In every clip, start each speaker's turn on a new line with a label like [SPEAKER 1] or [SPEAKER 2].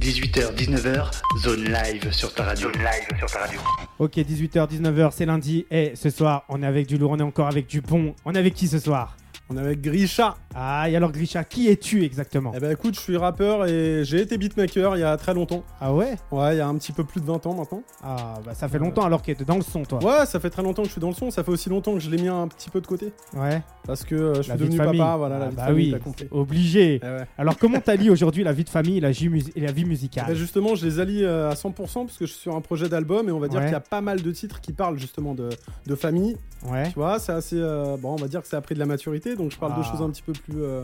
[SPEAKER 1] 18h, 19h, zone live sur ta radio. live sur ta radio.
[SPEAKER 2] Ok, 18h, 19h, c'est lundi. Et ce soir, on est avec du lourd, on est encore avec Dupont. On est avec qui ce soir
[SPEAKER 3] On est avec Grisha.
[SPEAKER 2] Ah, et alors Grisha, qui es-tu exactement
[SPEAKER 3] Eh ben écoute, je suis rappeur et j'ai été beatmaker il y a très longtemps.
[SPEAKER 2] Ah ouais
[SPEAKER 3] Ouais, il y a un petit peu plus de 20 ans maintenant.
[SPEAKER 2] Ah, bah ça fait
[SPEAKER 3] euh,
[SPEAKER 2] longtemps alors que t'es dans le son, toi.
[SPEAKER 3] Ouais, ça fait très longtemps que je suis dans le son, ça fait aussi longtemps que je l'ai mis un petit peu de côté.
[SPEAKER 2] Ouais,
[SPEAKER 3] Parce que euh, je suis
[SPEAKER 2] la vie de
[SPEAKER 3] devenu
[SPEAKER 2] famille.
[SPEAKER 3] papa, voilà, la
[SPEAKER 2] Ah,
[SPEAKER 3] vie de
[SPEAKER 2] bah
[SPEAKER 3] famille,
[SPEAKER 2] oui,
[SPEAKER 3] t'as compris.
[SPEAKER 2] obligé.
[SPEAKER 3] Eh ouais.
[SPEAKER 2] Alors comment t'allies aujourd'hui la vie de famille et la, ju- mus- et la vie
[SPEAKER 3] Eh ben,
[SPEAKER 2] musicale
[SPEAKER 3] justement, je les allie euh, à 100% parce que je suis sur un projet d'album et on va dire
[SPEAKER 2] Ouais.
[SPEAKER 3] qu'il y a pas mal de titres qui parlent justement de, de famille.
[SPEAKER 2] Ouais.
[SPEAKER 3] Tu vois, c'est assez. euh, bon, on va dire que ça a pris de la maturité, donc je parle de
[SPEAKER 2] Ah.
[SPEAKER 3] choses un petit peu plus euh,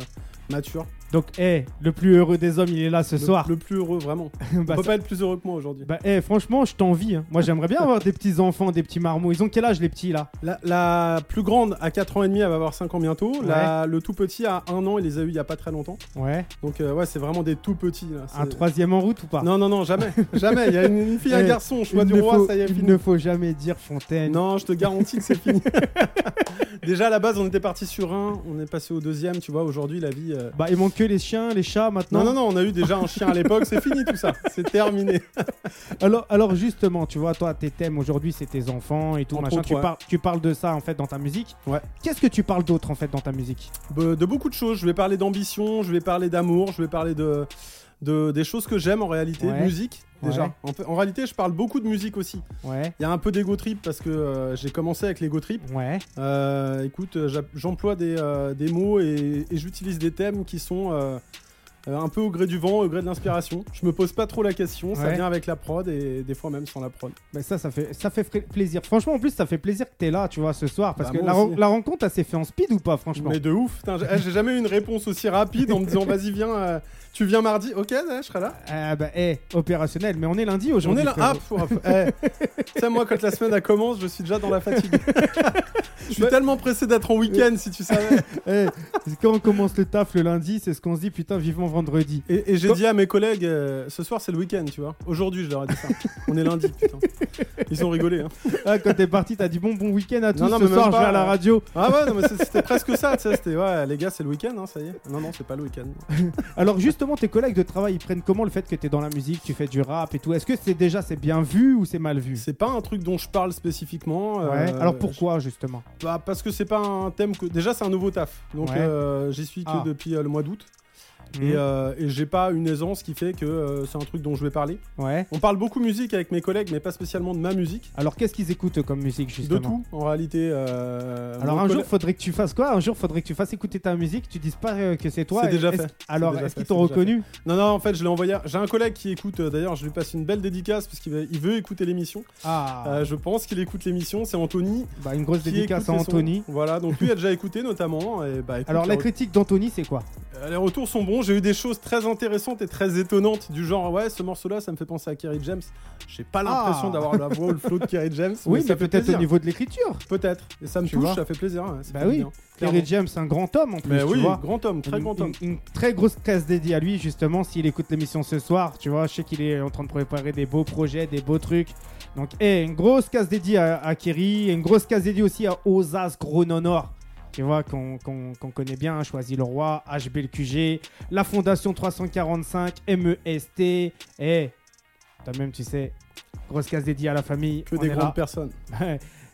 [SPEAKER 3] matures.
[SPEAKER 2] Donc, eh, le plus heureux des hommes, il est là ce
[SPEAKER 3] le,
[SPEAKER 2] soir.
[SPEAKER 3] Le plus heureux, vraiment. on
[SPEAKER 2] Bah,
[SPEAKER 3] peut
[SPEAKER 2] ça-
[SPEAKER 3] pas être plus heureux que moi aujourd'hui.
[SPEAKER 2] bah, eh, franchement, je t'envie. hein. Moi, j'aimerais bien avoir des petits enfants, des petits marmots. Ils ont quel âge, les petits, là
[SPEAKER 3] La, la plus grande a 4 ans et demi, elle va avoir 5 ans bientôt. La- le tout petit a 1 an, il les a eu il y a pas très longtemps.
[SPEAKER 2] Ouais.
[SPEAKER 3] Donc euh, ouais, c'est vraiment des tout petits. Là. C'est-
[SPEAKER 2] Un troisième en route ou pas
[SPEAKER 3] Non, non, non, jamais. jamais. Il y a une, une fille, un
[SPEAKER 2] Eh,
[SPEAKER 3] garçon,
[SPEAKER 2] il
[SPEAKER 3] choix du
[SPEAKER 2] ne
[SPEAKER 3] roi,
[SPEAKER 2] faut-
[SPEAKER 3] ça y est,
[SPEAKER 2] il
[SPEAKER 3] fini.
[SPEAKER 2] ne faut jamais dire Fontaine.
[SPEAKER 3] Non, je te garantis que c'est fini. Déjà à la base, on était parti sur un, on est passé au deuxième, tu vois, aujourd'hui la vie... euh,
[SPEAKER 2] Bah, il manque que les chiens, les chats maintenant.
[SPEAKER 3] Non, non, non, on a eu déjà un chien à l'époque, c'est fini tout ça, c'est terminé.
[SPEAKER 2] Alors, alors justement, tu vois, toi, tes thèmes aujourd'hui, c'est tes enfants et tout,
[SPEAKER 3] Entre
[SPEAKER 2] machin.
[SPEAKER 3] autres,
[SPEAKER 2] Tu,
[SPEAKER 3] ouais.
[SPEAKER 2] parles, tu parles de ça, en fait, dans ta musique.
[SPEAKER 3] Ouais.
[SPEAKER 2] Qu'est-ce que tu parles d'autre, en fait, dans ta musique
[SPEAKER 3] Be- De beaucoup de choses, je vais parler d'ambition, je vais parler d'amour, je vais parler de, de- des choses que j'aime en réalité,
[SPEAKER 2] Ouais.
[SPEAKER 3] musique déjà.
[SPEAKER 2] Ouais.
[SPEAKER 3] En fait- en réalité, je parle beaucoup de musique aussi.
[SPEAKER 2] Ouais.
[SPEAKER 3] Il y a un peu d'ego trip parce que euh, j'ai commencé avec l'ego trip.
[SPEAKER 2] Ouais.
[SPEAKER 3] Euh, écoute, euh, j'a- j'emploie des, euh, des mots et, et j'utilise des thèmes qui sont euh, euh, un peu au gré du vent, au gré de l'inspiration. Je me pose pas trop la question, ça
[SPEAKER 2] Ouais.
[SPEAKER 3] vient avec la prod et des fois même sans la prod.
[SPEAKER 2] Bah, ça, ça fait, ça fait fra- plaisir. Franchement, en plus, ça fait plaisir que t'es là, tu vois, ce soir. Parce
[SPEAKER 3] Bah,
[SPEAKER 2] que
[SPEAKER 3] moi
[SPEAKER 2] la, ren-
[SPEAKER 3] aussi.
[SPEAKER 2] la rencontre, elle s'est fait en speed ou pas, franchement
[SPEAKER 3] Mais de ouf, putain, j'ai eh, j'ai jamais eu une réponse aussi rapide en me disant vas-y viens, euh, tu viens mardi, ok, ouais, je serai là.
[SPEAKER 2] Ah, bah, eh, opérationnel. Mais on est lundi
[SPEAKER 3] J'en
[SPEAKER 2] aujourd'hui.
[SPEAKER 3] ai là, ah,
[SPEAKER 2] frérot.
[SPEAKER 3] pff, pff, eh. Tu sais, moi quand la semaine elle commence, je suis déjà dans la fatigue. je suis tellement pressé d'être en week-end si tu savais.
[SPEAKER 2] Eh, quand on commence le taf le lundi, c'est ce qu'on se dit, putain, vivement vendredi.
[SPEAKER 3] Et, et j'ai
[SPEAKER 2] Co-
[SPEAKER 3] dit à mes collègues, euh, ce soir c'est le week-end, tu vois. Aujourd'hui, je leur ai dit ça. On est lundi, putain. Ils ont rigolé. Hein.
[SPEAKER 2] Ah, quand t'es parti, t'as dit bon, bon week-end à tous.
[SPEAKER 3] Non, non,
[SPEAKER 2] ce
[SPEAKER 3] mais même
[SPEAKER 2] soir, je
[SPEAKER 3] pas,
[SPEAKER 2] vais à la
[SPEAKER 3] euh,
[SPEAKER 2] radio.
[SPEAKER 3] Ah ouais, non, mais c'est- c'était presque ça, tu sais. C'était, ouais, les gars, c'est le week-end, hein, ça y est. Non, non, c'est pas le week-end.
[SPEAKER 2] Alors justement, tes collègues de travail, ils prennent comment le fait que t'es dans la musique, tu fais du rap et tout Est-ce que c'est déjà c'est bien vu ou c'est mal vu
[SPEAKER 3] C'est pas un truc dont je parle spécifiquement. euh,
[SPEAKER 2] Ouais. Alors pourquoi justement
[SPEAKER 3] je- bah, Parce que c'est pas un thème que. Déjà, c'est un nouveau taf. Donc,
[SPEAKER 2] Ouais.
[SPEAKER 3] euh, j'y suis que
[SPEAKER 2] Ah.
[SPEAKER 3] depuis euh, le mois d'août.
[SPEAKER 2] Mhm.
[SPEAKER 3] Et, euh, et j'ai pas une aisance qui fait que euh, c'est un truc dont je vais parler.
[SPEAKER 2] Mmh. Ouais.
[SPEAKER 3] On parle beaucoup musique avec mes collègues, mais pas spécialement de ma musique.
[SPEAKER 2] Alors qu'est-ce qu'ils écoutent comme musique justement
[SPEAKER 3] De tout, en réalité. euh,
[SPEAKER 2] Alors un
[SPEAKER 3] mon colla-
[SPEAKER 2] jour, faudrait que tu fasses quoi Un jour, faudrait que tu fasses écouter ta musique, tu dises pas euh, que c'est toi.
[SPEAKER 3] C'est déjà
[SPEAKER 2] Est-ce-
[SPEAKER 3] fait.
[SPEAKER 2] Alors
[SPEAKER 3] déjà
[SPEAKER 2] est-ce
[SPEAKER 3] fait,
[SPEAKER 2] qu'ils t'ont
[SPEAKER 3] c'est déjà
[SPEAKER 2] reconnu
[SPEAKER 3] Non, non, en fait, je l'ai envoyé. à- J'ai un collègue qui écoute, euh, d'ailleurs, je lui passe une belle dédicace parce qu'il va- il veut écouter l'émission.
[SPEAKER 2] Ah.
[SPEAKER 3] Euh, je pense qu'il écoute l'émission, c'est Anthony.
[SPEAKER 2] Bah une grosse
[SPEAKER 3] qui
[SPEAKER 2] dédicace à
[SPEAKER 3] écoute les sons.
[SPEAKER 2] Anthony.
[SPEAKER 3] Voilà, donc lui a déjà écouté notamment. Et bah, écoute,
[SPEAKER 2] Alors
[SPEAKER 3] les,
[SPEAKER 2] la
[SPEAKER 3] re-
[SPEAKER 2] critique d'Anthony, c'est quoi
[SPEAKER 3] euh, les retours sont bons. J'ai eu des choses très intéressantes et très étonnantes, du genre, ouais, ce morceau-là, ça me fait penser à Kerry James. J'ai pas l'impression
[SPEAKER 2] Ah.
[SPEAKER 3] d'avoir la voix ou le flow de Kerry James.
[SPEAKER 2] Oui,
[SPEAKER 3] ça
[SPEAKER 2] mais
[SPEAKER 3] fait
[SPEAKER 2] peut-être au
[SPEAKER 3] plaisir.
[SPEAKER 2] niveau de l'écriture.
[SPEAKER 3] Peut-être. Et ça me
[SPEAKER 2] Tu
[SPEAKER 3] touche,
[SPEAKER 2] vois.
[SPEAKER 3] ça fait plaisir. ouais, ça
[SPEAKER 2] Bah
[SPEAKER 3] fait
[SPEAKER 2] oui,
[SPEAKER 3] du bien, clairement.
[SPEAKER 2] Terry James, c'est un grand homme en plus.
[SPEAKER 3] Mais
[SPEAKER 2] tu
[SPEAKER 3] oui,
[SPEAKER 2] vois. Mm,
[SPEAKER 3] grand homme, très
[SPEAKER 2] Une-
[SPEAKER 3] grand
[SPEAKER 2] une,
[SPEAKER 3] homme.
[SPEAKER 2] une très grosse caisse dédiée à lui, justement, s'il écoute l'émission ce soir. Tu vois, je sais qu'il est en train de préparer des beaux projets, des beaux trucs. Donc, eh, une grosse casse dédiée à, à Kerry, et une grosse casse dédiée aussi à Osas Grononor. Tu vois, qu'on qu'on- qu'on connaît bien, Choisis le Roi, HB le QG, la Fondation 345, MEST. Eh, toi-même, tu sais, grosse casse dédiée à la famille.
[SPEAKER 3] Que
[SPEAKER 2] on
[SPEAKER 3] des
[SPEAKER 2] est
[SPEAKER 3] grandes
[SPEAKER 2] là.
[SPEAKER 3] personnes.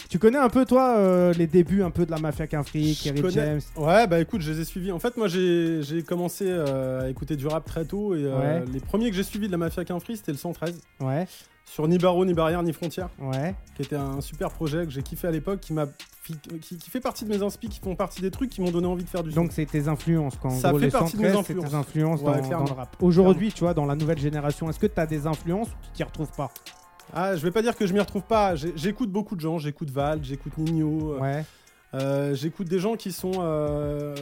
[SPEAKER 2] tu connais un peu, toi, euh, les débuts un peu de la mafia qu'un fric,
[SPEAKER 3] Je
[SPEAKER 2] Kerry
[SPEAKER 3] connais.
[SPEAKER 2] James
[SPEAKER 3] Ouais, bah écoute, je les ai suivis. En fait, moi, j'ai j'ai commencé euh, à écouter du rap très tôt. Et euh,
[SPEAKER 2] Ouais.
[SPEAKER 3] les premiers que j'ai suivis de la Mafia qu'un free, c'était le 113.
[SPEAKER 2] Ouais,
[SPEAKER 3] Sur Ni Barreau, Ni Barrière, Ni Frontière,
[SPEAKER 2] ouais,
[SPEAKER 3] qui était un super projet que j'ai kiffé à l'époque, qui, m'a fi- qui, qui fait partie de mes inspi, qui font partie des trucs qui m'ont donné envie de faire du son.
[SPEAKER 2] Donc c'est tes influences quand
[SPEAKER 3] Ça
[SPEAKER 2] gros,
[SPEAKER 3] fait
[SPEAKER 2] le
[SPEAKER 3] partie de mes
[SPEAKER 2] 113, c'est tes
[SPEAKER 3] influences.
[SPEAKER 2] influences
[SPEAKER 3] Ouais,
[SPEAKER 2] dans,
[SPEAKER 3] clairement.
[SPEAKER 2] dans le rap. Aujourd'hui, tu vois, dans la nouvelle génération, est-ce que tu as des influences ou tu t'y retrouves pas
[SPEAKER 3] Ah, je vais pas dire que je m'y retrouve pas. J'ai- J'écoute beaucoup de gens. J'écoute Val, j'écoute Nino.
[SPEAKER 2] Ouais.
[SPEAKER 3] euh, j'écoute des gens qui sont, euh,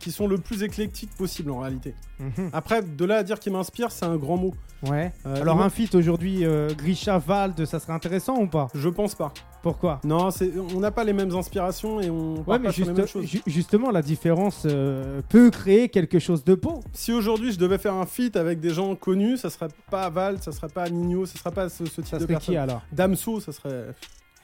[SPEAKER 3] qui sont le plus éclectique possible en réalité.
[SPEAKER 2] Mhm.
[SPEAKER 3] Après, de là à dire qu'ils m'inspirent, c'est un grand mot.
[SPEAKER 2] Ouais.
[SPEAKER 3] Euh,
[SPEAKER 2] Alors
[SPEAKER 3] il me-
[SPEAKER 2] un feat aujourd'hui euh, Grisha Vald, ça serait intéressant ou pas
[SPEAKER 3] Je pense pas.
[SPEAKER 2] Pourquoi
[SPEAKER 3] Non, c'est- on n'a pas les mêmes inspirations et on part
[SPEAKER 2] Ouais,
[SPEAKER 3] pas
[SPEAKER 2] mais
[SPEAKER 3] sur les
[SPEAKER 2] juste-
[SPEAKER 3] mêmes choses.
[SPEAKER 2] ju- justement, la différence euh, peut créer quelque chose de beau.
[SPEAKER 3] Si aujourd'hui je devais faire un feat avec des gens connus, ça serait pas Val, ça serait pas Nino, ça serait pas ce, ce type
[SPEAKER 2] Ça
[SPEAKER 3] de
[SPEAKER 2] serait qui
[SPEAKER 3] personne.
[SPEAKER 2] alors
[SPEAKER 3] Damso, ça serait.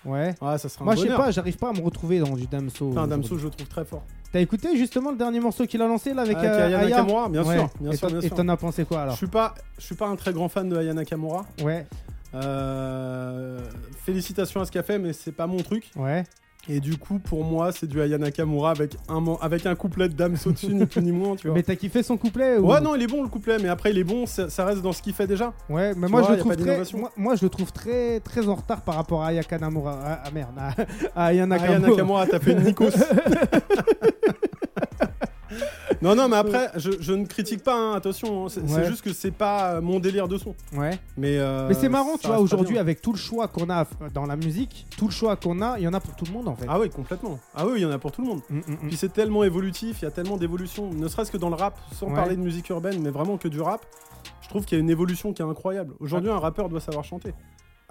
[SPEAKER 2] Ouais.
[SPEAKER 3] Ouais, ça serait un
[SPEAKER 2] Moi, je sais
[SPEAKER 3] bonheur.
[SPEAKER 2] pas, j'arrive pas à me retrouver dans du Damso.
[SPEAKER 3] Putain, Damso,
[SPEAKER 2] aujourd'hui.
[SPEAKER 3] je Ah, le trouve très fort.
[SPEAKER 2] T'as écouté justement le dernier morceau qu'il a lancé là avec
[SPEAKER 3] Avec
[SPEAKER 2] euh,
[SPEAKER 3] Aya
[SPEAKER 2] Aya
[SPEAKER 3] Nakamura, bien
[SPEAKER 2] Ouais.
[SPEAKER 3] sûr, bien
[SPEAKER 2] Et
[SPEAKER 3] sûr,
[SPEAKER 2] t'en-
[SPEAKER 3] bien
[SPEAKER 2] Et
[SPEAKER 3] sûr.
[SPEAKER 2] t'en as pensé quoi
[SPEAKER 3] Je
[SPEAKER 2] alors
[SPEAKER 3] suis pas, je suis pas un très grand fan de Aya Nakamura.
[SPEAKER 2] Ouais,
[SPEAKER 3] Euh, félicitations à ce qu'elle fait, mais c'est pas mon truc.
[SPEAKER 2] ouais.
[SPEAKER 3] Et du coup, pour moi, c'est du Aya Nakamura avec un, man- avec un couplet de Damso dessus, ni plus ni moins, tu vois.
[SPEAKER 2] Mais t'as kiffé son couplet ou...
[SPEAKER 3] Ouais, non, il est bon le couplet, mais après, il est bon, ça, ça reste dans ce qu'il fait déjà.
[SPEAKER 2] Ouais, mais
[SPEAKER 3] Tu
[SPEAKER 2] moi
[SPEAKER 3] vois,
[SPEAKER 2] je,
[SPEAKER 3] y
[SPEAKER 2] le
[SPEAKER 3] a
[SPEAKER 2] trouve
[SPEAKER 3] pas
[SPEAKER 2] très,
[SPEAKER 3] d'innovation.
[SPEAKER 2] moi, moi, je le trouve très très en retard par rapport à Aya Nakamura. Ah, ah, merde, à, à Aya
[SPEAKER 3] Aya
[SPEAKER 2] Nakamura.
[SPEAKER 3] Nakamura, t'as fait une Nikos. non, non, mais après, je, je ne critique pas, hein, attention, hein, c'est c'est
[SPEAKER 2] Ouais.
[SPEAKER 3] juste que c'est pas euh, mon délire de son.
[SPEAKER 2] Ouais.
[SPEAKER 3] Mais, euh,
[SPEAKER 2] mais c'est marrant,
[SPEAKER 3] ça
[SPEAKER 2] tu vois,
[SPEAKER 3] reste
[SPEAKER 2] aujourd'hui
[SPEAKER 3] pas
[SPEAKER 2] avec tout le choix qu'on a f- dans la musique, tout le choix qu'on a, il y en a pour tout le monde en fait.
[SPEAKER 3] bien. Ah oui, complètement. Ah oui, il y en a pour tout le monde.
[SPEAKER 2] Mm, mm, mm.
[SPEAKER 3] Puis c'est tellement évolutif, il y a tellement d'évolution, ne serait-ce que dans le rap, sans
[SPEAKER 2] Ouais.
[SPEAKER 3] parler de musique urbaine, mais vraiment que du rap. Je trouve qu'il y a une évolution qui est incroyable. Aujourd'hui, un rappeur doit savoir chanter.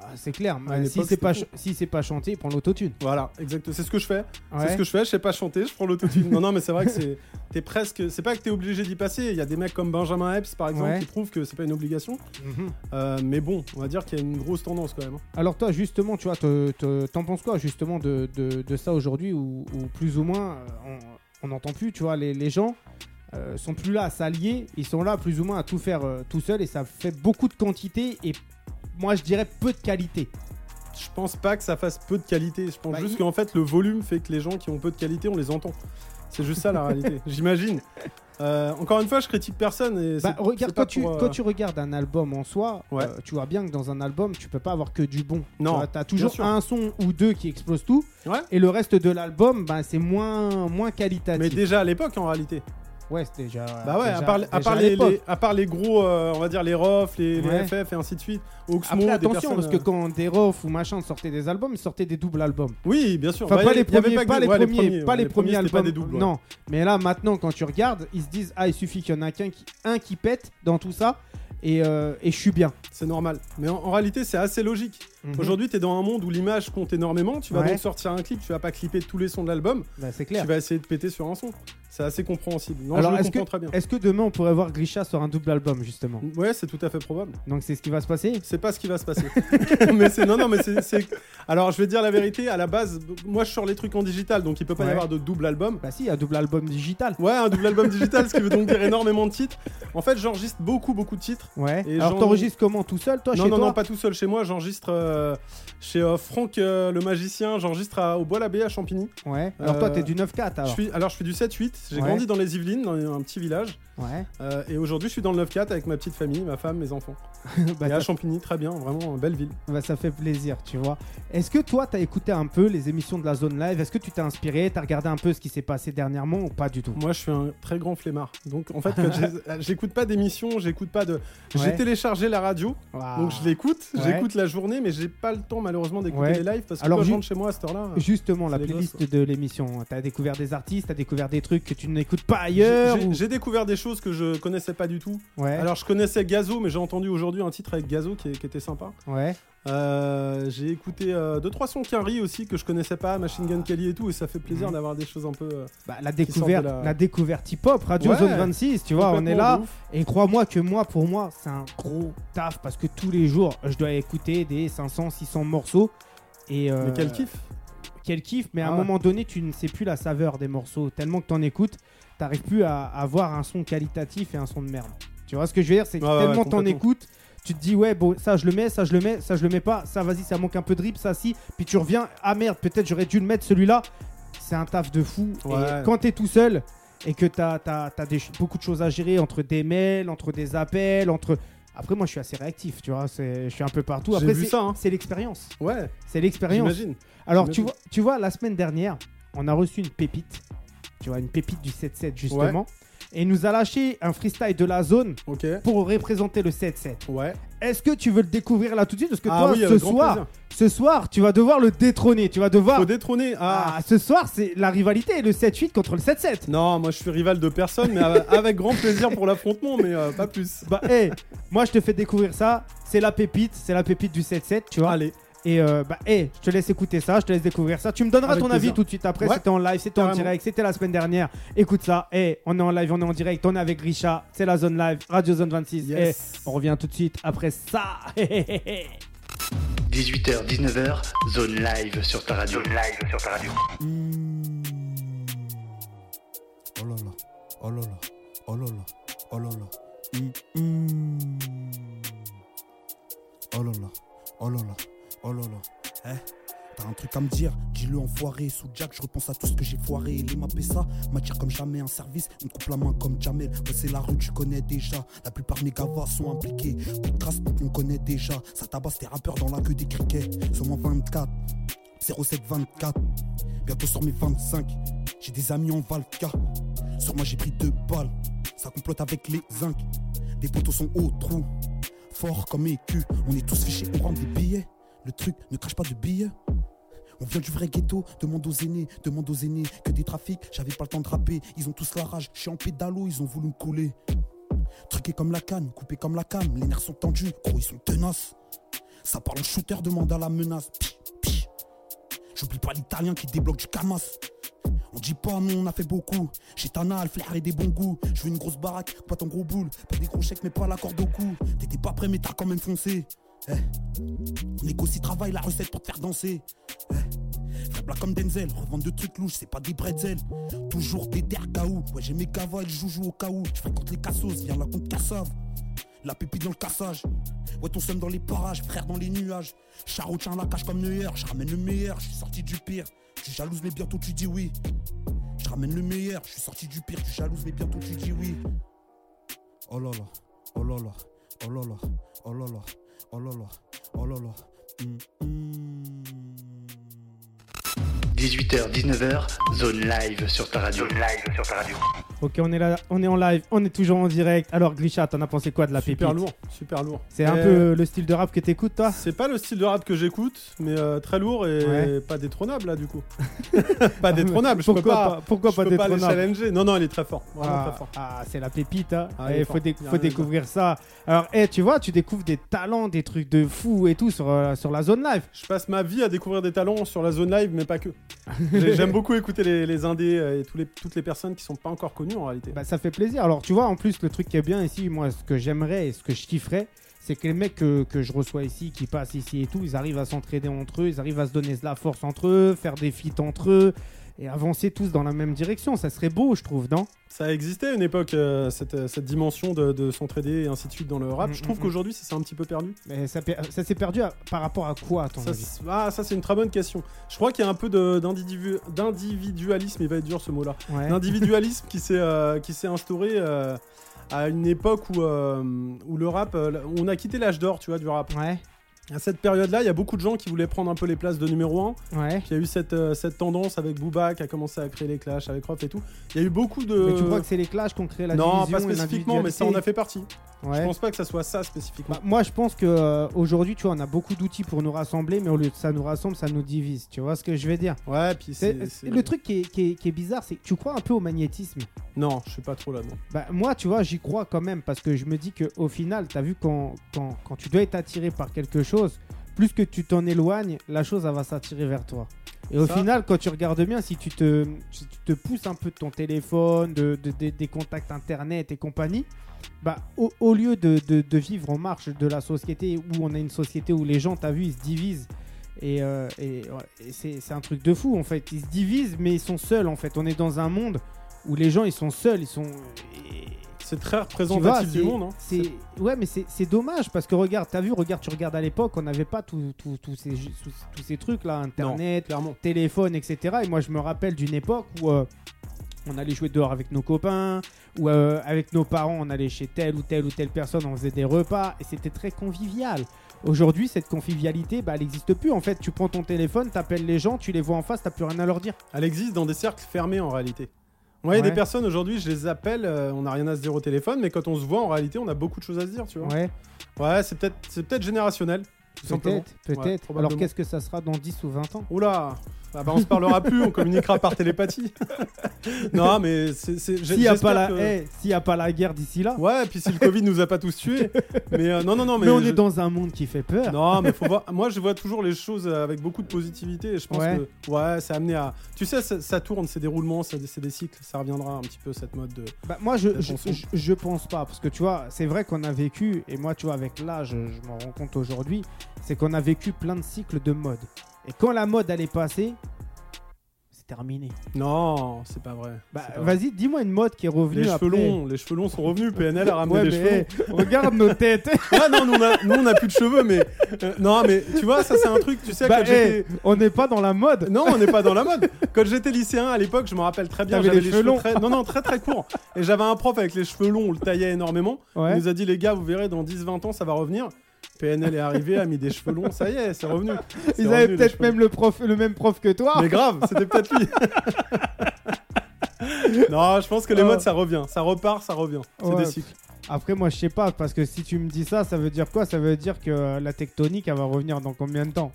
[SPEAKER 2] Ah, c'est clair. mais
[SPEAKER 3] l'époque,
[SPEAKER 2] si c'est
[SPEAKER 3] c'était
[SPEAKER 2] pas
[SPEAKER 3] fou.
[SPEAKER 2] ch- si c'est pas chanté, il prend l'autotune.
[SPEAKER 3] Voilà, exact. C'est ce que je fais.
[SPEAKER 2] Ouais.
[SPEAKER 3] C'est ce que je fais. Je sais pas chanter, je prends l'autotune. non, non, mais c'est vrai que c'est. T'es presque. C'est pas que t'es obligé d'y passer. Il y a des mecs comme Benjamin Epps, par exemple,
[SPEAKER 2] Ouais.
[SPEAKER 3] qui prouvent que c'est pas une obligation.
[SPEAKER 2] Mhm.
[SPEAKER 3] Euh, mais bon, on va dire qu'il y a une grosse tendance quand même. hein.
[SPEAKER 2] Alors toi justement, tu vois, te- te- t'en penses quoi justement de, de- de ça aujourd'hui où, où plus ou moins euh, on n'entend plus, tu vois, les, les gens euh, sont plus là à s'allier, ils sont là plus ou moins à tout faire euh, tout seul et ça fait beaucoup de quantité et moi je dirais peu de qualité.
[SPEAKER 3] Je pense pas que ça fasse peu de qualité. Je pense
[SPEAKER 2] Bah,
[SPEAKER 3] juste
[SPEAKER 2] il-
[SPEAKER 3] qu'en fait, le volume fait que les gens qui ont peu de qualité, on les entend. C'est juste ça la réalité, j'imagine. Euh, encore une fois, je critique personne. Et
[SPEAKER 2] Bah,
[SPEAKER 3] c'est-
[SPEAKER 2] regarde
[SPEAKER 3] c'est pas
[SPEAKER 2] quand tu,
[SPEAKER 3] pour, euh,
[SPEAKER 2] quand tu regardes un album en soi,
[SPEAKER 3] Ouais.
[SPEAKER 2] euh, tu vois bien que dans un album tu peux pas avoir que du bon.
[SPEAKER 3] Non,
[SPEAKER 2] Tu vois, t'as toujours
[SPEAKER 3] bien sûr.
[SPEAKER 2] un son ou deux qui explosent tout
[SPEAKER 3] Ouais.
[SPEAKER 2] et le reste de l'album, bah, c'est moins moins qualitatif.
[SPEAKER 3] Mais déjà à l'époque, en réalité.
[SPEAKER 2] Ouais, c'est déjà.
[SPEAKER 3] Bah ouais,
[SPEAKER 2] déjà-
[SPEAKER 3] à part, à
[SPEAKER 2] déjà
[SPEAKER 3] part
[SPEAKER 2] à
[SPEAKER 3] les,
[SPEAKER 2] l'époque.
[SPEAKER 3] les- à part les gros, euh, on va dire les ROF, les, les
[SPEAKER 2] Ouais.
[SPEAKER 3] FF et ainsi de suite, Oxmo,
[SPEAKER 2] Après,
[SPEAKER 3] des
[SPEAKER 2] attention,
[SPEAKER 3] personnes,
[SPEAKER 2] parce que
[SPEAKER 3] euh,
[SPEAKER 2] quand des refs ou machin sortaient des albums, ils sortaient des doubles albums.
[SPEAKER 3] Oui, bien sûr.
[SPEAKER 2] Enfin,
[SPEAKER 3] Bah,
[SPEAKER 2] pas,
[SPEAKER 3] y-
[SPEAKER 2] les
[SPEAKER 3] y avait
[SPEAKER 2] premiers,
[SPEAKER 3] que
[SPEAKER 2] pas,
[SPEAKER 3] des-
[SPEAKER 2] les
[SPEAKER 3] ouais,
[SPEAKER 2] premiers, pas les
[SPEAKER 3] ouais,
[SPEAKER 2] premiers
[SPEAKER 3] c'était
[SPEAKER 2] albums.
[SPEAKER 3] pas des doubles, ouais.
[SPEAKER 2] Non, mais là, maintenant, quand tu regardes, ils se disent Ah, il suffit qu'il y en a qu'un qui, un qui pète dans tout ça, et, euh, et je suis bien.
[SPEAKER 3] C'est normal. Mais en, en réalité, c'est assez logique.
[SPEAKER 2] Mhm.
[SPEAKER 3] Aujourd'hui, t'es dans un monde où l'image compte énormément. Tu vas
[SPEAKER 2] Ouais.
[SPEAKER 3] donc sortir un clip, tu vas pas clipper tous les sons de l'album.
[SPEAKER 2] Bah, c'est
[SPEAKER 3] Tu
[SPEAKER 2] clair.
[SPEAKER 3] vas essayer de péter sur un son. C'est assez compréhensible. Non,
[SPEAKER 2] Alors,
[SPEAKER 3] je le
[SPEAKER 2] est-ce que-
[SPEAKER 3] comprends très bien.
[SPEAKER 2] Est-ce que demain on pourrait voir Grisha sur un double album, justement
[SPEAKER 3] Ouais, c'est tout à fait probable.
[SPEAKER 2] Donc, c'est ce qui va se passer
[SPEAKER 3] C'est pas ce qui va se passer. mais c'est non, non, mais c'est. c'est- Alors, je vais dire la vérité. À la base, moi, je sors les trucs en digital, donc il peut pas
[SPEAKER 2] Ouais.
[SPEAKER 3] y avoir de double album.
[SPEAKER 2] Bah, si, un double album digital.
[SPEAKER 3] Ouais, un double album digital, ce qui veut donc dire énormément de titres. En fait, j'enregistre beaucoup, beaucoup de titres.
[SPEAKER 2] Ouais.
[SPEAKER 3] Et
[SPEAKER 2] Alors,
[SPEAKER 3] j'en-
[SPEAKER 2] t'enregistres comment Tout seul, toi,
[SPEAKER 3] non,
[SPEAKER 2] chez
[SPEAKER 3] non,
[SPEAKER 2] toi
[SPEAKER 3] non, pas tout seul chez moi. J'enregistre euh, chez euh, Franck euh, le magicien. J'enregistre à- au Bois l'Abbé à Champigny.
[SPEAKER 2] Ouais. Alors, toi,
[SPEAKER 3] Euh,
[SPEAKER 2] t'es du 9-4
[SPEAKER 3] Je
[SPEAKER 2] alors.
[SPEAKER 3] suis, alors, je suis du 7-8. J'ai
[SPEAKER 2] Ouais.
[SPEAKER 3] grandi dans les Yvelines, dans un petit village.
[SPEAKER 2] Ouais.
[SPEAKER 3] Euh, et aujourd'hui, je suis dans le 9-4 avec ma petite famille, ma femme, mes enfants.
[SPEAKER 2] Bah,
[SPEAKER 3] et
[SPEAKER 2] t'as
[SPEAKER 3] à Champigny, très bien, vraiment, belle ville.
[SPEAKER 2] Bah, ça fait plaisir, tu vois. Est-ce que toi, t'as écouté un peu les émissions de la zone live Est-ce que tu t'es inspiré T'as regardé un peu ce qui s'est passé dernièrement ou pas du tout
[SPEAKER 3] Moi, je suis un très grand flemmard. Donc, en fait, quand j'ai- j'écoute pas d'émissions, j'écoute pas de.
[SPEAKER 2] Ouais.
[SPEAKER 3] J'ai téléchargé la radio,
[SPEAKER 2] Waouh.
[SPEAKER 3] donc je l'écoute.
[SPEAKER 2] Ouais.
[SPEAKER 3] J'écoute la journée, mais j'ai pas le temps, malheureusement, d'écouter
[SPEAKER 2] Ouais.
[SPEAKER 3] les lives parce que
[SPEAKER 2] Alors,
[SPEAKER 3] quand je
[SPEAKER 2] ju-
[SPEAKER 3] rentre chez moi à cette heure-là.
[SPEAKER 2] Ah, Justement, la
[SPEAKER 3] C'est les
[SPEAKER 2] playlist
[SPEAKER 3] gosses,
[SPEAKER 2] de l'émission. T'as découvert des artistes, t'as découvert des trucs que tu n'écoutes pas ailleurs.
[SPEAKER 3] J'ai
[SPEAKER 2] ou-
[SPEAKER 3] j'ai découvert des choses que je connaissais pas du tout.
[SPEAKER 2] Ouais,
[SPEAKER 3] Alors je connaissais Gazo, mais j'ai entendu aujourd'hui un titre avec Gazo qui, est- qui était sympa.
[SPEAKER 2] ouais.
[SPEAKER 3] Euh, j'ai écouté 2-3 sons Quinry aussi que je connaissais pas, Machine Gun Kelly et tout, et ça fait plaisir
[SPEAKER 2] Mhm.
[SPEAKER 3] d'avoir des choses un peu. euh,
[SPEAKER 2] Bah, la
[SPEAKER 3] sortent de
[SPEAKER 2] découverte, la...
[SPEAKER 3] la-
[SPEAKER 2] découverte hip-hop, Radio
[SPEAKER 3] Ouais.
[SPEAKER 2] Zone 26, tu vois, on est
[SPEAKER 3] complètement
[SPEAKER 2] là.
[SPEAKER 3] de ouf.
[SPEAKER 2] Et crois-moi que moi, pour moi, c'est un gros taf parce que tous les jours, je dois écouter des 500, 600 morceaux. Et euh,
[SPEAKER 3] Mais quel kiff
[SPEAKER 2] quel kiff, mais à
[SPEAKER 3] Ah
[SPEAKER 2] un
[SPEAKER 3] ouais.
[SPEAKER 2] moment donné, tu ne sais plus la saveur des morceaux. Tellement que t'en écoutes, t'arrives plus à avoir un son qualitatif et un son de merde. Tu vois ce que je veux dire C'est que
[SPEAKER 3] Ouais, ouais,
[SPEAKER 2] tellement
[SPEAKER 3] ouais,
[SPEAKER 2] t'en
[SPEAKER 3] complètement.
[SPEAKER 2] écoutes, tu te dis, ouais, bon, ça je le mets, ça je le mets, ça je le mets pas, ça vas-y, ça manque un peu de rip, ça si. Puis tu reviens, ah merde, peut-être j'aurais dû le mettre celui-là. C'est un taf de fou.
[SPEAKER 3] Ouais.
[SPEAKER 2] Et quand t'es tout seul et que t'as as, beaucoup de choses à gérer entre des mails, entre des appels, entre. Après, moi je suis assez réactif, tu vois, c'est- je suis un peu partout.
[SPEAKER 3] J'ai
[SPEAKER 2] Après,
[SPEAKER 3] vu
[SPEAKER 2] c'est
[SPEAKER 3] ça, hein.
[SPEAKER 2] c'est l'expérience.
[SPEAKER 3] Ouais,
[SPEAKER 2] C'est l'expérience.
[SPEAKER 3] j'imagine.
[SPEAKER 2] Alors, tu
[SPEAKER 3] J'imagine.
[SPEAKER 2] vois, tu vois, la semaine dernière, on a reçu une pépite. Tu vois, une pépite du 7-7, justement. Et il nous a lâché un freestyle de la zone
[SPEAKER 3] Ok.
[SPEAKER 2] pour représenter le 7-7.
[SPEAKER 3] Ouais.
[SPEAKER 2] Est-ce que tu veux le découvrir là tout de suite Parce que
[SPEAKER 3] Ah
[SPEAKER 2] toi,
[SPEAKER 3] oui,
[SPEAKER 2] ce
[SPEAKER 3] avec grand
[SPEAKER 2] soir,
[SPEAKER 3] plaisir.
[SPEAKER 2] ce soir, tu vas devoir le détrôner. Tu vas devoir.
[SPEAKER 3] Faut détrôner. Ah.
[SPEAKER 2] Ah, ce soir, c'est la rivalité, le 7-8 contre le 7-7.
[SPEAKER 3] Non, moi je suis rival de personne, mais euh, avec grand plaisir pour l'affrontement, mais euh, pas plus.
[SPEAKER 2] Bah, hey, moi, je te fais découvrir ça. C'est la pépite, c'est la pépite du 7-7, tu vois.
[SPEAKER 3] Allez,
[SPEAKER 2] Et euh, bah, hey, je te laisse écouter ça, je te laisse découvrir ça. Tu me donneras
[SPEAKER 3] Avec
[SPEAKER 2] ton
[SPEAKER 3] plaisir.
[SPEAKER 2] avis tout de suite après.
[SPEAKER 3] Ouais.
[SPEAKER 2] C'était en live, c'était en
[SPEAKER 3] Carrément.
[SPEAKER 2] direct, c'était la semaine dernière. Écoute ça. Hey, on est en live, on est en direct, on est avec Richa. C'est la zone live, Radio Zone 26.
[SPEAKER 3] Yes.
[SPEAKER 2] Hey, on revient tout de suite après ça.
[SPEAKER 1] 18h, 19h, zone live sur ta radio. live sur ta radio.
[SPEAKER 4] Mmh. Oh là là, oh là là, oh là là, oh là là. Mmh, mmh. Oh là là, oh là là, oh là là. Eh T'as un truc à me dire, dis-le enfoiré. Sous Jack, je repense à tout ce que j'ai foiré. Les m'a ça m'attire comme jamais un service. On me coupe la main comme Jamel. Ouais, c'est la rue, tu connais déjà. La plupart mes gavas sont impliqués. Plus de traces, on connaît déjà. Ça tabasse tes rappeurs dans la queue des criquets. Seulement 24, 0724. Bientôt sur mes 25. J'ai des amis en Valka. Sur moi, j'ai pris deux balles. Ça complote avec les zincs. Des poteaux sont au trou. Fort comme écu. On est tous fichés, on rend des billets. Le truc ne crache pas de billets. On vient du vrai ghetto, demande aux aînés, demande aux aînés que des trafics, j'avais pas le temps de rapper, ils ont tous la rage, je suis en pédalo, ils ont voulu me coller. Truqué comme la canne, coupé comme la canne, les nerfs sont tendus, gros ils sont tenaces. Ça parle en shooter, demande à la menace. Pi, pi. J'oublie pas l'italien qui débloque du camas. On dit pas non, on a fait beaucoup. J'ai Tana, le flair et des bons goûts. Je veux une grosse baraque, pas ton gros boule. Pas des gros chèques, mais pas la corde au cou. T'étais pas prêt, mais t'as quand même foncé. Eh. On négocie, travail, la recette pour te faire danser. Eh. Frère plat comme Denzel, revendre de trucs louches, c'est pas des bretzels. Toujours des terres KO. Ouais, j'ai mes cavales, joujou au cas où. Je fréquente les cassos, viens la compte cassave. La pépite dans le cassage. Ouais, ton somme dans les parages, frère dans les nuages. Charo tient la cache comme Neuer, je ramène le meilleur, je suis sorti du pire. Tu jalouses, mais bientôt tu dis oui. Je ramène le meilleur, je suis sorti du pire, tu jalouses, mais bientôt tu dis oui. Oh là là, oh là là, oh là là, oh là là, oh là là, oh là là. Hum, hum.
[SPEAKER 1] 18h, 19h, zone live sur ta radio. live sur ta radio.
[SPEAKER 2] Ok, on est là, on est en live, on est toujours en direct. Alors, Grisha, t'en as pensé quoi de la
[SPEAKER 3] super
[SPEAKER 2] pépite
[SPEAKER 3] lourd, super lourd.
[SPEAKER 2] C'est un
[SPEAKER 3] Euh,
[SPEAKER 2] peu le style de rap que t'écoutes, toi
[SPEAKER 3] C'est pas le style de rap que j'écoute, mais euh, très lourd et
[SPEAKER 2] Ouais.
[SPEAKER 3] pas détrônable là du coup. pas détrônable, je peux
[SPEAKER 2] Pourquoi
[SPEAKER 3] pas,
[SPEAKER 2] pas- pourquoi
[SPEAKER 3] je
[SPEAKER 2] pas
[SPEAKER 3] peux pas
[SPEAKER 2] détrônable
[SPEAKER 3] le challenger. Non, non, il est très fort, vraiment
[SPEAKER 2] Ah,
[SPEAKER 3] très fort.
[SPEAKER 2] ah, c'est la pépite, hein.
[SPEAKER 3] Ah, il
[SPEAKER 2] Eh,
[SPEAKER 3] est
[SPEAKER 2] faut,
[SPEAKER 3] fort.
[SPEAKER 2] dé-
[SPEAKER 3] Il y a
[SPEAKER 2] faut
[SPEAKER 3] rien de
[SPEAKER 2] découvrir ça. Alors, eh, tu vois, tu découvres des talents, des trucs de fou et tout sur, euh, sur la zone live.
[SPEAKER 3] Je passe ma vie à découvrir des talents sur la zone live, mais pas que. J'ai- J'aime beaucoup écouter les, les indés euh, et tous les, toutes les personnes qui sont pas encore connues en réalité.
[SPEAKER 2] Bah, ça fait plaisir. Alors, tu vois, en plus, le truc qui est bien ici, moi, ce que j'aimerais et ce que je kifferais, c'est que les mecs que, que je reçois ici, qui passent ici et tout, ils arrivent à s'entraider entre eux, ils arrivent à se donner de la force entre eux, faire des feats entre eux et avancer tous dans la même direction. Ça serait beau, je trouve, non
[SPEAKER 3] Ça existait à une époque, euh, cette, euh, cette dimension de, de s'entraider et ainsi de suite dans le rap.
[SPEAKER 2] Mm,
[SPEAKER 3] je trouve
[SPEAKER 2] mm,
[SPEAKER 3] qu'aujourd'hui, ça s'est un petit peu perdu.
[SPEAKER 2] Mais ça, per- ça s'est perdu à- par rapport à quoi, à ton
[SPEAKER 3] Ça,
[SPEAKER 2] avis
[SPEAKER 3] c'est- ah, ça, c'est une très bonne question. Je crois qu'il y a un peu de- d'individu- d'individualisme, il va être dur ce mot-là.
[SPEAKER 2] Ouais.
[SPEAKER 3] l'individualisme qui s'est euh, qui s'est instauré euh, à une époque où euh, où le rap euh, on a quitté l'âge d'or tu vois du rap
[SPEAKER 2] Ouais,
[SPEAKER 3] à cette période là il y a beaucoup de gens qui voulaient prendre un peu les places de numéro 1
[SPEAKER 2] ouais.
[SPEAKER 3] puis il y a eu cette, euh, cette tendance avec Booba qui a commencé à créer les clashs avec Roth et tout il y a eu beaucoup de
[SPEAKER 2] Mais tu crois que c'est les clashs qui ont créé la
[SPEAKER 3] Euh, non
[SPEAKER 2] division
[SPEAKER 3] pas
[SPEAKER 2] et
[SPEAKER 3] spécifiquement mais ça en a
[SPEAKER 2] l'individualité
[SPEAKER 3] fait partie je
[SPEAKER 2] Ouais.
[SPEAKER 3] pense pas que ça soit ça spécifiquement
[SPEAKER 2] Bah, moi, je pense que euh, aujourd'hui, tu vois, on a beaucoup d'outils pour nous rassembler, mais au lieu de ça nous rassemble, ça nous divise. Tu vois ce que je veux dire
[SPEAKER 3] ouais puis
[SPEAKER 2] Bah, C'est-
[SPEAKER 3] c'est c'est-
[SPEAKER 2] Le truc qui est, qui est- qui est bizarre, c'est que tu crois un peu au magnétisme.
[SPEAKER 3] non je suis pas trop là non
[SPEAKER 2] Bah, moi, tu vois, j'y crois quand même parce que je me dis qu'au final, t'as vu, quand, quand, quand tu dois être attiré par quelque chose, plus que tu t'en éloignes, la chose elle va s'attirer vers toi. Et au
[SPEAKER 3] Ça.
[SPEAKER 2] final, quand tu regardes bien, si tu te, si tu te pousses un peu de ton téléphone, de, de- des- des contacts internet et compagnie, bah, au, au lieu de, de- de vivre en marche de la société où on a une société où les gens, t'as vu, ils se divisent. Et, euh, et, ouais, et c'est c'est un truc de fou en fait. Ils se divisent, mais ils sont seuls en fait. On est dans un monde où les gens ils sont seuls, ils sont. euh, et-
[SPEAKER 3] c'est très
[SPEAKER 2] tu vois,
[SPEAKER 3] représentatif du
[SPEAKER 2] c'est-
[SPEAKER 3] monde hein.
[SPEAKER 2] c'est- Ouais, mais c'est c'est dommage parce que regarde, t'as vu, regarde, tu regardes à l'époque, on n'avait pas tous tous- tous ces, ju- tous- tous ces trucs là, internet,
[SPEAKER 3] clairement
[SPEAKER 2] téléphone, etc. Et moi, je me rappelle d'une époque où euh, on allait jouer dehors avec nos copains, ou euh, avec nos parents, on allait chez telle ou telle ou telle personne, on faisait des repas, et c'était très convivial. Aujourd'hui, cette convivialité, bah, elle n'existe plus. En fait, tu prends ton téléphone, t'appelles les gens, tu les vois en face, t'as plus rien à leur dire.
[SPEAKER 3] Elle existe dans des cercles fermés en réalité. Moi, il y a
[SPEAKER 2] Ouais.
[SPEAKER 3] des personnes aujourd'hui, je les appelle, euh, on n'a rien à se dire au téléphone, mais quand on se voit en réalité, on a beaucoup de choses à se dire, tu vois. Ouais,
[SPEAKER 2] Ouais.
[SPEAKER 3] c'est peut-être c'est peut-être générationnel, tout simplement.
[SPEAKER 2] Peut-être, peut-être.
[SPEAKER 3] Ouais,
[SPEAKER 2] Alors
[SPEAKER 3] probablement.
[SPEAKER 2] qu'est-ce que ça sera dans 10 ou 20 ans
[SPEAKER 3] Oula Ah bah, on se parlera plus, on communiquera par télépathie. non, mais c'est. c'est- j'ai-
[SPEAKER 2] S'il n'y a,
[SPEAKER 3] j'espère
[SPEAKER 2] pas la-
[SPEAKER 3] que-
[SPEAKER 2] eh, s'il y a pas la guerre d'ici là,
[SPEAKER 3] Ouais, et puis si le Covid nous a pas tous tués. Mais euh, non, non, non, mais.
[SPEAKER 2] mais on
[SPEAKER 3] je-
[SPEAKER 2] est dans un monde qui fait peur.
[SPEAKER 3] Non, mais faut voir. Moi, je vois toujours les choses avec beaucoup de positivité. Et je pense
[SPEAKER 2] Ouais.
[SPEAKER 3] que. Ouais, ça a amené à. Tu sais, ça, ça tourne, c'est des roulements, ça- c'est des cycles. Ça reviendra un petit peu, cette mode de.
[SPEAKER 2] Bah, moi, je,
[SPEAKER 3] La
[SPEAKER 2] je,
[SPEAKER 3] conso.
[SPEAKER 2] je- je pense pas. Parce que tu vois, c'est vrai qu'on a vécu, et moi, tu vois, avec l'âge, je m'en rends compte aujourd'hui, c'est qu'on a vécu plein de cycles de mode. Et quand la mode, elle est passée, c'est terminé.
[SPEAKER 3] Non, c'est pas vrai.
[SPEAKER 2] Bah,
[SPEAKER 3] C'est pas vrai.
[SPEAKER 2] vas-y, dis-moi une mode qui est revenue
[SPEAKER 3] Les
[SPEAKER 2] après.
[SPEAKER 3] cheveux longs, les cheveux longs sont revenus. PNL a ramené
[SPEAKER 2] Ouais,
[SPEAKER 3] les
[SPEAKER 2] mais,
[SPEAKER 3] cheveux longs.
[SPEAKER 2] eh, regarde nos têtes.
[SPEAKER 3] Ah non, nous on, a, nous, on a plus de cheveux, mais. euh, non, mais tu vois, ça c'est un truc, tu sais,
[SPEAKER 2] Bah,
[SPEAKER 3] quand j'étais.
[SPEAKER 2] eh, on n'est pas dans la mode.
[SPEAKER 3] Non, on n'est pas dans la mode. Quand j'étais lycéen à l'époque, je me rappelle très bien,
[SPEAKER 2] T'avais
[SPEAKER 3] j'avais
[SPEAKER 2] les
[SPEAKER 3] les
[SPEAKER 2] cheveux
[SPEAKER 3] cheveux
[SPEAKER 2] longs.
[SPEAKER 3] très. Non, non, très très courts. Et j'avais un prof avec les cheveux longs, on le taillait énormément.
[SPEAKER 2] Ouais.
[SPEAKER 3] Il nous a dit, les gars, vous verrez, dans 10-20 ans, ça va revenir. PNL est arrivé, a mis des cheveux longs, ça y est, c'est revenu. C'est
[SPEAKER 2] Ils
[SPEAKER 3] revenu,
[SPEAKER 2] avaient
[SPEAKER 3] les
[SPEAKER 2] peut-être
[SPEAKER 3] cheveux longs.
[SPEAKER 2] même le, prof, le même prof que toi.
[SPEAKER 3] Mais grave, c'était peut-être lui. non, je pense que les
[SPEAKER 2] Ah.
[SPEAKER 3] modes, ça revient. Ça repart, ça revient. C'est
[SPEAKER 2] Ouais.
[SPEAKER 3] des cycles.
[SPEAKER 2] Après, moi, je sais pas, parce que si tu me dis ça, ça veut dire quoi Ça veut dire que euh, la tectonique, elle va revenir dans combien de temps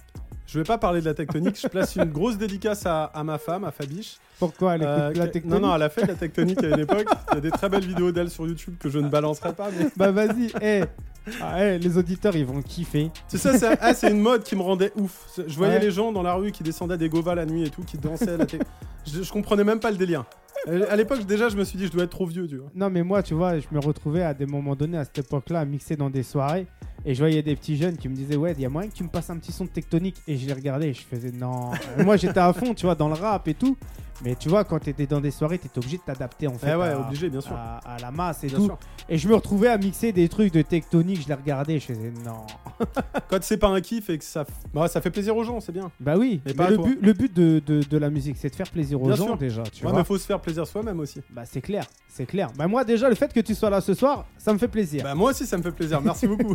[SPEAKER 3] Je vais pas parler de la tectonique, je place une grosse dédicace à, à ma femme, à Fabiche.
[SPEAKER 2] Pourquoi elle écoute
[SPEAKER 3] Euh,
[SPEAKER 2] Ah, la
[SPEAKER 3] que-
[SPEAKER 2] tectonique
[SPEAKER 3] Non, non, elle a fait de la tectonique à une époque. Il y a des très belles vidéos d'elle sur YouTube que je ne balancerai pas. Mais...
[SPEAKER 2] Bah vas-y, eh. Ah, eh, les auditeurs, ils vont kiffer.
[SPEAKER 3] Tu sais, ça- ah, c'est une mode qui me rendait ouf. C'est- Je voyais
[SPEAKER 2] Ouais.
[SPEAKER 3] les gens dans la rue qui descendaient des govas la nuit et tout, qui dansaient. La tec- je, je comprenais même pas le délire. Euh, À l'époque, déjà, je me suis dit, je dois être trop vieux, tu vois.
[SPEAKER 2] Non, mais moi, tu vois, je me retrouvais à des moments donnés, à cette époque-là, à mixer dans des soirées. Et je voyais des petits jeunes qui me disaient, ouais, il y a moyen que tu me passes un petit son de tectonique. Et je les regardais et je faisais, non. moi, j'étais à fond, tu vois, dans le rap et tout. Mais tu vois, quand t'étais dans des soirées, t'étais obligé de t'adapter, en fait.
[SPEAKER 3] Eh ouais,
[SPEAKER 2] à-
[SPEAKER 3] obligé, bien sûr.
[SPEAKER 2] à, à la masse et
[SPEAKER 3] Bien
[SPEAKER 2] tout.
[SPEAKER 3] sûr.
[SPEAKER 2] Et je me retrouvais à mixer des trucs de tectonique, je les regardais et je faisais, non.
[SPEAKER 3] Quand c'est pas un kiff et que ça, bah, ça fait plaisir aux gens, c'est bien.
[SPEAKER 2] Bah oui,
[SPEAKER 3] Mais
[SPEAKER 2] mais
[SPEAKER 3] pas à
[SPEAKER 2] le,
[SPEAKER 3] toi.
[SPEAKER 2] but, le but de, de- de la musique, c'est de faire plaisir aux
[SPEAKER 3] Bien
[SPEAKER 2] gens
[SPEAKER 3] sûr.
[SPEAKER 2] déjà, tu
[SPEAKER 3] Ouais,
[SPEAKER 2] vois.
[SPEAKER 3] mais faut se faire plaisir soi-même aussi.
[SPEAKER 2] Bah c'est clair, c'est clair. Bah moi déjà le fait que tu sois là ce soir, ça me fait plaisir. Bah,
[SPEAKER 3] Bah, moi aussi, ça me fait plaisir. Merci beaucoup.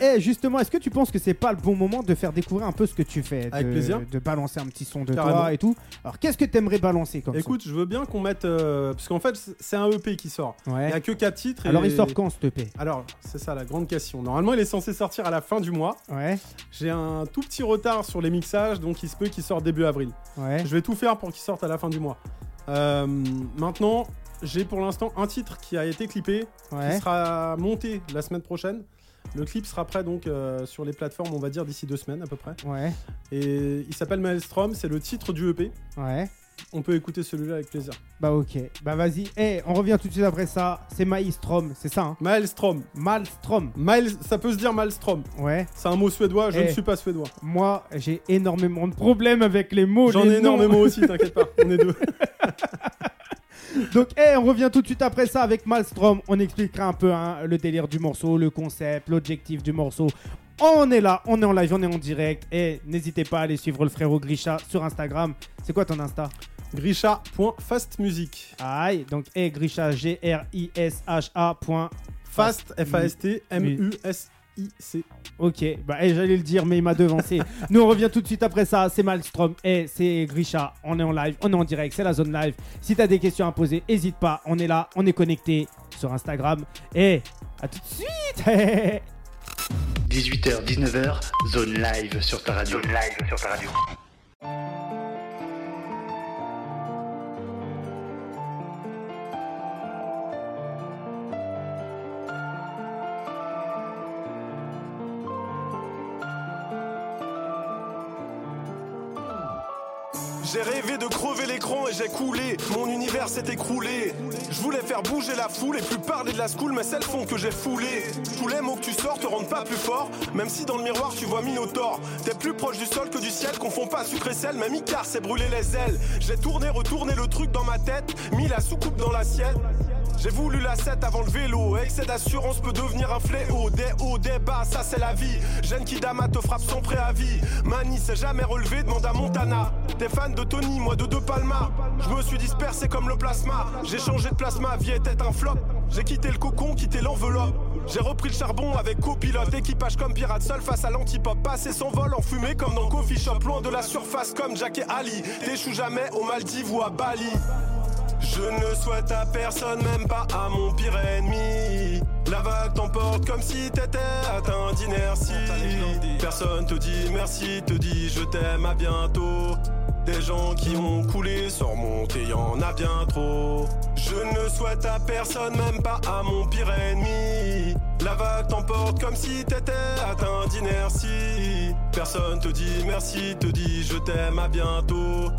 [SPEAKER 2] eh, justement, est-ce que tu penses que c'est pas le bon moment de faire découvrir un peu ce que tu fais de,
[SPEAKER 3] Avec plaisir.
[SPEAKER 2] De balancer un petit son de
[SPEAKER 3] Carrément.
[SPEAKER 2] toi et tout. Alors qu'est-ce que t'aimerais balancer comme
[SPEAKER 3] Écoute, je veux bien qu'on mette. euh, Parce qu'en fait, c'est un EP qui sort.
[SPEAKER 2] son
[SPEAKER 3] Il
[SPEAKER 2] Ouais.
[SPEAKER 3] n'y a que 4 titres. et-
[SPEAKER 2] Alors il sort quand s'il te plaît
[SPEAKER 3] Alors, c'est ça la grande question. Normalement, il est censé sortir à la fin du mois.
[SPEAKER 2] Ouais,
[SPEAKER 3] J'ai un tout petit retard sur les mixages, donc il se peut qu'il sorte début avril.
[SPEAKER 2] ouais.
[SPEAKER 3] Je vais tout faire pour qu'il sorte à la fin du mois. Euh, maintenant, j'ai pour l'instant un titre qui a été clippé,
[SPEAKER 2] Ouais.
[SPEAKER 3] qui sera monté la semaine prochaine. Le clip sera prêt donc euh, sur les plateformes, on va dire d'ici deux semaines à peu près.
[SPEAKER 2] Ouais,
[SPEAKER 3] Et il s'appelle Maelstrom, c'est le titre du EP.
[SPEAKER 2] ouais.
[SPEAKER 3] On peut écouter celui-là avec plaisir.
[SPEAKER 2] Bah ok. Bah vas-y. Eh, on revient tout de suite après ça. C'est Maelstrom, c'est ça hein
[SPEAKER 3] Maelstrom.
[SPEAKER 2] Maelstrom.
[SPEAKER 3] Mael- ça peut se dire Maelstrom.
[SPEAKER 2] Ouais.
[SPEAKER 3] C'est un mot suédois, je
[SPEAKER 2] Eh.
[SPEAKER 3] ne suis pas suédois.
[SPEAKER 2] Moi, j'ai énormément de problèmes avec les mots.
[SPEAKER 3] J'en
[SPEAKER 2] Oh, les
[SPEAKER 3] ai
[SPEAKER 2] noms.
[SPEAKER 3] énormément aussi, t'inquiète pas, on est deux.
[SPEAKER 2] Donc, hey, on revient tout de suite après ça avec Malstrom. On expliquera un peu hein, le délire du morceau, le concept, l'objectif du morceau. On est là, on est en live, on est en direct. Et n'hésitez pas à aller suivre le frérot Grisha sur Instagram. C'est quoi ton Insta
[SPEAKER 3] Grisha.fastmusic.
[SPEAKER 2] Aïe, donc hey, Grisha, G-R-I-S-H-A. point.
[SPEAKER 3] Fast, F-A-S-T, M-U-S-I-C.
[SPEAKER 2] Ok, bah hey, j'allais le dire, mais il m'a devancé. Nous, on revient tout de suite après ça. C'est Malstrom, et c'est Grisha. On est en live, on est en direct, c'est la zone live. Si t'as des questions à poser, hésite pas. On est là, on est connecté sur Instagram. Et à tout de suite
[SPEAKER 1] 18h, 19h, zone live sur ta radio. Zone live sur ta radio.
[SPEAKER 5] J'ai rêvé de crever l'écran et j'ai coulé, mon univers s'est écroulé. Je voulais faire bouger la foule et plus parler de la school, mais celles font que j'ai foulé. Tous les mots que tu sors te rendent pas plus fort, même si dans le miroir tu vois Minotaur. T'es plus proche du sol que du ciel, confond pas sucre et sel, même Icar s'est brûlé les ailes. J'ai tourné, retourné le truc dans ma tête, mis la soucoupe dans l'assiette. J'ai voulu la 7 avant le vélo. Excès d'assurance peut devenir un fléau. Des hauts, des bas, ça c'est la vie. Jeune Kidama te frappe sans préavis. Mani s'est jamais relevé, demande à Montana. T'es fan de Tony, moi de De Palma. Je me suis dispersé comme le plasma. J'ai changé de plasma, vie était un flop. J'ai quitté le cocon, quitté l'enveloppe. J'ai repris le charbon avec copilote, équipage comme pirate seul face à l'antipop. Passer son vol en fumée comme dans Coffee Shop, loin de la surface comme Jack et Ali. T'échoues jamais aux Maldives ou à Bali. Je ne souhaite à personne, même pas à mon pire ennemi. La vague t'emporte comme si t'étais atteint d'inertie. Personne te dit merci, te dit je t'aime à bientôt. Des gens qui ont coulé sans remonter, y en a bien trop. Je ne souhaite à personne, même pas à mon pire ennemi. La vague t'emporte comme si t'étais atteint d'inertie. Personne te dit merci, te dit je t'aime à bientôt.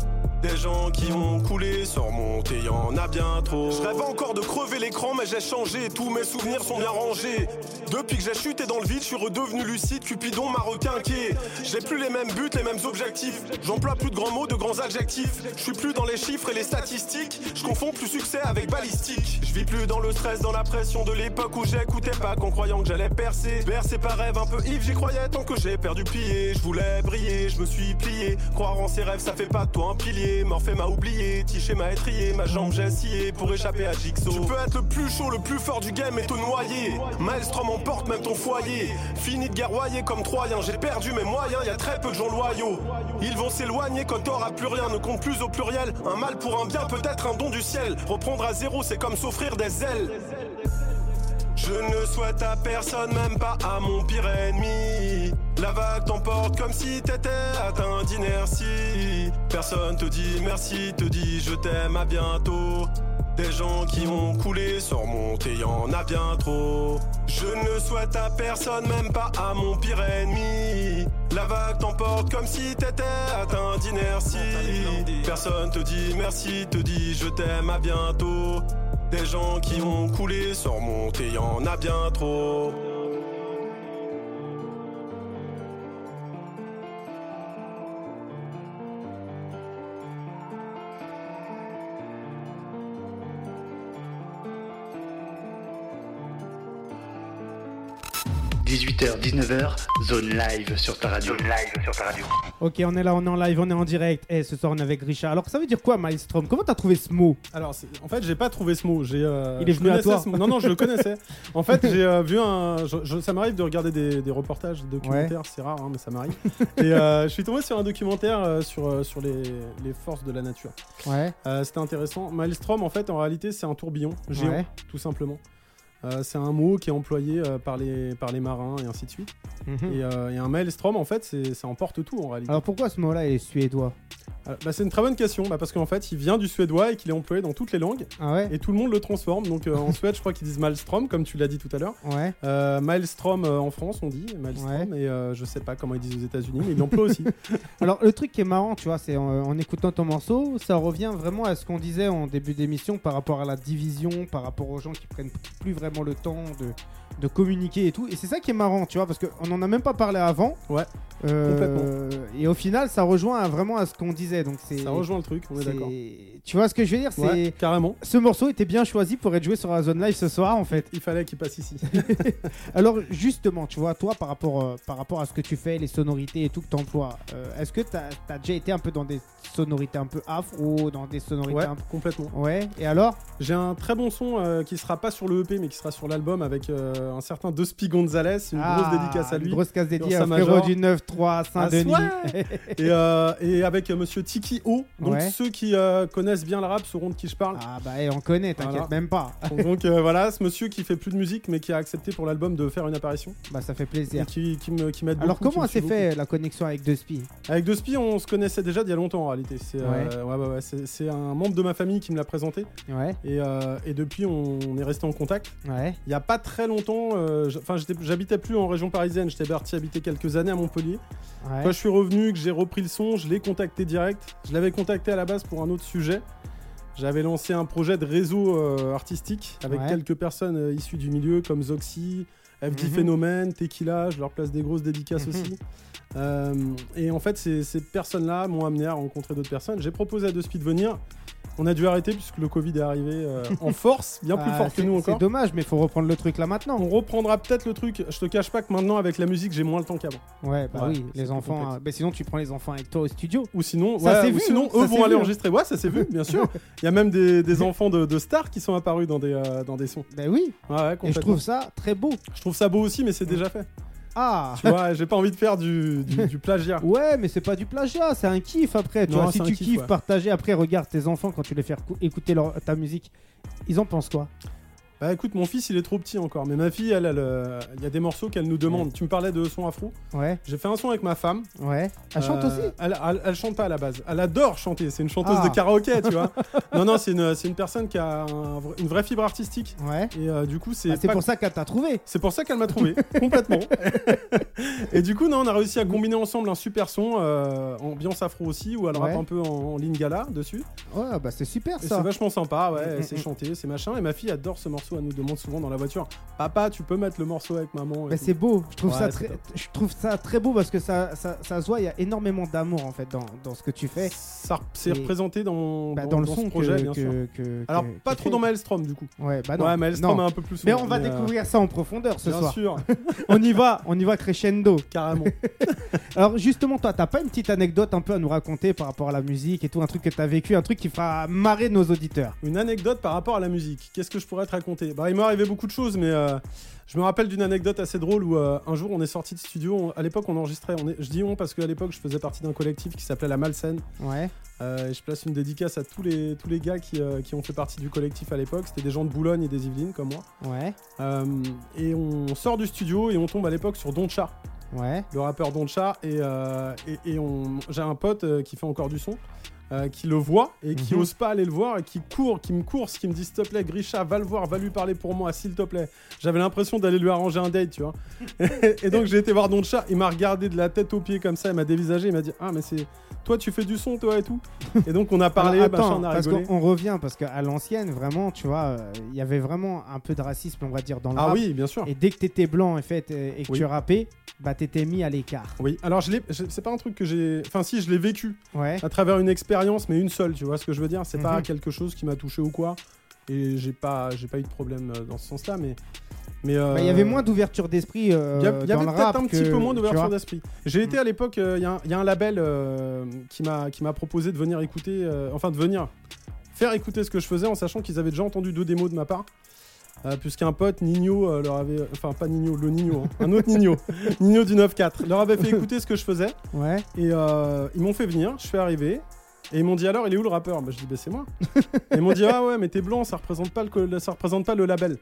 [SPEAKER 5] Des gens qui ont coulé sans remonter, y en a bien trop. Je rêve encore de crever l'écran, mais j'ai changé. Tous mes souvenirs sont bien rangés. Depuis que j'ai chuté dans le vide, je suis redevenu lucide. Cupidon m'a requinqué. J'ai plus les mêmes buts, les mêmes objectifs. J'emploie plus de grands mots, de grands adjectifs. Je suis plus dans les chiffres et les statistiques. Je confonds plus succès avec balistique. Je vis plus dans le stress, dans la pression de l'époque où j'écoutais pas, qu'en croyant que j'allais percer. Bercé par rêve un peu ivre, j'y croyais tant que j'ai perdu pied. Je voulais briller, je me suis plié. Croire en ses rêves, ça fait pas de toi un pilier. Morphée m'a oublié, tiché m'a étrié, ma jambe j'ai scié pour échapper à Jigsaw. Tu peux être le plus chaud, le plus fort du game et te noyer. Maelstrom emporte même ton foyer. Fini de guerroyer comme Troyen, j'ai perdu mes moyens, y a très peu de gens loyaux. Ils vont s'éloigner quand t'auras plus rien, ne compte plus au pluriel. Un mal pour un bien, peut-être un don du ciel. Reprendre à zéro, c'est comme s'offrir des ailes. Je ne souhaite à personne, même pas à mon pire ennemi. La vague t'emporte comme si t'étais atteint d'inertie. Personne te dit merci, te dit je t'aime à bientôt. Des gens qui ont coulé sans remonter, y en a bien trop. Je ne souhaite à personne, même pas à mon pire ennemi. La vague t'emporte comme si t'étais atteint d'inertie. Personne te dit merci, te dit je t'aime à bientôt. Des gens qui ont coulé sans remonter, y en a bien trop.
[SPEAKER 1] h 19h, zone live sur ta radio. live sur ta radio.
[SPEAKER 2] Ok, on est là, on est en live, on est en direct. Et ce soir, on est avec Richard. Alors, ça veut dire quoi, Maelstrom Comment t'as trouvé ce mot
[SPEAKER 3] Alors, c'est- en fait, j'ai pas trouvé ce mot. J'ai, euh,
[SPEAKER 2] Il est
[SPEAKER 3] je
[SPEAKER 2] venu à
[SPEAKER 3] connaissais
[SPEAKER 2] toi.
[SPEAKER 3] ce mot. Non, non, je le connaissais. En fait, j'ai euh, vu un. je- je- ça m'arrive de regarder des, des reportages, des documentaires. C'est rare, hein, mais ça m'arrive. Et euh, je suis tombé sur un documentaire euh, sur, euh, sur les, les forces de la nature.
[SPEAKER 2] Ouais.
[SPEAKER 3] Euh, c'était intéressant. Maelstrom, en fait, en réalité, c'est un tourbillon géant,
[SPEAKER 2] Ouais.
[SPEAKER 3] tout simplement. Euh, c'est un mot qui est employé euh, par, les, par les marins et ainsi de suite.
[SPEAKER 2] Mhm.
[SPEAKER 3] Et, euh, et un maelstrom, en fait, c'est, ça emporte tout en réalité.
[SPEAKER 2] Alors, pourquoi ce mot-là est suédois
[SPEAKER 3] Alors, bah, c'est une très bonne question, bah, parce qu'en fait, il vient du suédois et qu'il est employé dans toutes les langues.
[SPEAKER 2] Ah ouais
[SPEAKER 3] Et tout le monde le transforme. Donc euh, en Suède, je crois qu'ils disent Malstrom, comme tu l'as dit tout à l'heure.
[SPEAKER 2] Ouais.
[SPEAKER 3] Euh, Maelstrom euh, en France, on dit Maelstrom. Et euh, je sais pas comment ils disent aux États-Unis, mais ils l'emploient aussi.
[SPEAKER 2] Alors, le truc qui est marrant, tu vois, c'est en, en écoutant ton morceau, ça revient vraiment à ce qu'on disait en début d'émission par rapport à la division, par rapport aux gens qui prennent plus vraiment le temps de, de communiquer et tout. Et c'est ça qui est marrant, tu vois, parce qu'on en a même pas parlé avant.
[SPEAKER 3] Ouais.
[SPEAKER 2] Euh, Et au final, ça rejoint à- vraiment à ce qu'on disait. Donc, c'est.
[SPEAKER 3] Ça rejoint le truc, on est,
[SPEAKER 2] c'est-
[SPEAKER 3] d'accord.
[SPEAKER 2] Tu vois ce que je veux dire C'est.
[SPEAKER 3] Ouais, carrément.
[SPEAKER 2] Ce morceau était bien choisi pour être joué sur la zone live ce soir en fait.
[SPEAKER 3] Il fallait qu'il passe ici.
[SPEAKER 2] Alors justement, tu vois, toi par rapport, euh, par rapport à ce que tu fais, les sonorités et tout que tu emploies, est-ce que tu as, déjà été un peu dans des sonorités un peu afro, dans des sonorités
[SPEAKER 3] ouais,
[SPEAKER 2] un peu...
[SPEAKER 3] complètement.
[SPEAKER 2] Ouais, et alors
[SPEAKER 3] J'ai un très bon son euh, qui sera pas sur le EP, mais qui sera sur l'album avec euh, un certain De Spi Gonzalez. Une
[SPEAKER 2] Ah,
[SPEAKER 3] grosse dédicace à lui.
[SPEAKER 2] Une grosse case dédiée à
[SPEAKER 3] Ursa
[SPEAKER 2] frérot
[SPEAKER 3] Major.
[SPEAKER 2] du 9-3 Saint-Denis.
[SPEAKER 3] Ah, Et, euh, et avec euh, monsieur Tiki O. Donc
[SPEAKER 2] Ouais.
[SPEAKER 3] ceux qui euh, connaissent bien l'arabe sauront de qui je parle.
[SPEAKER 2] Ah bah eh, on connaît, t'inquiète
[SPEAKER 3] Voilà.
[SPEAKER 2] même pas.
[SPEAKER 3] Donc euh, voilà, ce monsieur qui fait plus de musique, mais qui a accepté pour l'album de faire une apparition.
[SPEAKER 2] Bah ça fait
[SPEAKER 3] et
[SPEAKER 2] plaisir.
[SPEAKER 3] qui, qui me- qui m'aide
[SPEAKER 2] Alors
[SPEAKER 3] beaucoup,
[SPEAKER 2] comment
[SPEAKER 3] qui
[SPEAKER 2] s'est
[SPEAKER 3] me suit
[SPEAKER 2] fait la connexion avec Deux Spi
[SPEAKER 3] beaucoup. Avec De Spi, on se connaissait déjà d'il y a longtemps en réalité. C'est euh, ouais, ouais, ouais, c'est- c'est un membre de ma famille qui me l'a présenté
[SPEAKER 2] Ouais,
[SPEAKER 3] et, euh, et depuis on, on est resté en contact.
[SPEAKER 2] ouais,
[SPEAKER 3] Il n'y a pas très longtemps, euh, j'- enfin j'étais- j'habitais plus en région parisienne, j'étais parti habiter quelques années à Montpellier.
[SPEAKER 2] ouais.
[SPEAKER 3] Quand je suis revenu, que j'ai repris le son, je l'ai contacté direct. Je l'avais contacté à la base pour un autre sujet. J'avais lancé un projet de réseau euh, artistique avec
[SPEAKER 2] Ouais.
[SPEAKER 3] quelques personnes euh, issues du milieu comme Zoxy, FD
[SPEAKER 2] Mhm.
[SPEAKER 3] Phénomène, Tequila. Je leur place des grosses dédicaces
[SPEAKER 2] Mhm.
[SPEAKER 3] aussi. Euh, et en fait, ces, ces personnes-là m'ont amené à rencontrer d'autres personnes. J'ai proposé à De Speed de venir. On a dû arrêter puisque le Covid est arrivé euh, en force, bien plus
[SPEAKER 2] Ah,
[SPEAKER 3] fort que
[SPEAKER 2] c'est-
[SPEAKER 3] nous encore.
[SPEAKER 2] C'est dommage, mais faut reprendre le truc là maintenant.
[SPEAKER 3] On reprendra peut-être le truc. Je te cache pas que maintenant, avec la musique, j'ai moins le temps qu'avant.
[SPEAKER 2] Ouais, bah
[SPEAKER 3] Ouais,
[SPEAKER 2] oui,
[SPEAKER 3] c'est
[SPEAKER 2] les
[SPEAKER 3] plus
[SPEAKER 2] enfants.
[SPEAKER 3] complexe.
[SPEAKER 2] euh, bah sinon, tu prends les enfants avec toi au studio.
[SPEAKER 3] Ou sinon,
[SPEAKER 2] Ça
[SPEAKER 3] ouais,
[SPEAKER 2] s'est
[SPEAKER 3] ou
[SPEAKER 2] vu,
[SPEAKER 3] sinon
[SPEAKER 2] hein,
[SPEAKER 3] eux
[SPEAKER 2] ça s'est
[SPEAKER 3] vont aller
[SPEAKER 2] vu, hein.
[SPEAKER 3] enregistrer. Ouais, ça s'est vu, bien sûr. Il y a même des, des enfants de, de stars qui sont apparus dans des, euh, dans des sons.
[SPEAKER 2] Bah oui,
[SPEAKER 3] Ouais, ouais,
[SPEAKER 2] et je
[SPEAKER 3] complètement.
[SPEAKER 2] trouve ça très beau.
[SPEAKER 3] je trouve ça beau aussi, mais c'est déjà fait.
[SPEAKER 2] Ah
[SPEAKER 3] Tu vois, j'ai pas envie de faire du, du, du plagiat.
[SPEAKER 2] Ouais, mais c'est pas du plagiat, c'est un kiff après. Tu
[SPEAKER 3] Non,
[SPEAKER 2] vois, si
[SPEAKER 3] c'est un
[SPEAKER 2] tu
[SPEAKER 3] kiff,
[SPEAKER 2] kiffes,
[SPEAKER 3] ouais.
[SPEAKER 2] partager. Après, regarde tes enfants quand tu les fais écou- écouter leur- ta musique. Ils en pensent quoi
[SPEAKER 3] Bah écoute, mon fils il est trop petit encore, mais ma fille, elle, elle, euh, il y a des morceaux qu'elle nous demande. Tu me parlais de son afro.
[SPEAKER 2] Ouais,
[SPEAKER 3] J'ai fait un son avec ma femme.
[SPEAKER 2] ouais. Elle chante
[SPEAKER 3] Euh,
[SPEAKER 2] aussi
[SPEAKER 3] elle, elle- elle chante pas à la base. Elle adore chanter. C'est une chanteuse
[SPEAKER 2] Ah.
[SPEAKER 3] de karaoké, tu vois. non, non, c'est une, c'est une personne qui a un vrai- une vraie fibre artistique.
[SPEAKER 2] Ouais.
[SPEAKER 3] Et euh, du coup, c'est
[SPEAKER 2] Ah, c'est
[SPEAKER 3] pas-
[SPEAKER 2] pour ça qu'elle t'a trouvé.
[SPEAKER 3] c'est pour ça qu'elle m'a trouvé, complètement. et du coup, non, on a
[SPEAKER 2] Mm.
[SPEAKER 3] réussi à combiner ensemble un super son, euh, ambiance afro aussi, ou alors
[SPEAKER 2] Ouais.
[SPEAKER 3] un peu en, en lingala dessus.
[SPEAKER 2] Ouais, bah c'est super
[SPEAKER 3] Et c'est
[SPEAKER 2] ça.
[SPEAKER 3] vachement sympa, ouais,
[SPEAKER 2] Mm, mm,
[SPEAKER 3] c'est
[SPEAKER 2] mm.
[SPEAKER 3] chanté, c'est machin. Et ma fille adore ce morceau, elle nous demande souvent dans la voiture Papa, tu peux mettre le morceau avec maman et
[SPEAKER 2] Bah,
[SPEAKER 3] tout.
[SPEAKER 2] c'est beau, je trouve,
[SPEAKER 3] Ouais,
[SPEAKER 2] ça
[SPEAKER 3] c'est
[SPEAKER 2] très,
[SPEAKER 3] top.
[SPEAKER 2] je trouve ça très beau parce que ça, ça, ça se voit, il y a énormément d'amour en fait dans, dans ce que tu fais,
[SPEAKER 3] Ça rep- C'est
[SPEAKER 2] Et-
[SPEAKER 3] représenté dans,
[SPEAKER 2] Bah,
[SPEAKER 3] dans-
[SPEAKER 2] dans, le
[SPEAKER 3] dans
[SPEAKER 2] son
[SPEAKER 3] ce projet,
[SPEAKER 2] que,
[SPEAKER 3] bien sûr.
[SPEAKER 2] que- que-
[SPEAKER 3] Alors,
[SPEAKER 2] que-
[SPEAKER 3] pas
[SPEAKER 2] que
[SPEAKER 3] trop
[SPEAKER 2] fait.
[SPEAKER 3] dans Maelstrom, du coup.
[SPEAKER 2] Ouais, bah non.
[SPEAKER 3] ouais, Maelstrom
[SPEAKER 2] non.
[SPEAKER 3] a un peu plus
[SPEAKER 2] Mais
[SPEAKER 3] sombre,
[SPEAKER 2] on va
[SPEAKER 3] euh,
[SPEAKER 2] découvrir ça en profondeur ce
[SPEAKER 3] Bien
[SPEAKER 2] soir.
[SPEAKER 3] sûr,
[SPEAKER 2] On y va, on y va crescendo.
[SPEAKER 3] carrément.
[SPEAKER 2] Alors justement, toi, t'as pas une petite anecdote un peu à nous raconter par rapport à la musique et tout, un truc que t'as vécu, un truc qui fera marrer nos auditeurs.
[SPEAKER 3] Une anecdote par rapport à la musique. Qu'est-ce que je pourrais te raconter Bah, il m'est arrivé beaucoup de choses, mais euh, je me rappelle d'une anecdote assez drôle où euh, un jour on est sorti de studio. on- à l'époque, on enregistrait. On est- je dis on parce qu'à l'époque, je faisais partie d'un collectif qui s'appelait La Malsaine.
[SPEAKER 2] Ouais.
[SPEAKER 3] Euh, et je place une dédicace à tous les, tous les gars qui, euh, qui ont fait partie du collectif à l'époque. C'était des gens de Boulogne et des Yvelines comme moi.
[SPEAKER 2] Ouais,
[SPEAKER 3] Euh, et on sort du studio et on tombe à l'époque sur Doncha,
[SPEAKER 2] ouais,
[SPEAKER 3] le rappeur Doncha. Et, euh, et, et on- j'ai un pote euh, qui fait encore du son. euh, qui le voit et qui
[SPEAKER 2] Mhm.
[SPEAKER 3] ose pas aller le voir et qui court, qui me course, qui me dit s'il te plaît, Grisha, va le voir, va lui parler pour moi, s'il te plaît. J'avais l'impression d'aller lui arranger un date, tu vois. et donc j'ai été voir Doncha, il m'a regardé de la tête aux pieds comme ça, il m'a dévisagé, il m'a dit Ah, mais c'est toi, tu fais du son, toi et tout. Et donc on a parlé,
[SPEAKER 2] Alors, attends,
[SPEAKER 3] machin, on a
[SPEAKER 2] parce
[SPEAKER 3] rigolé.
[SPEAKER 2] qu'on revient parce qu'à l'ancienne, vraiment, tu vois, euh, il y avait vraiment un peu de racisme, on va dire, dans le
[SPEAKER 3] Ah
[SPEAKER 2] rap.
[SPEAKER 3] oui, bien sûr.
[SPEAKER 2] Et dès que t'étais blanc en fait euh, et que
[SPEAKER 3] Oui.
[SPEAKER 2] tu rappais, bah t'étais mis à l'écart.
[SPEAKER 3] Oui, alors je l'ai, je- c'est pas un truc que j'ai. Enfin, si, je l'ai vécu
[SPEAKER 2] Ouais.
[SPEAKER 3] à travers une expérience, mais une seule, tu vois ce que je veux dire C'est pas
[SPEAKER 2] Mhm.
[SPEAKER 3] quelque chose qui m'a touché ou quoi. Et j'ai pas, j'ai pas eu de problème euh, dans ce sens-là, mais. mais euh,
[SPEAKER 2] Bah, Il y avait moins d'ouverture d'esprit euh,
[SPEAKER 3] Il y, a- il y
[SPEAKER 2] dans
[SPEAKER 3] avait
[SPEAKER 2] le
[SPEAKER 3] peut-être
[SPEAKER 2] rap.
[SPEAKER 3] un
[SPEAKER 2] que-
[SPEAKER 3] petit peu moins
[SPEAKER 2] tu
[SPEAKER 3] d'ouverture
[SPEAKER 2] vois. Mm.
[SPEAKER 3] d'esprit. J'ai été à l'époque, euh, il y a un- il y, a un label euh, qui m'a qui m'a proposé de venir écouter, euh, enfin de venir faire écouter ce que je faisais en sachant qu'ils avaient déjà entendu deux démos de ma part. Euh, Puisqu'un pote, Nino, euh, leur avait. Enfin, pas Nino, le Nino, hein, un autre Nino, Nino du 9-4, leur avait fait écouter ce que je faisais.
[SPEAKER 2] Ouais.
[SPEAKER 3] Et euh, ils m'ont fait venir, je suis arrivé. Et ils m'ont dit alors, il est où le rappeur bah, Je dis, bah, c'est moi. et ils m'ont dit, ah ouais, mais t'es blanc, ça représente pas le, co- ça représente pas le label.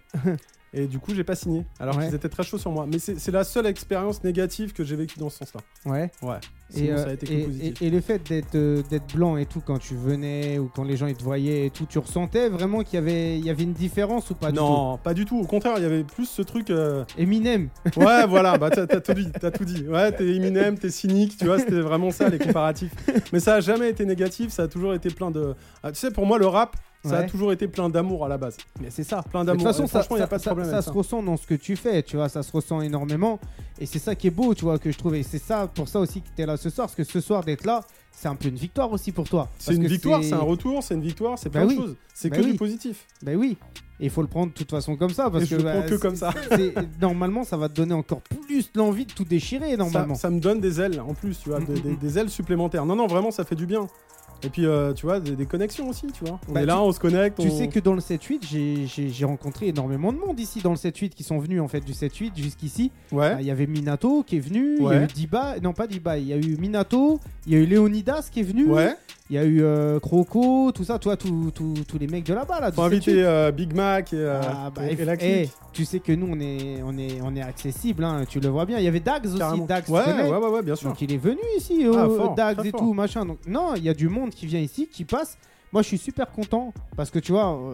[SPEAKER 3] et du coup, j'ai pas signé. Alors
[SPEAKER 2] Ouais.
[SPEAKER 3] qu'ils étaient très chauds sur moi. Mais c'est c'est la seule expérience négative que j'ai vécue dans ce sens-là.
[SPEAKER 2] Ouais.
[SPEAKER 3] Ouais. Sinon,
[SPEAKER 2] Et, euh,
[SPEAKER 3] ça a été que
[SPEAKER 2] et-
[SPEAKER 3] positif.
[SPEAKER 2] et- et le fait d'être euh, d'être blanc et tout quand tu venais ou quand les gens ils te voyaient et tout, tu ressentais vraiment qu'il y avait il y avait une différence ou pas du
[SPEAKER 3] non, pas du tout. Au contraire, il y avait plus ce truc. euh,
[SPEAKER 2] tout Eminem.
[SPEAKER 3] Ouais, voilà, bah, t'as t'as tout dit. T'as tout dit. Ouais, t'es Eminem, t'es cynique, tu vois, c'était vraiment ça, les comparatifs. Mais ça a jamais été négatif, ça a toujours été plein de. Ah, tu sais, pour moi, le rap, ça a
[SPEAKER 2] Ouais.
[SPEAKER 3] toujours été plein d'amour à la base.
[SPEAKER 2] Mais c'est ça.
[SPEAKER 3] Plein
[SPEAKER 2] De toute
[SPEAKER 3] d'amour.
[SPEAKER 2] façon,
[SPEAKER 3] Et
[SPEAKER 2] ça,
[SPEAKER 3] franchement, il n'y a
[SPEAKER 2] ça-
[SPEAKER 3] pas de
[SPEAKER 2] ça-
[SPEAKER 3] problème.
[SPEAKER 2] ça
[SPEAKER 3] avec
[SPEAKER 2] se
[SPEAKER 3] ça.
[SPEAKER 2] ressent dans ce que tu fais, tu vois, ça se ressent énormément. Et c'est ça qui est beau, tu vois, que je trouve. Et c'est ça, pour ça aussi que t'es là ce soir, parce que ce soir d'être là, c'est un peu une victoire aussi pour toi.
[SPEAKER 3] C'est
[SPEAKER 2] Parce
[SPEAKER 3] une
[SPEAKER 2] que
[SPEAKER 3] victoire, c'est un retour, c'est une victoire, c'est plein
[SPEAKER 2] Bah
[SPEAKER 3] de
[SPEAKER 2] oui.
[SPEAKER 3] choses. C'est
[SPEAKER 2] Bah
[SPEAKER 3] que
[SPEAKER 2] oui.
[SPEAKER 3] du positif.
[SPEAKER 2] Ben oui. Et il faut le prendre de toute façon comme ça, parce
[SPEAKER 3] Et je
[SPEAKER 2] que,
[SPEAKER 3] le
[SPEAKER 2] bah,
[SPEAKER 3] prends que comme ça.
[SPEAKER 2] c'est- normalement, ça va te donner encore plus l'envie de tout déchirer,
[SPEAKER 3] ça.
[SPEAKER 2] normalement.
[SPEAKER 3] ça me donne des ailes en plus, tu vois,
[SPEAKER 2] Mm,
[SPEAKER 3] des,
[SPEAKER 2] mm,
[SPEAKER 3] des-
[SPEAKER 2] mm.
[SPEAKER 3] des ailes supplémentaires. Non, non, vraiment, ça fait du bien. Et puis, euh, tu vois, des, des connexions aussi, tu vois. On
[SPEAKER 2] Bah,
[SPEAKER 3] est là, on se connecte.
[SPEAKER 2] Tu
[SPEAKER 3] on-
[SPEAKER 2] sais que dans le 7-8, j'ai- j'ai j'ai rencontré énormément de monde ici dans le 7-8 qui sont venus en fait du 7-8 jusqu'ici. Ah, Il
[SPEAKER 3] Ouais.
[SPEAKER 2] y avait Minato qui est venu, il y
[SPEAKER 3] Ouais.
[SPEAKER 2] a eu Diba, non pas Diba, il y a eu Minato, il y a eu Léonidas qui est venu,
[SPEAKER 3] Ouais.
[SPEAKER 2] il y a eu euh, Croco, tout ça, toi, tous tous- tous les mecs de là-bas là. du
[SPEAKER 3] Faut
[SPEAKER 2] 7-8.
[SPEAKER 3] inviter euh, Big Mac et, euh,
[SPEAKER 2] Ah, bah,
[SPEAKER 3] et-
[SPEAKER 2] eff-
[SPEAKER 3] et la clique.
[SPEAKER 2] eh, tu sais que nous on est on est on est accessible, hein, tu le vois bien. Il y avait Dax aussi,
[SPEAKER 3] carrément.
[SPEAKER 2] Dax tu
[SPEAKER 3] ouais,
[SPEAKER 2] connais
[SPEAKER 3] ouais, ouais, ouais, bien sûr.
[SPEAKER 2] Donc il est venu ici, au
[SPEAKER 3] Ah, fort,
[SPEAKER 2] Dax
[SPEAKER 3] très
[SPEAKER 2] et
[SPEAKER 3] fort.
[SPEAKER 2] tout, machin. Donc non, il y a du monde qui vient ici, qui passe. Moi, je suis super content parce que tu vois, euh,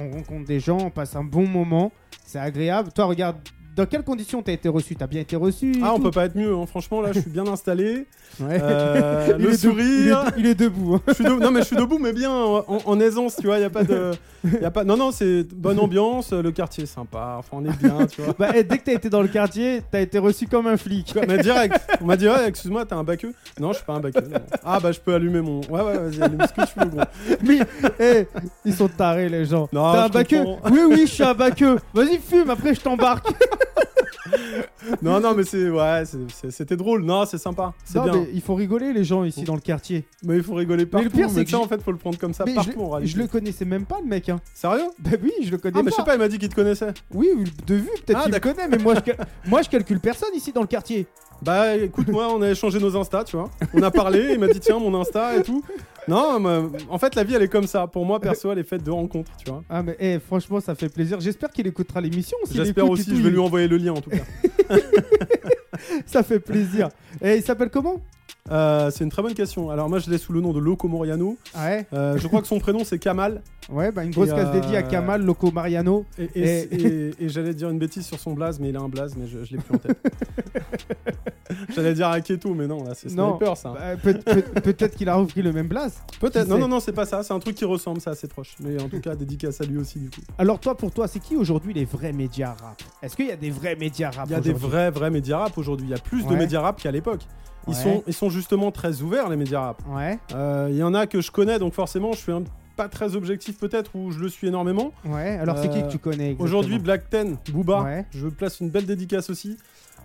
[SPEAKER 2] on rencontre des gens, on passe un bon moment, c'est agréable. Toi, regarde, dans quelles conditions t'as été reçu T'as bien été reçu et
[SPEAKER 3] Ah, on
[SPEAKER 2] tout
[SPEAKER 3] peut pas être mieux, hein. franchement, là, je suis bien installé.
[SPEAKER 2] Ouais.
[SPEAKER 3] Euh,
[SPEAKER 2] Il est
[SPEAKER 3] le
[SPEAKER 2] de-
[SPEAKER 3] sourire.
[SPEAKER 2] il est, il est debout. hein.
[SPEAKER 3] Je suis debout- non mais je suis debout mais bien en, en aisance tu vois y a pas de y a pas non non c'est bonne ambiance le quartier est sympa enfin on est bien tu vois
[SPEAKER 2] Bah, eh, dès que t'as été dans le quartier, t'as été reçu comme un flic.
[SPEAKER 3] Quoi, mais direct on m'a dit ouais excuse-moi t'as un baqueux non je suis pas un baqueux non. ah bah je peux allumer mon ouais ouais vas-y allume ce que tu veux gros
[SPEAKER 2] Mais, eh, ils sont tarés, les gens.
[SPEAKER 3] Non,
[SPEAKER 2] T'as un
[SPEAKER 3] je
[SPEAKER 2] baqueux
[SPEAKER 3] comprends.
[SPEAKER 2] Oui, oui, je suis un baqueux. Vas-y, fume, après je t'embarque.
[SPEAKER 3] non non mais c'est ouais c'est- c'est- c'était drôle non c'est sympa c'est
[SPEAKER 2] Non,
[SPEAKER 3] bien
[SPEAKER 2] mais il faut rigoler, les gens ici dans le quartier.
[SPEAKER 3] mais il faut rigoler
[SPEAKER 2] Mais
[SPEAKER 3] partout
[SPEAKER 2] le
[SPEAKER 3] mais,
[SPEAKER 2] pire, c'est que
[SPEAKER 3] ça
[SPEAKER 2] je-
[SPEAKER 3] en fait faut le prendre comme ça
[SPEAKER 2] Mais
[SPEAKER 3] partout en
[SPEAKER 2] je,
[SPEAKER 3] réalité
[SPEAKER 2] je le connaissais même pas, le mec. Hein.
[SPEAKER 3] sérieux
[SPEAKER 2] Bah oui, je le connais
[SPEAKER 3] ah mais
[SPEAKER 2] pas.
[SPEAKER 3] je sais pas il m'a dit qu'il te connaissait
[SPEAKER 2] Oui, de vue, peut-être
[SPEAKER 3] Ah,
[SPEAKER 2] qu'il me
[SPEAKER 3] d'accord.
[SPEAKER 2] connaît, mais moi je, cal- moi je calcule personne ici dans le quartier.
[SPEAKER 3] Bah écoute, moi on a échangé nos Insta, tu vois. On a parlé, il m'a dit tiens mon Insta et tout. Non, mais, en fait, la vie, elle est comme ça. Pour moi, perso, elle est faite de rencontres, tu vois.
[SPEAKER 2] Ah, mais eh, franchement, ça fait plaisir. J'espère qu'il écoutera l'émission. s'il
[SPEAKER 3] J'espère
[SPEAKER 2] écoute
[SPEAKER 3] aussi,
[SPEAKER 2] et tout,
[SPEAKER 3] je vais
[SPEAKER 2] il-
[SPEAKER 3] lui envoyer le lien en tout cas.
[SPEAKER 2] Ça fait plaisir. Et il s'appelle comment
[SPEAKER 3] Euh, c'est une très bonne question. Alors, moi, je l'ai sous le nom de Loco Moriano.
[SPEAKER 2] Ah ouais
[SPEAKER 3] Euh, je crois que son prénom, c'est Kamal.
[SPEAKER 2] Ouais, bah une grosse
[SPEAKER 3] Et,
[SPEAKER 2] case dédiée à
[SPEAKER 3] euh,
[SPEAKER 2] Kamal, Loco Mariano.
[SPEAKER 3] Et, et-
[SPEAKER 2] Et-
[SPEAKER 3] et- et j'allais dire une bêtise sur son blaze, mais il a un blaze, mais je, je l'ai plus en tête. j'allais dire Aketo, mais non, là, c'est
[SPEAKER 2] Non.
[SPEAKER 3] Sniper, ça.
[SPEAKER 2] Bah, peut- peut- Peut-être qu'il a repris le même blast.
[SPEAKER 3] Peut-être.
[SPEAKER 2] qui
[SPEAKER 3] Non,
[SPEAKER 2] sait
[SPEAKER 3] non, non, c'est pas ça. C'est un truc qui ressemble, c'est assez proche. Mais en tout cas, dédicace à lui aussi, du coup.
[SPEAKER 2] Alors toi, pour toi, c'est qui aujourd'hui les vrais médias rap Est-ce qu'il y a des vrais médias rap
[SPEAKER 3] Il y a des
[SPEAKER 2] aujourd'hui
[SPEAKER 3] vrais, vrais médias rap aujourd'hui. Il y a plus de
[SPEAKER 2] Ouais.
[SPEAKER 3] médias rap qu'à l'époque. Ils,
[SPEAKER 2] Ouais.
[SPEAKER 3] sont, ils sont justement très ouverts, les médias rap.
[SPEAKER 2] Ouais,
[SPEAKER 3] Euh, Il y en a que je connais, donc forcément, je suis un- pas très objectif peut-être, ou je le suis énormément.
[SPEAKER 2] ouais. Alors c'est qui
[SPEAKER 3] Euh,
[SPEAKER 2] que tu connais exactement
[SPEAKER 3] Aujourd'hui, Black Ten, Booba,
[SPEAKER 2] Ouais.
[SPEAKER 3] je place une belle dédicace aussi.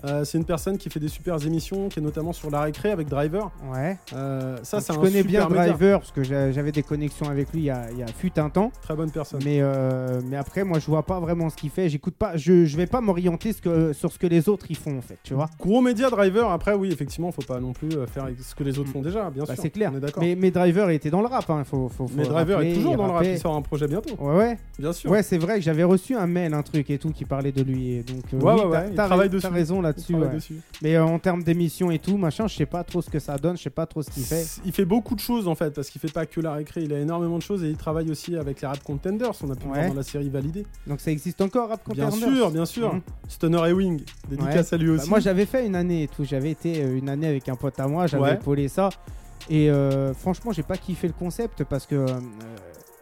[SPEAKER 3] Euh, c'est une personne qui fait des super émissions, qui est notamment sur la récré avec Driver.
[SPEAKER 2] Ouais.
[SPEAKER 3] Euh, ça,
[SPEAKER 2] Donc,
[SPEAKER 3] c'est
[SPEAKER 2] je
[SPEAKER 3] un
[SPEAKER 2] Ah, connais bien
[SPEAKER 3] super média.
[SPEAKER 2] Driver parce que j'a- j'avais des connexions avec lui il y a, il y a fut un temps.
[SPEAKER 3] Très bonne personne.
[SPEAKER 2] Mais, euh, mais après, moi, je vois pas vraiment ce qu'il fait. J'écoute pas. Je, je vais pas m'orienter ce que- sur ce que les autres y font en fait. Tu vois
[SPEAKER 3] Gros média Driver, après, oui, effectivement, faut pas non plus euh, faire ce que les autres font déjà, bien
[SPEAKER 2] Bah,
[SPEAKER 3] sûr.
[SPEAKER 2] C'est clair.
[SPEAKER 3] On est d'accord.
[SPEAKER 2] mais, mais Driver était dans le rap. Hein. Faut, faut, faut
[SPEAKER 3] Mais
[SPEAKER 2] le
[SPEAKER 3] Driver
[SPEAKER 2] rappeler,
[SPEAKER 3] est toujours
[SPEAKER 2] il
[SPEAKER 3] dans le rap,
[SPEAKER 2] rappait.
[SPEAKER 3] il sort un projet bientôt,
[SPEAKER 2] Ouais, ouais.
[SPEAKER 3] bien sûr.
[SPEAKER 2] Ouais, c'est vrai que j'avais reçu un mail, un truc et tout qui parlait de lui. et Donc, euh,
[SPEAKER 3] Ouais,
[SPEAKER 2] oui,
[SPEAKER 3] ouais,
[SPEAKER 2] t'as-
[SPEAKER 3] ouais, il
[SPEAKER 2] t'as
[SPEAKER 3] travaille
[SPEAKER 2] ra- t'as
[SPEAKER 3] dessus.
[SPEAKER 2] raison
[SPEAKER 3] On
[SPEAKER 2] là-dessus.
[SPEAKER 3] travaille
[SPEAKER 2] ouais.
[SPEAKER 3] dessus.
[SPEAKER 2] Mais euh, en termes d'émissions et tout, machin, je sais pas trop ce que ça donne, je sais pas trop ce qu'il fait.
[SPEAKER 3] Il fait beaucoup de choses en fait, parce qu'il fait pas que la récré, il a énormément de choses et il travaille aussi avec les rap contenders, on a pu le voir
[SPEAKER 2] Ouais.
[SPEAKER 3] dans la série validée.
[SPEAKER 2] Donc ça existe encore, Rap
[SPEAKER 3] Bien
[SPEAKER 2] Contenders
[SPEAKER 3] sûr, bien sûr.
[SPEAKER 2] Mhm.
[SPEAKER 3] Stunner et Wing, dédicace à lui
[SPEAKER 2] Bah,
[SPEAKER 3] aussi.
[SPEAKER 2] moi j'avais fait une année et tout, j'avais été euh, une année avec un pote à moi, j'avais
[SPEAKER 3] Ouais.
[SPEAKER 2] épaulé ça. Et euh, franchement, j'ai pas kiffé le concept parce que. euh,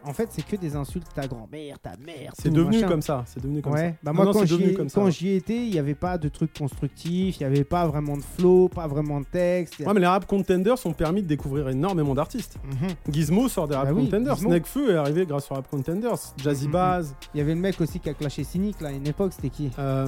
[SPEAKER 2] en fait, c'est que des insultes, ta grand-mère, ta mère.
[SPEAKER 3] c'est
[SPEAKER 2] tout,
[SPEAKER 3] devenu
[SPEAKER 2] machin.
[SPEAKER 3] comme ça, c'est devenu comme
[SPEAKER 2] ouais.
[SPEAKER 3] ça.
[SPEAKER 2] Bah
[SPEAKER 3] Non,
[SPEAKER 2] moi
[SPEAKER 3] non,
[SPEAKER 2] quand
[SPEAKER 3] c'est
[SPEAKER 2] j'y
[SPEAKER 3] devenu
[SPEAKER 2] ai-
[SPEAKER 3] comme ça.
[SPEAKER 2] quand j'y étais, il n'y avait pas de trucs constructifs, il n'y avait pas vraiment de flow, pas vraiment de texte. il y a-
[SPEAKER 3] Ouais, mais les rap contenders ont permis de découvrir énormément d'artistes.
[SPEAKER 2] Mhm.
[SPEAKER 3] Gizmo sort des rap
[SPEAKER 2] Bah oui,
[SPEAKER 3] contenders,
[SPEAKER 2] Gizmo.
[SPEAKER 3] Snakefeu est arrivé grâce aux rap contenders, Jazzy
[SPEAKER 2] Mhm.
[SPEAKER 3] Baz,
[SPEAKER 2] Il y avait le mec aussi qui a clashé Cynic là à une époque, c'était qui
[SPEAKER 3] euh, euh,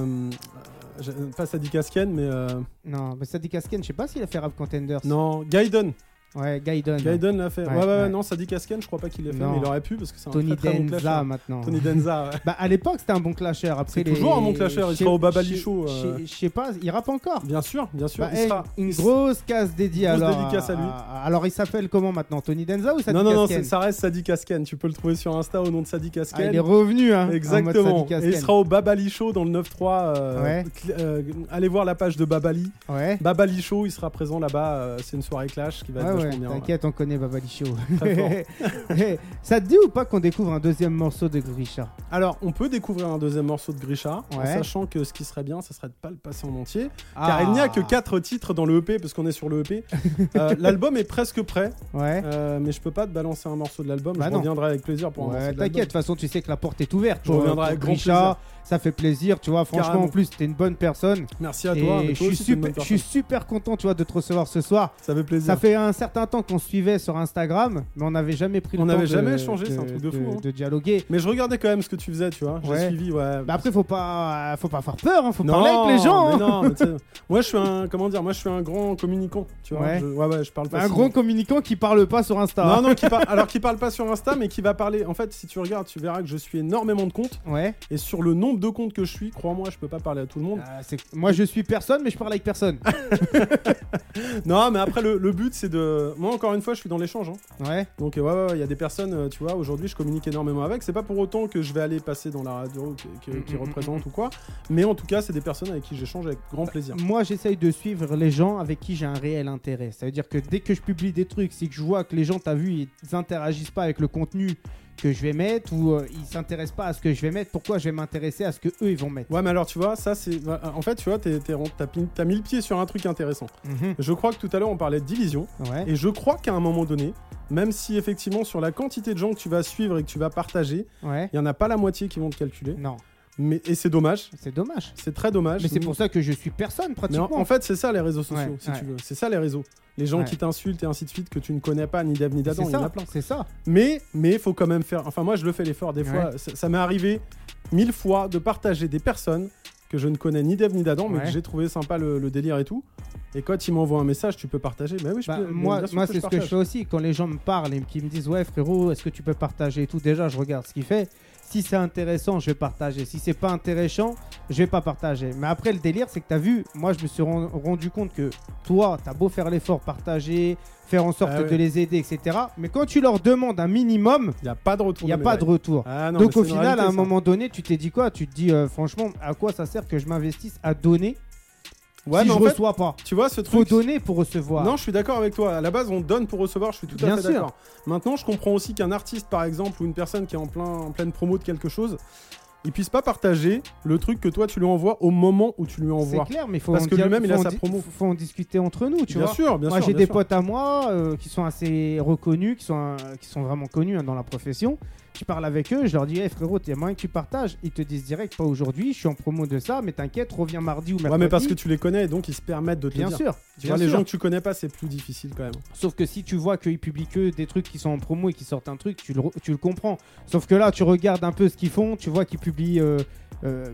[SPEAKER 3] j'ai- pas Sadikas Ken, mais euh,
[SPEAKER 2] Non, mais Sadi Kasken, je sais pas s'il a fait Rap Contenders.
[SPEAKER 3] non, Gaiden.
[SPEAKER 2] Ouais, Gaiden.
[SPEAKER 3] Gaiden l'a fait. Ouais,
[SPEAKER 2] Ouais,
[SPEAKER 3] ouais, ouais,
[SPEAKER 2] ouais.
[SPEAKER 3] non, Sadikas Ken, je crois pas qu'il l'ait fait,
[SPEAKER 2] Non.
[SPEAKER 3] mais il aurait pu parce que c'est un
[SPEAKER 2] Tony
[SPEAKER 3] très, très bon
[SPEAKER 2] Denza
[SPEAKER 3] clasheur.
[SPEAKER 2] maintenant.
[SPEAKER 3] Tony Denza, ouais.
[SPEAKER 2] Bah à l'époque c'était un bon clasher. Après
[SPEAKER 3] C'est
[SPEAKER 2] les-
[SPEAKER 3] toujours un bon clasher, il
[SPEAKER 2] Je sais-
[SPEAKER 3] sera au Baba
[SPEAKER 2] je-
[SPEAKER 3] Lichaud, euh.
[SPEAKER 2] Je je sais pas, il rappe encore.
[SPEAKER 3] Bien sûr, bien sûr.
[SPEAKER 2] Bah,
[SPEAKER 3] il
[SPEAKER 2] eh,
[SPEAKER 3] sera-
[SPEAKER 2] une
[SPEAKER 3] il-
[SPEAKER 2] grosse case dédiée
[SPEAKER 3] grosse
[SPEAKER 2] alors.
[SPEAKER 3] dédicace à lui.
[SPEAKER 2] alors il s'appelle comment maintenant Tony Denza ou Sadi
[SPEAKER 3] Non, non, non,
[SPEAKER 2] Kasken
[SPEAKER 3] c'est- ça reste Sadikasken. Tu peux le trouver sur Insta au
[SPEAKER 2] Ah,
[SPEAKER 3] nom de
[SPEAKER 2] il
[SPEAKER 3] Sadikasken.
[SPEAKER 2] est revenu hein. en mode
[SPEAKER 3] Exactement.
[SPEAKER 2] Sadi
[SPEAKER 3] Et
[SPEAKER 2] Kasken.
[SPEAKER 3] il sera au Babali Show dans le 9-3. euh,
[SPEAKER 2] Ouais.
[SPEAKER 3] cl- euh, allez voir la page de Babali.
[SPEAKER 2] Ouais.
[SPEAKER 3] Babali Show, il sera présent là-bas. euh, c'est une soirée clash qui va être
[SPEAKER 2] Ouais, ouais,
[SPEAKER 3] vachement bien.
[SPEAKER 2] t'inquiète, on connaît Baba Lichaud.
[SPEAKER 3] Très fort.
[SPEAKER 2] Eh, Ça te dit ou pas qu'on découvre un deuxième morceau de Grisha
[SPEAKER 3] Alors, on peut découvrir un deuxième morceau de Grisha, en
[SPEAKER 2] Ouais.
[SPEAKER 3] sachant que ce qui serait bien, ça serait de pas le passer en entier.
[SPEAKER 2] Ah.
[SPEAKER 3] Car il n'y a que 4 titres dans le EP, parce qu'on est sur le EP. Euh, L'album est presque prêt,
[SPEAKER 2] Ouais.
[SPEAKER 3] euh, mais je peux pas te balancer un morceau de l'album.
[SPEAKER 2] Bah
[SPEAKER 3] je
[SPEAKER 2] non.
[SPEAKER 3] reviendrai avec plaisir pour un morceau
[SPEAKER 2] Ouais,
[SPEAKER 3] de
[SPEAKER 2] t'inquiète, de toute façon, tu sais que la porte est ouverte.
[SPEAKER 3] Je
[SPEAKER 2] Pour-
[SPEAKER 3] reviendrai
[SPEAKER 2] pour
[SPEAKER 3] avec grand
[SPEAKER 2] Grisha,
[SPEAKER 3] plaisir.
[SPEAKER 2] Ça fait plaisir, tu vois. Franchement,
[SPEAKER 3] Carrément.
[SPEAKER 2] en plus, t'es une bonne personne.
[SPEAKER 3] l'album. Merci à
[SPEAKER 2] et
[SPEAKER 3] toi. mais
[SPEAKER 2] je
[SPEAKER 3] toi
[SPEAKER 2] suis
[SPEAKER 3] aussi, t'es une
[SPEAKER 2] super,
[SPEAKER 3] bonne
[SPEAKER 2] je suis
[SPEAKER 3] personne.
[SPEAKER 2] super content, tu vois, de te recevoir ce soir.
[SPEAKER 3] Ça fait plaisir.
[SPEAKER 2] Ça fait un certain temps qu'on se suivait sur Instagram, mais on n'avait jamais pris le
[SPEAKER 3] On
[SPEAKER 2] temps.
[SPEAKER 3] n'avait
[SPEAKER 2] de-
[SPEAKER 3] jamais échangé, c'est un truc de fou, hein.
[SPEAKER 2] De dialoguer.
[SPEAKER 3] Mais je regardais quand même ce que tu faisais, tu vois. J'ai
[SPEAKER 2] Ouais.
[SPEAKER 3] suivi, ouais.
[SPEAKER 2] Bah après, faut pas, euh, faut pas faire peur, hein, faut parler avec les gens.
[SPEAKER 3] mais
[SPEAKER 2] hein.
[SPEAKER 3] non, mais tu sais, moi je suis un, comment dire, moi je suis un grand communicant, tu vois.
[SPEAKER 2] Ouais.
[SPEAKER 3] Je, ouais, ouais, je parle
[SPEAKER 2] Bah,
[SPEAKER 3] pas.
[SPEAKER 2] un gros communicant qui parle pas sur Insta.
[SPEAKER 3] Non, non, qui par- alors qui parle pas sur Insta, mais qui va parler. En fait, si tu regardes, tu verras que je suis énormément de comptes.
[SPEAKER 2] Ouais.
[SPEAKER 3] Et sur le nombre de comptes que je suis, crois-moi, je peux pas parler à tout le monde.
[SPEAKER 2] Ah, c'est- Moi, je suis personne, mais je parle avec personne.
[SPEAKER 3] Non, mais après, le, le but c'est de. Moi, encore une fois, je suis dans l'échange. hein.
[SPEAKER 2] Ouais.
[SPEAKER 3] Donc, euh, ouais, ouais, ouais, il y a des personnes, euh, tu vois, aujourd'hui, je communique énormément avec. C'est pas pour autant que je vais aller passer dans la radio qui, qui- qui
[SPEAKER 2] Mm, mm,
[SPEAKER 3] représente ou quoi. Mais en tout cas, c'est des personnes avec qui j'échange avec grand plaisir.
[SPEAKER 2] Moi, j'essaye de suivre les gens avec qui j'ai un réel intérêt. Ça veut dire que dès que je publie des trucs, si que je vois que les gens, t'as vu, ils interagissent pas avec le contenu que je vais mettre ou euh, ils s'intéressent pas à ce que je vais mettre, pourquoi je vais m'intéresser à ce que eux ils vont mettre
[SPEAKER 3] Ouais, mais alors, tu vois, ça, c'est. bah, En fait, tu vois, t'es- t'es rond- t'as pin- t'as mis le pied sur un truc intéressant. Je crois que tout à l'heure, on parlait de division.
[SPEAKER 2] Ouais.
[SPEAKER 3] Et je crois qu'à un moment donné, même si effectivement, sur la quantité de gens que tu vas suivre et que tu vas partager,
[SPEAKER 2] Ouais.
[SPEAKER 3] il y en a pas la moitié qui vont te calculer.
[SPEAKER 2] Non,
[SPEAKER 3] Mais... Et c'est dommage.
[SPEAKER 2] c'est dommage.
[SPEAKER 3] C'est très dommage.
[SPEAKER 2] Mm. Mais c'est pour ça que je suis personne
[SPEAKER 3] Mais
[SPEAKER 2] pratiquement.
[SPEAKER 3] en, en fait, c'est ça les réseaux sociaux,
[SPEAKER 2] Ouais,
[SPEAKER 3] si
[SPEAKER 2] ouais.
[SPEAKER 3] tu veux. C'est ça les réseaux. Les gens
[SPEAKER 2] Ouais.
[SPEAKER 3] qui t'insultent et ainsi de suite, que tu ne connais pas, ni d'Ève ni d'Adam,
[SPEAKER 2] c'est
[SPEAKER 3] il y en a
[SPEAKER 2] ça.
[SPEAKER 3] plein.
[SPEAKER 2] C'est ça.
[SPEAKER 3] Mais il faut quand même faire. Enfin, moi, je le fais l'effort des fois. Ça, ça m'est arrivé mille fois de partager des personnes que je ne connais ni d'Ève ni d'Adam, mais
[SPEAKER 2] Ouais.
[SPEAKER 3] que j'ai trouvé sympa le, le délire et tout. Et quand ils m'envoient un message, tu peux partager. Mais oui, je
[SPEAKER 2] Bah,
[SPEAKER 3] peux.
[SPEAKER 2] moi,
[SPEAKER 3] bien sûr
[SPEAKER 2] moi
[SPEAKER 3] que
[SPEAKER 2] c'est
[SPEAKER 3] je
[SPEAKER 2] ce que je
[SPEAKER 3] partage.
[SPEAKER 2] fais aussi. Quand les gens me parlent et qui me disent Ouais, frérot, est-ce que tu peux partager et tout Déjà, je regarde ce qu'il fait. Si c'est intéressant, je vais partager. Si c'est pas intéressant, je vais pas partager. Mais après, le délire, c'est que tu as vu, moi, je me suis ren- rendu compte que toi, tu as beau faire l'effort, partager, faire en sorte
[SPEAKER 3] Ah ouais.
[SPEAKER 2] de les aider, etc. Mais quand tu leur demandes un minimum,
[SPEAKER 3] Il n'y a pas de retour.
[SPEAKER 2] il n'y a
[SPEAKER 3] de
[SPEAKER 2] pas de
[SPEAKER 3] médaille.
[SPEAKER 2] retour.
[SPEAKER 3] Ah non, mais
[SPEAKER 2] Donc
[SPEAKER 3] c'est
[SPEAKER 2] au
[SPEAKER 3] une
[SPEAKER 2] final,
[SPEAKER 3] réalité,
[SPEAKER 2] à un
[SPEAKER 3] ça.
[SPEAKER 2] moment donné, tu t'es dit quoi Tu te dis euh, franchement, à quoi ça sert que je m'investisse à donner
[SPEAKER 3] Ouais,
[SPEAKER 2] si
[SPEAKER 3] mais
[SPEAKER 2] je
[SPEAKER 3] en fait,
[SPEAKER 2] reçois pas
[SPEAKER 3] tu vois ce truc.
[SPEAKER 2] Faut donner pour recevoir.
[SPEAKER 3] Non, je suis d'accord avec toi. À la base, on donne pour recevoir, je suis tout à
[SPEAKER 2] Bien
[SPEAKER 3] fait
[SPEAKER 2] sûr.
[SPEAKER 3] d'accord. Maintenant, je comprends aussi qu'un artiste, par exemple, ou une personne qui est en, plein, en pleine promo de quelque chose, il puisse pas partager le truc que toi tu lui envoies au moment où tu lui
[SPEAKER 2] c'est
[SPEAKER 3] envoies.
[SPEAKER 2] clair, mais faut
[SPEAKER 3] Parce
[SPEAKER 2] en
[SPEAKER 3] que
[SPEAKER 2] dire-
[SPEAKER 3] lui-même, il
[SPEAKER 2] faut
[SPEAKER 3] a
[SPEAKER 2] en
[SPEAKER 3] sa
[SPEAKER 2] di-
[SPEAKER 3] promo.
[SPEAKER 2] Faut, faut en discuter entre nous, tu
[SPEAKER 3] bien
[SPEAKER 2] vois.
[SPEAKER 3] sûr, bien
[SPEAKER 2] moi,
[SPEAKER 3] sûr.
[SPEAKER 2] j'ai
[SPEAKER 3] bien
[SPEAKER 2] des
[SPEAKER 3] sûr.
[SPEAKER 2] potes à moi euh, qui sont assez reconnus, qui sont, euh, qui sont vraiment connus hein, dans la profession. Je parle avec eux, je leur dis, hey, frérot, il y a moyen que tu partages. Ils te disent direct, pas aujourd'hui, je suis en promo de ça, mais t'inquiète, reviens mardi ou mercredi.
[SPEAKER 3] Ouais, mais parce que tu les connais et donc ils se permettent de te
[SPEAKER 2] Bien
[SPEAKER 3] le dire.
[SPEAKER 2] sûr.
[SPEAKER 3] Tu
[SPEAKER 2] bien
[SPEAKER 3] vois, les
[SPEAKER 2] sûr.
[SPEAKER 3] gens que tu connais pas, c'est plus difficile quand même.
[SPEAKER 2] Sauf que si tu vois qu'ils publient que des trucs qui sont en promo et qui sortent un truc, tu le, tu le comprends. Sauf que là, tu regardes un peu ce qu'ils font, tu vois qu'ils publient euh, euh,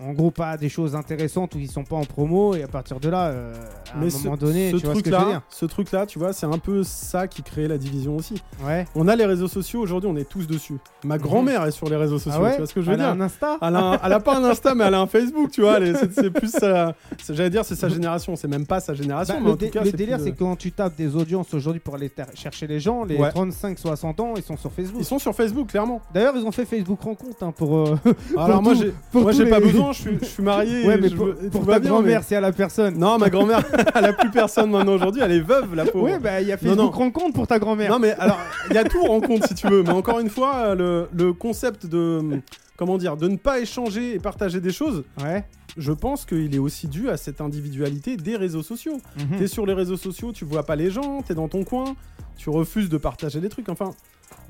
[SPEAKER 2] en gros pas des choses intéressantes ou ils sont pas en promo, et à partir de là, euh, à un
[SPEAKER 3] mais
[SPEAKER 2] moment donné, tu vois ce que je veux dire.
[SPEAKER 3] là, ce truc là, tu vois, c'est un peu ça qui crée la division aussi.
[SPEAKER 2] Ouais.
[SPEAKER 3] On a les réseaux sociaux aujourd'hui, on est tous dessus. Ma grand-mère est sur les réseaux sociaux,
[SPEAKER 2] Mhm. Ah ouais
[SPEAKER 3] tu vois ce que je veux
[SPEAKER 2] Elle a
[SPEAKER 3] dire Ah,
[SPEAKER 2] un Insta
[SPEAKER 3] Elle a, un- elle a pas un Insta, mais elle a un Facebook, tu vois. elle est- C'est c'est plus sa. c'est- J'allais dire, c'est sa génération. C'est même pas sa génération.
[SPEAKER 2] Bah,
[SPEAKER 3] mais en
[SPEAKER 2] le,
[SPEAKER 3] tout
[SPEAKER 2] dé-
[SPEAKER 3] cas,
[SPEAKER 2] le
[SPEAKER 3] c'est
[SPEAKER 2] délire,
[SPEAKER 3] plus
[SPEAKER 2] c'est
[SPEAKER 3] de-
[SPEAKER 2] que quand tu tapes des audiences aujourd'hui pour aller ter- chercher les gens, les
[SPEAKER 3] Ouais.
[SPEAKER 2] 35-60 ans, ils sont sur Facebook.
[SPEAKER 3] euh, Ils sont sur Facebook, clairement.
[SPEAKER 2] D'ailleurs, ils ont fait Facebook rencontre hein, pour. euh,
[SPEAKER 3] Alors, moi,
[SPEAKER 2] tout-
[SPEAKER 3] j'ai
[SPEAKER 2] pour
[SPEAKER 3] moi,
[SPEAKER 2] tous
[SPEAKER 3] j'ai pas
[SPEAKER 2] les-
[SPEAKER 3] besoin. Je suis, je suis marié.
[SPEAKER 2] ouais,
[SPEAKER 3] et
[SPEAKER 2] mais
[SPEAKER 3] je
[SPEAKER 2] pour,
[SPEAKER 3] veux- et
[SPEAKER 2] pour
[SPEAKER 3] tout va
[SPEAKER 2] ta
[SPEAKER 3] bien, mais-
[SPEAKER 2] grand-mère, c'est à la personne.
[SPEAKER 3] Non, ma grand-mère, elle a plus personne maintenant aujourd'hui. Elle est veuve, la pauvre.
[SPEAKER 2] Ouais, bah il y a
[SPEAKER 3] Non, non.
[SPEAKER 2] Facebook rencontre pour ta grand-mère.
[SPEAKER 3] Non mais alors, il y a tout en compte si tu veux, mais encore une fois, euh, le, le concept de comment dire, de ne pas échanger et partager des choses,
[SPEAKER 2] Ouais.
[SPEAKER 3] je pense qu'il est aussi dû à cette individualité des réseaux sociaux.
[SPEAKER 2] Mhm.
[SPEAKER 3] T'es sur les réseaux sociaux, tu vois pas les gens, t'es dans ton coin, tu refuses de partager des trucs. Enfin,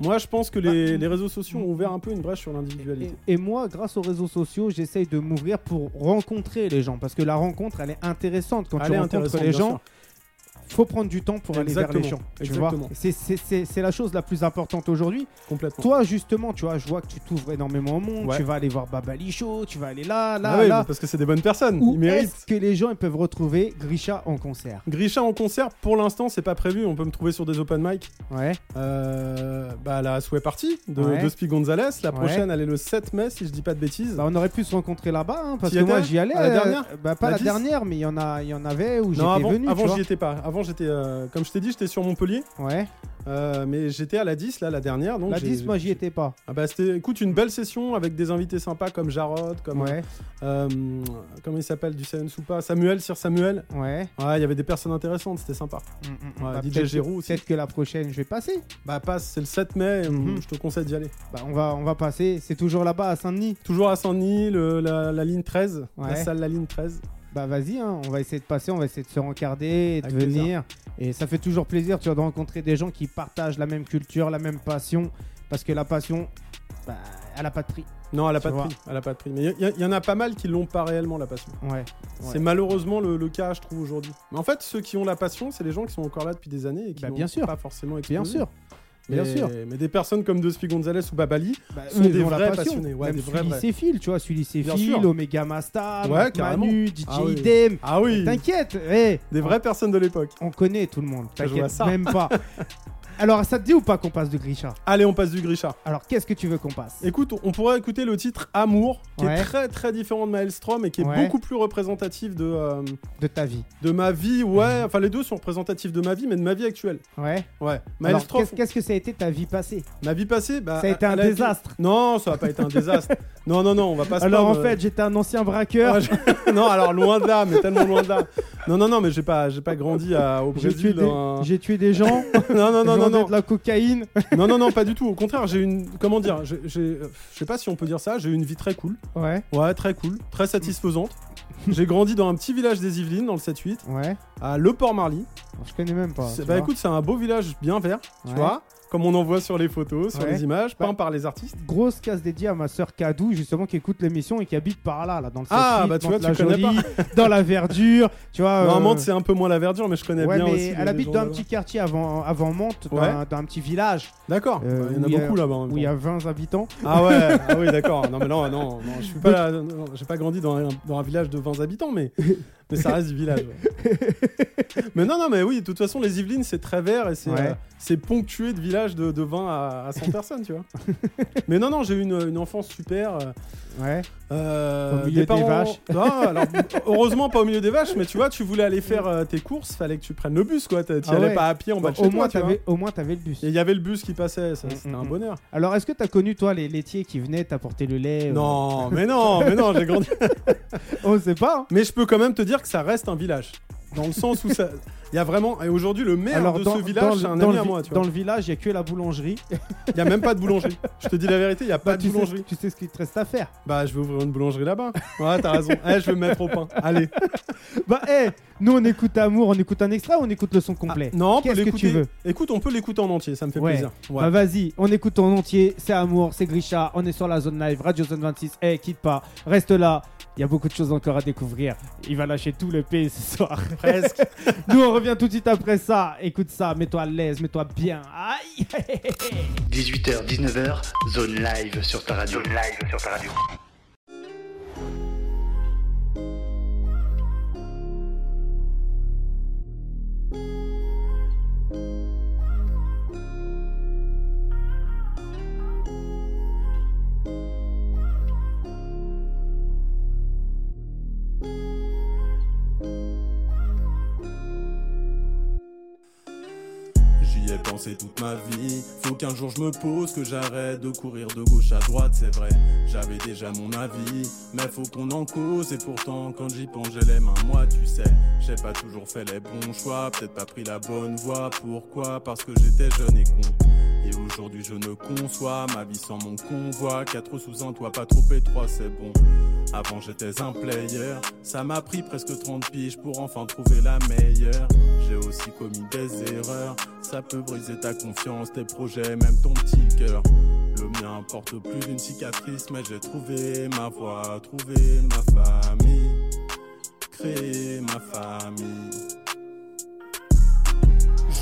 [SPEAKER 3] moi je pense que les, les réseaux sociaux ont ouvert un peu une brèche sur l'individualité.
[SPEAKER 2] Ah. Et, et moi, grâce aux réseaux sociaux, j'essaye de m'ouvrir pour rencontrer les gens. Parce que la rencontre, elle est intéressante. Quand
[SPEAKER 3] Elle
[SPEAKER 2] tu
[SPEAKER 3] est
[SPEAKER 2] rencontres
[SPEAKER 3] intéressante,
[SPEAKER 2] les
[SPEAKER 3] bien
[SPEAKER 2] gens,
[SPEAKER 3] sûr.
[SPEAKER 2] faut prendre du temps pour aller vers les gens.
[SPEAKER 3] Exactement,
[SPEAKER 2] Tu vois
[SPEAKER 3] exactement.
[SPEAKER 2] C'est- c'est- c'est c'est la chose la plus importante aujourd'hui.
[SPEAKER 3] complètement.
[SPEAKER 2] Toi, justement, tu vois, je vois que tu t'ouvres énormément au monde.
[SPEAKER 3] Ouais.
[SPEAKER 2] Tu vas aller voir Babali Show, tu vas aller là, là,
[SPEAKER 3] Ah ouais,
[SPEAKER 2] là.
[SPEAKER 3] bah, parce que c'est des bonnes personnes,
[SPEAKER 2] Où
[SPEAKER 3] ils
[SPEAKER 2] est-ce
[SPEAKER 3] méritent.
[SPEAKER 2] que les gens ils peuvent retrouver Grisha en concert
[SPEAKER 3] Grisha en concert, pour l'instant c'est pas prévu, on peut me trouver sur des open mic.
[SPEAKER 2] Ouais.
[SPEAKER 3] Euh, bah, la souhait partie de,
[SPEAKER 2] Ouais.
[SPEAKER 3] de Spi Gonzalez. La
[SPEAKER 2] Ouais.
[SPEAKER 3] prochaine, elle est le 7 mai, si je dis pas de bêtises.
[SPEAKER 2] Bah, on aurait pu se rencontrer là-bas, hein, parce
[SPEAKER 3] T'y
[SPEAKER 2] que moi
[SPEAKER 3] étais
[SPEAKER 2] j'y allais.
[SPEAKER 3] À la
[SPEAKER 2] euh,
[SPEAKER 3] dernière
[SPEAKER 2] bah, pas
[SPEAKER 3] La
[SPEAKER 2] la,
[SPEAKER 3] 10?
[SPEAKER 2] dernière, mais il y en a, il y en avait où j'étais
[SPEAKER 3] non, avant,
[SPEAKER 2] venu. tu
[SPEAKER 3] avant,
[SPEAKER 2] vois.
[SPEAKER 3] j'y étais pas. Avant, j'étais, euh, comme je t'ai dit, j'étais sur Montpellier.
[SPEAKER 2] Ouais.
[SPEAKER 3] Euh, mais j'étais à la 10, là, la dernière. Donc
[SPEAKER 2] La
[SPEAKER 3] j'ai-
[SPEAKER 2] 10, moi j'y étais pas.
[SPEAKER 3] Ah bah, c'était, écoute, une belle session avec des invités sympas comme Jarod, comme.
[SPEAKER 2] Ouais.
[SPEAKER 3] euh, comment il s'appelle Du Sayon Soupa. Samuel, Sir Samuel.
[SPEAKER 2] Ouais.
[SPEAKER 3] Ouais, il y avait des personnes intéressantes, c'était sympa.
[SPEAKER 2] Mm, mm, mm.
[SPEAKER 3] Ouais,
[SPEAKER 2] Bah,
[SPEAKER 3] DJ
[SPEAKER 2] peut-être-
[SPEAKER 3] Géraud aussi.
[SPEAKER 2] Peut-être que la prochaine, je vais passer.
[SPEAKER 3] Bah, passe, c'est le 7 mai,
[SPEAKER 2] Mhm.
[SPEAKER 3] je te conseille d'y aller.
[SPEAKER 2] Bah, on va, on va passer. C'est toujours là-bas à Saint-Denis.
[SPEAKER 3] Toujours à Saint-Denis, le- la, la ligne 13, la
[SPEAKER 2] Ouais.
[SPEAKER 3] salle, la ligne 13.
[SPEAKER 2] Bah, vas-y, hein, on va essayer de passer, on va essayer de se rencarder, et de
[SPEAKER 3] Avec
[SPEAKER 2] venir. Et ça fait toujours plaisir, tu vois, de rencontrer des gens qui partagent la même culture, la même passion. Parce que la passion, bah, elle a pas de prix.
[SPEAKER 3] Non, elle a
[SPEAKER 2] Tu
[SPEAKER 3] pas de
[SPEAKER 2] vois.
[SPEAKER 3] prix. Elle a pas de prix. Mais il y, a- il y en a pas mal qui l'ont pas réellement, la passion.
[SPEAKER 2] Ouais. Ouais.
[SPEAKER 3] C'est malheureusement le, le cas, je trouve, aujourd'hui. Mais en fait, ceux qui ont la passion, c'est les gens qui sont encore là depuis des années et qui
[SPEAKER 2] Bah,
[SPEAKER 3] n'ont
[SPEAKER 2] bien sûr.
[SPEAKER 3] pas forcément
[SPEAKER 2] Bien
[SPEAKER 3] explosé.
[SPEAKER 2] sûr.
[SPEAKER 3] Mais,
[SPEAKER 2] Bien sûr.
[SPEAKER 3] Mais des personnes comme Despi Gonzalez ou Babali,
[SPEAKER 2] Bah,
[SPEAKER 3] sont
[SPEAKER 2] eux,
[SPEAKER 3] des
[SPEAKER 2] ils ont la
[SPEAKER 3] vrais
[SPEAKER 2] passion.
[SPEAKER 3] passionnés, ouais,
[SPEAKER 2] Même
[SPEAKER 3] des vrais,
[SPEAKER 2] Sully
[SPEAKER 3] vrais.
[SPEAKER 2] Céphile, tu vois, Sully
[SPEAKER 3] Bien
[SPEAKER 2] Céphile,
[SPEAKER 3] sûr.
[SPEAKER 2] Omega Mastar,
[SPEAKER 3] Ouais, carrément.
[SPEAKER 2] Manu, DJ
[SPEAKER 3] Ah oui.
[SPEAKER 2] Idem.
[SPEAKER 3] ah oui,
[SPEAKER 2] T'inquiète, hey,
[SPEAKER 3] des vraies personnes de l'époque.
[SPEAKER 2] on connaît tout le monde.
[SPEAKER 3] Ça joue à
[SPEAKER 2] T'inquiète
[SPEAKER 3] ça.
[SPEAKER 2] même pas. Alors, ça te dit ou pas qu'on passe de Grisha
[SPEAKER 3] Allez, on passe du Grisha.
[SPEAKER 2] Alors, qu'est-ce que tu veux qu'on passe
[SPEAKER 3] Écoute, on pourrait écouter le titre Amour, qui
[SPEAKER 2] Ouais.
[SPEAKER 3] est très très différent de Maelstrom et qui est
[SPEAKER 2] Ouais.
[SPEAKER 3] beaucoup plus représentatif de, euh,
[SPEAKER 2] de ta vie
[SPEAKER 3] de ma vie. Ouais, enfin les deux sont représentatifs de ma vie, mais de ma vie actuelle.
[SPEAKER 2] Ouais.
[SPEAKER 3] Ouais.
[SPEAKER 2] Alors,
[SPEAKER 3] Maelstrom,
[SPEAKER 2] qu'est-ce qu'est-ce que ça a été ta vie passée
[SPEAKER 3] ma vie passée, bah,
[SPEAKER 2] Ça a été un
[SPEAKER 3] elle été-
[SPEAKER 2] désastre.
[SPEAKER 3] Non, ça n'a pas été un désastre. non, non, non, on va pas se
[SPEAKER 2] Alors, en
[SPEAKER 3] plaindre.
[SPEAKER 2] fait, j'étais un ancien braqueur.
[SPEAKER 3] Ouais, je- non, alors loin de là, mais tellement loin de là. Non, non, non, mais j'ai pas, j'ai pas grandi à- au
[SPEAKER 2] J'ai tué,
[SPEAKER 3] Brésil.
[SPEAKER 2] des...
[SPEAKER 3] hein.
[SPEAKER 2] j'ai tué des gens.
[SPEAKER 3] Non, non,
[SPEAKER 2] j'ai
[SPEAKER 3] non, non,
[SPEAKER 2] vendé
[SPEAKER 3] non,
[SPEAKER 2] de la cocaïne.
[SPEAKER 3] non, non, non, pas du tout. Au contraire, j'ai une, comment dire, j'ai, j'ai- euh, je sais pas si on peut dire ça, j'ai eu une vie très cool.
[SPEAKER 2] Ouais,
[SPEAKER 3] Ouais, très cool, très satisfaisante. J'ai grandi dans un petit village des Yvelines, dans le 7-8,
[SPEAKER 2] ouais.
[SPEAKER 3] à Le Port-Marly.
[SPEAKER 2] Alors, je connais même pas.
[SPEAKER 3] C'est-
[SPEAKER 2] tu
[SPEAKER 3] bah
[SPEAKER 2] vois.
[SPEAKER 3] écoute, c'est un beau village bien vert, tu
[SPEAKER 2] Ouais.
[SPEAKER 3] vois, comme on en voit sur les photos, sur
[SPEAKER 2] Ouais.
[SPEAKER 3] les images,
[SPEAKER 2] Bah-
[SPEAKER 3] peint par les artistes.
[SPEAKER 2] Grosse case dédiée à ma sœur Kadou, justement, qui écoute l'émission et qui habite par là, là, dans le
[SPEAKER 3] Ah,
[SPEAKER 2] 7-8,
[SPEAKER 3] bah, tu
[SPEAKER 2] dans
[SPEAKER 3] vois,
[SPEAKER 2] la
[SPEAKER 3] tu connais
[SPEAKER 2] jolie, dans la verdure, tu vois.
[SPEAKER 3] Non,
[SPEAKER 2] euh,
[SPEAKER 3] Mantes, c'est un peu moins la verdure, mais je connais
[SPEAKER 2] ouais,
[SPEAKER 3] bien
[SPEAKER 2] mais
[SPEAKER 3] aussi. les-
[SPEAKER 2] elle
[SPEAKER 3] les
[SPEAKER 2] habite
[SPEAKER 3] gens
[SPEAKER 2] dans un
[SPEAKER 3] là-bas.
[SPEAKER 2] petit quartier avant, avant Mantes, dans,
[SPEAKER 3] Ouais.
[SPEAKER 2] un, dans un petit village
[SPEAKER 3] D'accord,
[SPEAKER 2] Euh,
[SPEAKER 3] bah, il y en
[SPEAKER 2] où il y
[SPEAKER 3] a
[SPEAKER 2] a-
[SPEAKER 3] beaucoup là-bas. en même
[SPEAKER 2] où il y
[SPEAKER 3] temps.
[SPEAKER 2] a 20 habitants.
[SPEAKER 3] Ah ouais, ah oui, d'accord. Non, mais non, non, non, je suis pas, non, j'ai pas grandi dans un, dans un village de 20 habitants, mais
[SPEAKER 6] Mais ça reste du village. ouais. mais non, non, mais oui, de toute façon, les Yvelines, c'est très vert et c'est
[SPEAKER 2] Ouais.
[SPEAKER 6] euh, c'est ponctué de villages de, de 20 à, à 100 personnes, tu vois. mais non, non, j'ai eu une, une enfance super. euh,
[SPEAKER 2] Ouais.
[SPEAKER 6] euh,
[SPEAKER 2] Au milieu des
[SPEAKER 6] parents-
[SPEAKER 2] vaches.
[SPEAKER 6] Ah, alors, heureusement, pas au milieu des vaches, mais tu vois, tu voulais aller faire euh, tes courses, fallait que tu prennes le bus, quoi. T'as- Tu
[SPEAKER 2] Ah
[SPEAKER 6] allais
[SPEAKER 2] ouais.
[SPEAKER 6] pas à pied en bas de bah,
[SPEAKER 2] Bon,
[SPEAKER 6] chez
[SPEAKER 2] au, moins,
[SPEAKER 6] toi, tu vois.
[SPEAKER 2] t'avais- au moins, t'avais le bus.
[SPEAKER 6] Et il y avait le bus qui passait, ça,
[SPEAKER 2] Mm,
[SPEAKER 6] c'était
[SPEAKER 2] mm,
[SPEAKER 6] un
[SPEAKER 2] mm.
[SPEAKER 6] bonheur.
[SPEAKER 2] Alors, est-ce que t'as connu, toi, les laitiers qui venaient t'apporter le lait euh,
[SPEAKER 6] Non, mais non, mais non, j'ai grandi.
[SPEAKER 2] On sait pas. hein.
[SPEAKER 6] Mais je peux quand même te dire que ça reste un village. Dans le sens où ça. Il y a vraiment. Et aujourd'hui, le maire
[SPEAKER 2] Alors,
[SPEAKER 6] de
[SPEAKER 2] dans,
[SPEAKER 6] ce
[SPEAKER 2] dans
[SPEAKER 6] village,
[SPEAKER 2] le-
[SPEAKER 6] c'est un
[SPEAKER 2] dans
[SPEAKER 6] ami
[SPEAKER 2] le
[SPEAKER 6] à
[SPEAKER 2] vi-
[SPEAKER 6] moi, tu
[SPEAKER 2] Dans
[SPEAKER 6] vois.
[SPEAKER 2] le village, il y a que la boulangerie.
[SPEAKER 6] Il n'y a même pas de boulangerie. Je te dis la vérité, il n'y a pas
[SPEAKER 2] Bah,
[SPEAKER 6] de
[SPEAKER 2] tu, sais,
[SPEAKER 6] boulangerie.
[SPEAKER 2] tu sais ce qu'il te reste à faire.
[SPEAKER 6] Bah, je vais ouvrir une boulangerie là-bas. Ouais, t'as raison. Eh, je vais me mettre au pain. Allez.
[SPEAKER 2] Bah, hé, nous, on écoute Amour, on écoute un extrait ou on écoute le son complet
[SPEAKER 6] Ah, non, on peut
[SPEAKER 2] Qu'est-ce que tu
[SPEAKER 6] l'écouter.
[SPEAKER 2] veux
[SPEAKER 6] Écoute, on peut l'écouter en entier, ça me fait
[SPEAKER 2] Ouais.
[SPEAKER 6] plaisir. Ouais.
[SPEAKER 2] Bah vas-y, on écoute en entier, c'est Amour, c'est Grisha, on est sur la zone live, Radio Zone 26, eh quitte pas, reste là, il y a beaucoup de choses encore à découvrir, il va lâcher tout le pays ce soir.
[SPEAKER 6] Presque.
[SPEAKER 2] Nous on revient tout de suite après ça, écoute ça, mets-toi à l'aise, mets-toi bien, aïe
[SPEAKER 1] 18h, 19h, zone live sur ta radio. Zone live sur ta radio.
[SPEAKER 3] J'y ai pensé toute ma vie. Faut qu'un jour je me pose, que j'arrête de courir de gauche à droite, c'est vrai. J'avais déjà mon avis, mais faut qu'on en cause. Et pourtant, quand j'y pense, j'ai les mains, moi, tu sais. J'ai pas toujours fait les bons choix, peut-être pas pris la bonne voie. Pourquoi Parce que j'étais jeune et con. Et aujourd'hui, je ne conçois ma vie sans mon convoi. Quatre sous un toit, pas trop étroit, c'est bon. Avant, j'étais un player. Ça m'a pris presque 30 piges pour enfin trouver la meilleure. J'ai aussi commis des erreurs. Ça peut briser ta confiance, tes projets, même ton petit cœur. Le mien porte plus d'une cicatrice, mais j'ai trouvé ma voie, trouvé ma famille, créé ma famille.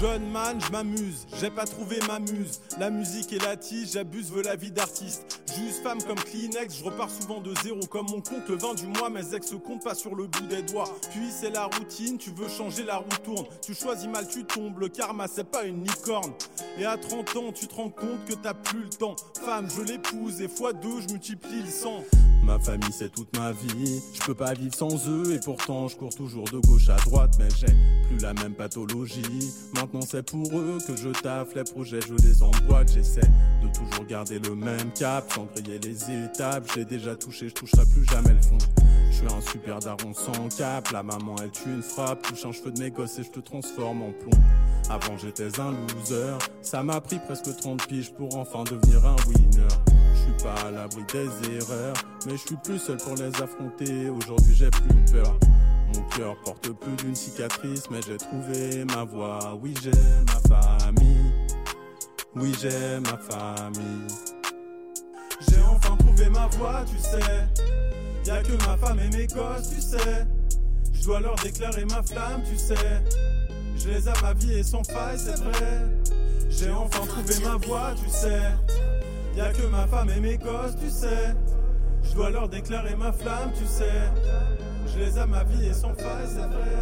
[SPEAKER 3] Jeune man, je m'amuse, j'ai pas trouvé ma muse. La musique et la tige, j'abuse, veux la vie d'artiste. Juste femme comme Kleenex, je repars souvent de zéro. Comme on compte le 20 du mois, mes ex se comptent pas sur le bout des doigts. Puis c'est la routine, tu veux changer, la roue tourne. Tu choisis mal, tu tombes, le karma c'est pas une licorne. Et à 30 ans, tu te rends compte que t'as plus le temps. Femme, je l'épouse et fois deux, je multiplie le sang. Ma famille, c'est toute ma vie. Je peux pas vivre sans eux et pourtant, je cours toujours de gauche à droite. Mais j'ai plus la même pathologie. Maintenant, c'est pour eux que je taffe les projets, je les emboîte. J'essaie de toujours garder le même cap sans griller les étapes. J'ai déjà touché, je toucherai plus jamais le fond. Je suis un super daron sans cap. La maman est une frappe. Touche un cheveu de mes gosses et je te transforme en plomb. Avant j'étais un loser, ça m'a pris presque 30 piges pour enfin devenir un winner. Je suis pas à l'abri des erreurs, mais je suis plus seul pour les affronter. Aujourd'hui j'ai plus peur. Mon cœur porte plus d'une cicatrice, mais j'ai trouvé ma voie. Oui j'ai ma famille, oui j'ai ma famille. J'ai enfin trouvé ma voie, tu sais. Y'a que ma femme et mes gosses, tu sais. Je dois leur déclarer ma flamme, tu sais. Je les aime ma vie et sans faille, c'est vrai. J'ai enfin trouvé ma voie, tu sais. Y a que ma femme et mes gosses, tu sais. Je dois leur déclarer ma flamme, tu sais. Je les aime ma vie et sans faille, c'est vrai.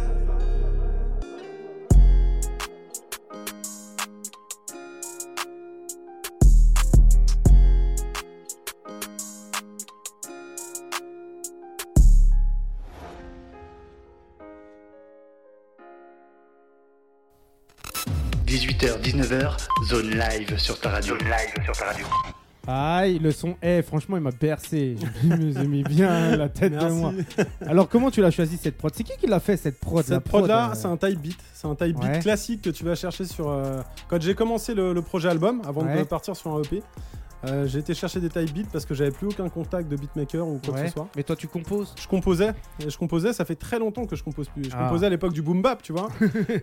[SPEAKER 1] Zone live sur ta radio. 18h, 19h, zone live sur ta radio. Zone live sur ta radio.
[SPEAKER 2] Aïe, le son, eh franchement il m'a bercé, j'ai mis- j'ai mis bien la tête de
[SPEAKER 6] Merci.
[SPEAKER 2] moi. Alors comment tu l'as choisi cette prod C'est qui qui l'a fait cette prod La
[SPEAKER 6] Cette prod là,
[SPEAKER 2] euh,
[SPEAKER 6] c'est un type beat. C'est un type
[SPEAKER 2] Ouais.
[SPEAKER 6] beat classique que tu vas chercher sur. euh, Quand j'ai commencé le, le projet album, avant de
[SPEAKER 2] Ouais.
[SPEAKER 6] partir sur un EP, euh, j'ai été chercher des type beats parce que j'avais plus aucun contact de beatmaker ou quoi que
[SPEAKER 2] ouais.
[SPEAKER 6] ce soit.
[SPEAKER 2] Mais toi tu composes
[SPEAKER 6] Je composais, et je composais, ça fait très longtemps que je compose plus. Je
[SPEAKER 2] Ah.
[SPEAKER 6] composais à l'époque du boom bap, tu vois.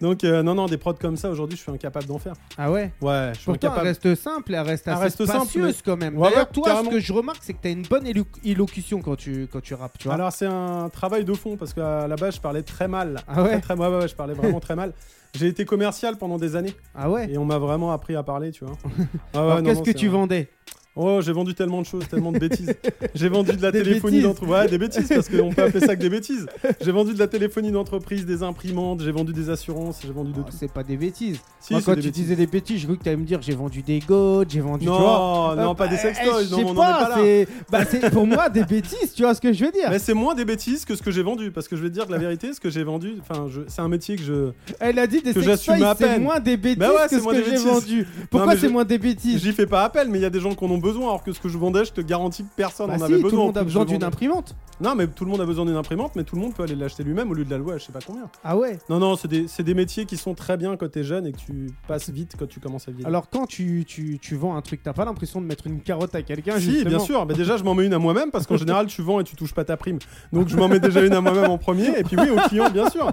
[SPEAKER 6] Donc, euh, non, non, des prods comme ça, aujourd'hui, je suis incapable d'en faire.
[SPEAKER 2] Ah ouais
[SPEAKER 6] Ouais, je suis
[SPEAKER 2] Pour toi, elle
[SPEAKER 6] incapable.
[SPEAKER 2] reste simple et elle reste
[SPEAKER 6] Elle
[SPEAKER 2] assez
[SPEAKER 6] reste simple,
[SPEAKER 2] spacieuse quand même.
[SPEAKER 6] Ouais,
[SPEAKER 2] D'ailleurs,
[SPEAKER 6] ouais,
[SPEAKER 2] toi,
[SPEAKER 6] carrément.
[SPEAKER 2] ce que je remarque, c'est que t'as une bonne élo- élocution quand tu, quand tu rappes, tu vois.
[SPEAKER 6] Alors, c'est un travail de fond parce qu'à la base, je parlais très mal.
[SPEAKER 2] Ah ouais
[SPEAKER 6] très, très- ouais, ouais, je parlais vraiment très mal. J'ai été commercial pendant des années
[SPEAKER 2] ah ouais
[SPEAKER 6] et on m'a vraiment appris à parler, tu vois. Ah ouais,
[SPEAKER 2] Alors,
[SPEAKER 6] non,
[SPEAKER 2] qu'est-ce
[SPEAKER 6] non,
[SPEAKER 2] que
[SPEAKER 6] c'est
[SPEAKER 2] tu
[SPEAKER 6] un-
[SPEAKER 2] vendais
[SPEAKER 3] Oh, j'ai vendu tellement de choses, tellement de bêtises. J'ai vendu de la
[SPEAKER 2] Des
[SPEAKER 3] téléphonie
[SPEAKER 2] bêtises.
[SPEAKER 3] d'entreprise. Ouais, des bêtises, parce qu'on peut appeler ça que des bêtises. J'ai vendu de la téléphonie d'entreprise, des imprimantes, j'ai vendu des assurances, j'ai vendu de
[SPEAKER 2] Oh,
[SPEAKER 3] tout.
[SPEAKER 2] c'est pas des bêtises.
[SPEAKER 3] Si,
[SPEAKER 2] Moi,
[SPEAKER 3] c'est
[SPEAKER 2] quand
[SPEAKER 3] des
[SPEAKER 2] tu
[SPEAKER 3] bêtises.
[SPEAKER 2] disais des bêtises, je cru que t'allais me dire j'ai vendu des godes, j'ai vendu. tu vois.
[SPEAKER 3] Non, non,
[SPEAKER 2] Euh,
[SPEAKER 3] pas des
[SPEAKER 2] bah,
[SPEAKER 3] sextoys,
[SPEAKER 2] je
[SPEAKER 3] non,
[SPEAKER 2] sais
[SPEAKER 3] on en est
[SPEAKER 2] pas,
[SPEAKER 3] pas là.
[SPEAKER 2] c'est- bah, c'est pour moi des bêtises, tu vois ce que je veux dire.
[SPEAKER 3] Mais c'est moins des bêtises que ce que j'ai vendu, parce que je vais te dire que la vérité, ce que j'ai vendu, enfin, je- c'est un métier que je.
[SPEAKER 2] Elle a dit des
[SPEAKER 3] que j'assume
[SPEAKER 2] sextoys,
[SPEAKER 3] à
[SPEAKER 2] c'est
[SPEAKER 3] peine.
[SPEAKER 2] moins des bêtises
[SPEAKER 3] Bah ouais,
[SPEAKER 2] que
[SPEAKER 3] c'est
[SPEAKER 2] ce
[SPEAKER 3] moins
[SPEAKER 2] que
[SPEAKER 3] des
[SPEAKER 2] j'ai
[SPEAKER 3] bêtises.
[SPEAKER 2] vendu. Pourquoi
[SPEAKER 3] mais
[SPEAKER 2] c'est
[SPEAKER 3] je-
[SPEAKER 2] moins des bêtises
[SPEAKER 3] J'y fais pas appel, mais il y a des gens qui en ont besoin, alors que ce que je vendais, je te garantis que personne
[SPEAKER 2] Bah
[SPEAKER 3] en
[SPEAKER 2] si,
[SPEAKER 3] avait besoin.
[SPEAKER 2] tout le
[SPEAKER 3] au
[SPEAKER 2] monde a
[SPEAKER 3] prix que je
[SPEAKER 2] besoin d'une
[SPEAKER 3] vendais.
[SPEAKER 2] imprimante.
[SPEAKER 3] Non, mais tout le monde a besoin d'une imprimante, mais tout le monde peut aller l'acheter lui-même au lieu de la louer à je sais pas combien.
[SPEAKER 2] Ah ouais
[SPEAKER 3] Non, non, c'est des, c'est des métiers qui sont très bien quand t'es jeune et que tu passes vite quand tu commences à vieillir.
[SPEAKER 2] Alors quand tu, tu, tu vends un truc, t'as pas l'impression de mettre une carotte à quelqu'un
[SPEAKER 3] si,
[SPEAKER 2] justement
[SPEAKER 3] bien sûr. Bah déjà, je m'en mets une à moi-même parce qu'en général, tu vends et tu touches pas ta prime. Donc, je m'en mets déjà une à moi-même en premier. Et puis, oui, au client, bien sûr.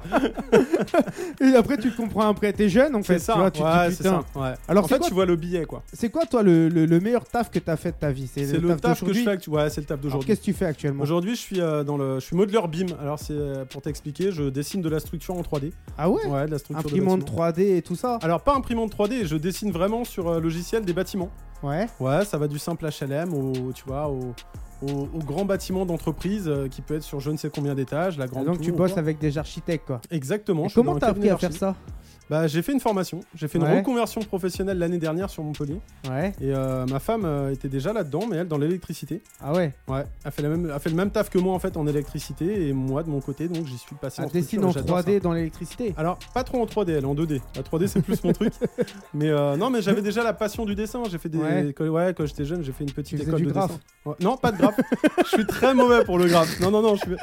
[SPEAKER 2] Et après tu le comprends après, t'es jeune en fait.
[SPEAKER 3] C'est ça.
[SPEAKER 2] tu vois, tu te
[SPEAKER 3] ouais,
[SPEAKER 2] dis,
[SPEAKER 3] c'est
[SPEAKER 2] putain.
[SPEAKER 3] ça. Ouais.
[SPEAKER 2] Alors,
[SPEAKER 3] en
[SPEAKER 2] c'est
[SPEAKER 3] fait,
[SPEAKER 2] quoi-
[SPEAKER 3] tu vois le billet, quoi.
[SPEAKER 2] C'est quoi toi le, le- le meilleur taf que t'as fait de ta vie
[SPEAKER 3] C'est le taf, que je
[SPEAKER 2] d'aujourd'hui
[SPEAKER 3] fais. actu- Ouais, c'est le taf
[SPEAKER 2] Alors,
[SPEAKER 3] d'aujourd'hui.
[SPEAKER 2] Qu'est-ce que tu fais actuellement
[SPEAKER 3] Aujourd'hui, je suis euh, dans le, je suis modeleur BIM. Alors, c'est euh, pour t'expliquer, je dessine de la structure en 3D.
[SPEAKER 2] Ah ouais
[SPEAKER 3] Ouais, de la structure. de
[SPEAKER 2] Imprimante
[SPEAKER 3] bâtiment.
[SPEAKER 2] 3D et tout ça
[SPEAKER 3] Alors, pas imprimante 3D. Je dessine vraiment sur euh, logiciel des bâtiments.
[SPEAKER 2] Ouais.
[SPEAKER 3] Ouais, ça va du simple HLM au, tu vois, au, au- au grand bâtiment d'entreprise euh, qui peut être sur je ne sais combien d'étages, la grande.
[SPEAKER 2] Donc tu
[SPEAKER 3] tour ou
[SPEAKER 2] bosses
[SPEAKER 3] quoi.
[SPEAKER 2] avec des architectes quoi.
[SPEAKER 3] Exactement.
[SPEAKER 2] Et
[SPEAKER 3] je suis
[SPEAKER 2] comment
[SPEAKER 3] dans un
[SPEAKER 2] t'as appris
[SPEAKER 3] cabinet
[SPEAKER 2] à faire
[SPEAKER 3] d'archi.
[SPEAKER 2] ça
[SPEAKER 3] Bah, j'ai fait une formation. J'ai fait une
[SPEAKER 2] Ouais.
[SPEAKER 3] reconversion professionnelle l'année dernière sur Montpellier.
[SPEAKER 2] Ouais.
[SPEAKER 3] Et euh, ma femme euh, était déjà là-dedans, mais elle dans l'électricité.
[SPEAKER 2] Ah ouais.
[SPEAKER 3] Ouais, a fait, la même, a fait le même taf que moi en fait en électricité. Et moi de mon côté, donc j'y suis passé
[SPEAKER 2] Elle
[SPEAKER 3] en
[SPEAKER 2] dessine
[SPEAKER 3] structure,
[SPEAKER 2] en
[SPEAKER 3] j'adore ça.
[SPEAKER 2] 3D Ah, dans l'électricité.
[SPEAKER 3] Alors, pas trop en 3D, elle est en 2D. La 3D, c'est plus mon truc. Mais euh, non, mais j'avais déjà la passion du dessin. J'ai fait des.
[SPEAKER 2] Ouais.
[SPEAKER 3] Quand, ouais, quand j'étais jeune, j'ai fait une petite
[SPEAKER 2] faisais
[SPEAKER 3] école
[SPEAKER 2] du
[SPEAKER 3] de
[SPEAKER 2] graphe.
[SPEAKER 3] dessin. Ouais. Non, pas de graphe. je suis très mauvais pour le graphe. Non, non, non, je suis,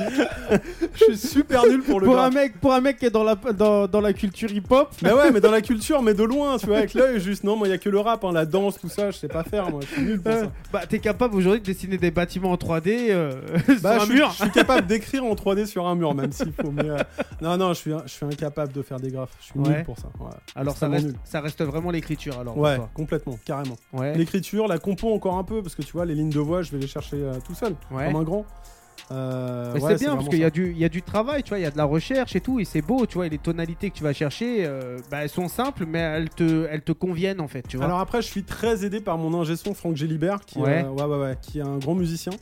[SPEAKER 3] je suis super nul pour le
[SPEAKER 2] Pour un,
[SPEAKER 3] graphe.
[SPEAKER 2] mec, pour un mec qui est dans la, dans, dans la culture hip-hop,
[SPEAKER 3] Mais ouais, mais dans la culture, mais de loin, tu vois, avec l'œil, juste non, moi, il y a que le rap, hein, la danse, tout ça, je sais pas faire, moi, je suis nul pour
[SPEAKER 2] euh,
[SPEAKER 3] ça.
[SPEAKER 2] bah, t'es capable aujourd'hui de dessiner des bâtiments en 3D euh,
[SPEAKER 3] Bah,
[SPEAKER 2] sur un
[SPEAKER 3] je, suis,
[SPEAKER 2] mur.
[SPEAKER 3] je suis capable d'écrire en 3D sur un mur, même s'il faut. Mais, euh, non, non, je suis, je suis incapable de faire des graphes. Je suis
[SPEAKER 2] Ouais.
[SPEAKER 3] nul pour ça. ouais.
[SPEAKER 2] Alors ça
[SPEAKER 3] extrêmement
[SPEAKER 2] reste,
[SPEAKER 3] nul.
[SPEAKER 2] ça reste vraiment l'écriture alors. pour
[SPEAKER 3] Ouais,
[SPEAKER 2] toi.
[SPEAKER 3] complètement, carrément.
[SPEAKER 2] Ouais.
[SPEAKER 3] L'écriture, la compo encore un peu, parce que tu vois, les lignes de voix, je vais les chercher euh, tout seul,
[SPEAKER 2] Ouais.
[SPEAKER 3] comme un grand. Euh,
[SPEAKER 2] Mais
[SPEAKER 3] ouais,
[SPEAKER 2] c'est bien parce
[SPEAKER 3] vraiment
[SPEAKER 2] qu'il y,
[SPEAKER 3] ça.
[SPEAKER 2] a du- il y a du travail, tu vois, il y a de la recherche et tout, et c'est beau, tu vois, et les tonalités que tu vas chercher, euh, bah, elles sont simples, mais elles te, elles te conviennent en fait, tu vois.
[SPEAKER 3] Alors après, je suis très aidé par mon ingé son, Franck Gélibert, qui,
[SPEAKER 2] Ouais.
[SPEAKER 3] euh, ouais, ouais, ouais, qui est un grand musicien,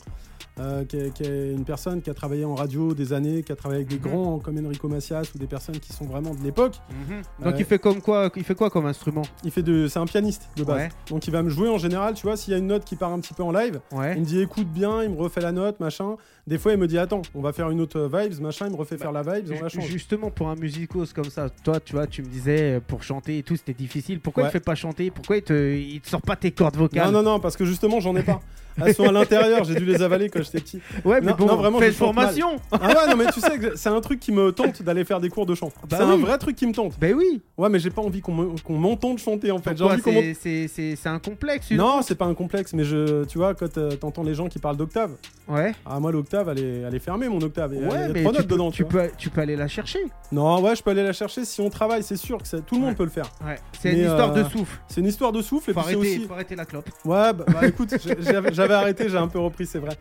[SPEAKER 3] euh, qui, est, qui est une personne qui a travaillé en radio des années, qui a travaillé avec
[SPEAKER 2] Mhm.
[SPEAKER 3] des grands comme Enrico Macias ou des personnes qui sont vraiment de l'époque.
[SPEAKER 2] Mhm. Donc
[SPEAKER 3] Ouais.
[SPEAKER 2] il fait comme quoi, il fait quoi comme instrument
[SPEAKER 3] Il fait de, c'est un pianiste de base,
[SPEAKER 2] Ouais.
[SPEAKER 3] donc il va me jouer en général. Tu vois, s'il y a une note qui part un petit peu en live,
[SPEAKER 2] Ouais.
[SPEAKER 3] il me dit écoute bien, il me refait la note, machin. Des fois, il me dit attends, on va faire une autre euh, vibes, machin. Il me refait faire la vibes, on la
[SPEAKER 2] Bah, Ju-
[SPEAKER 3] change.
[SPEAKER 2] Justement pour un musicos comme ça, toi tu vois, tu me disais euh, pour chanter et tout c'était difficile. Pourquoi il
[SPEAKER 3] Ouais.
[SPEAKER 2] te fait pas chanter Pourquoi il te, il te sort pas tes cordes vocales
[SPEAKER 3] Non, non, non, parce que justement, j'en ai pas. Elles sont à l'intérieur, j'ai dû les avaler quand j'étais petit.
[SPEAKER 2] Ouais mais
[SPEAKER 3] Non,
[SPEAKER 2] bon,
[SPEAKER 3] non, vraiment,
[SPEAKER 2] fais
[SPEAKER 3] je
[SPEAKER 2] une
[SPEAKER 3] chante mal.
[SPEAKER 2] formation.
[SPEAKER 3] Ah ouais, non, mais tu sais que c'est un truc qui me tente d'aller faire des cours de chant.
[SPEAKER 2] Bah
[SPEAKER 3] c'est un
[SPEAKER 2] oui.
[SPEAKER 3] vrai truc qui me tente.
[SPEAKER 2] Ben oui.
[SPEAKER 3] Ouais, mais j'ai pas envie qu'on me- qu'on m'entende chanter en fait. J'ai
[SPEAKER 2] Pourquoi
[SPEAKER 3] envie qu'on m'entende.
[SPEAKER 2] c'est, c'est, c'est, c'est un complexe. une-
[SPEAKER 3] Non, c'est pas un complexe, mais je, tu vois, quand euh, t'entends les gens qui parlent d'octave,
[SPEAKER 2] Ouais.
[SPEAKER 3] ah, moi, l'octave, elle est, elle est fermée, mon octave. Il y a- il y
[SPEAKER 2] Ouais
[SPEAKER 3] a
[SPEAKER 2] mais
[SPEAKER 3] trois
[SPEAKER 2] tu,
[SPEAKER 3] notes
[SPEAKER 2] peux,
[SPEAKER 3] dedans, tu
[SPEAKER 2] tu,
[SPEAKER 3] vois.
[SPEAKER 2] peux, tu peux aller la chercher.
[SPEAKER 3] Non, ouais, je peux aller la chercher si on travaille, c'est sûr que ça- tout le monde
[SPEAKER 2] Ouais.
[SPEAKER 3] peut le faire.
[SPEAKER 2] Ouais. C'est
[SPEAKER 3] Mais,
[SPEAKER 2] une histoire
[SPEAKER 3] euh,
[SPEAKER 2] de souffle.
[SPEAKER 3] C'est une histoire de souffle, et
[SPEAKER 2] Faut
[SPEAKER 3] puis c'est
[SPEAKER 2] arrêter,
[SPEAKER 3] aussi.
[SPEAKER 2] faut arrêter la clope.
[SPEAKER 3] Ouais, bah, bah, écoute, j'ai- j'avais j'avais arrêté, j'ai un peu repris, c'est vrai.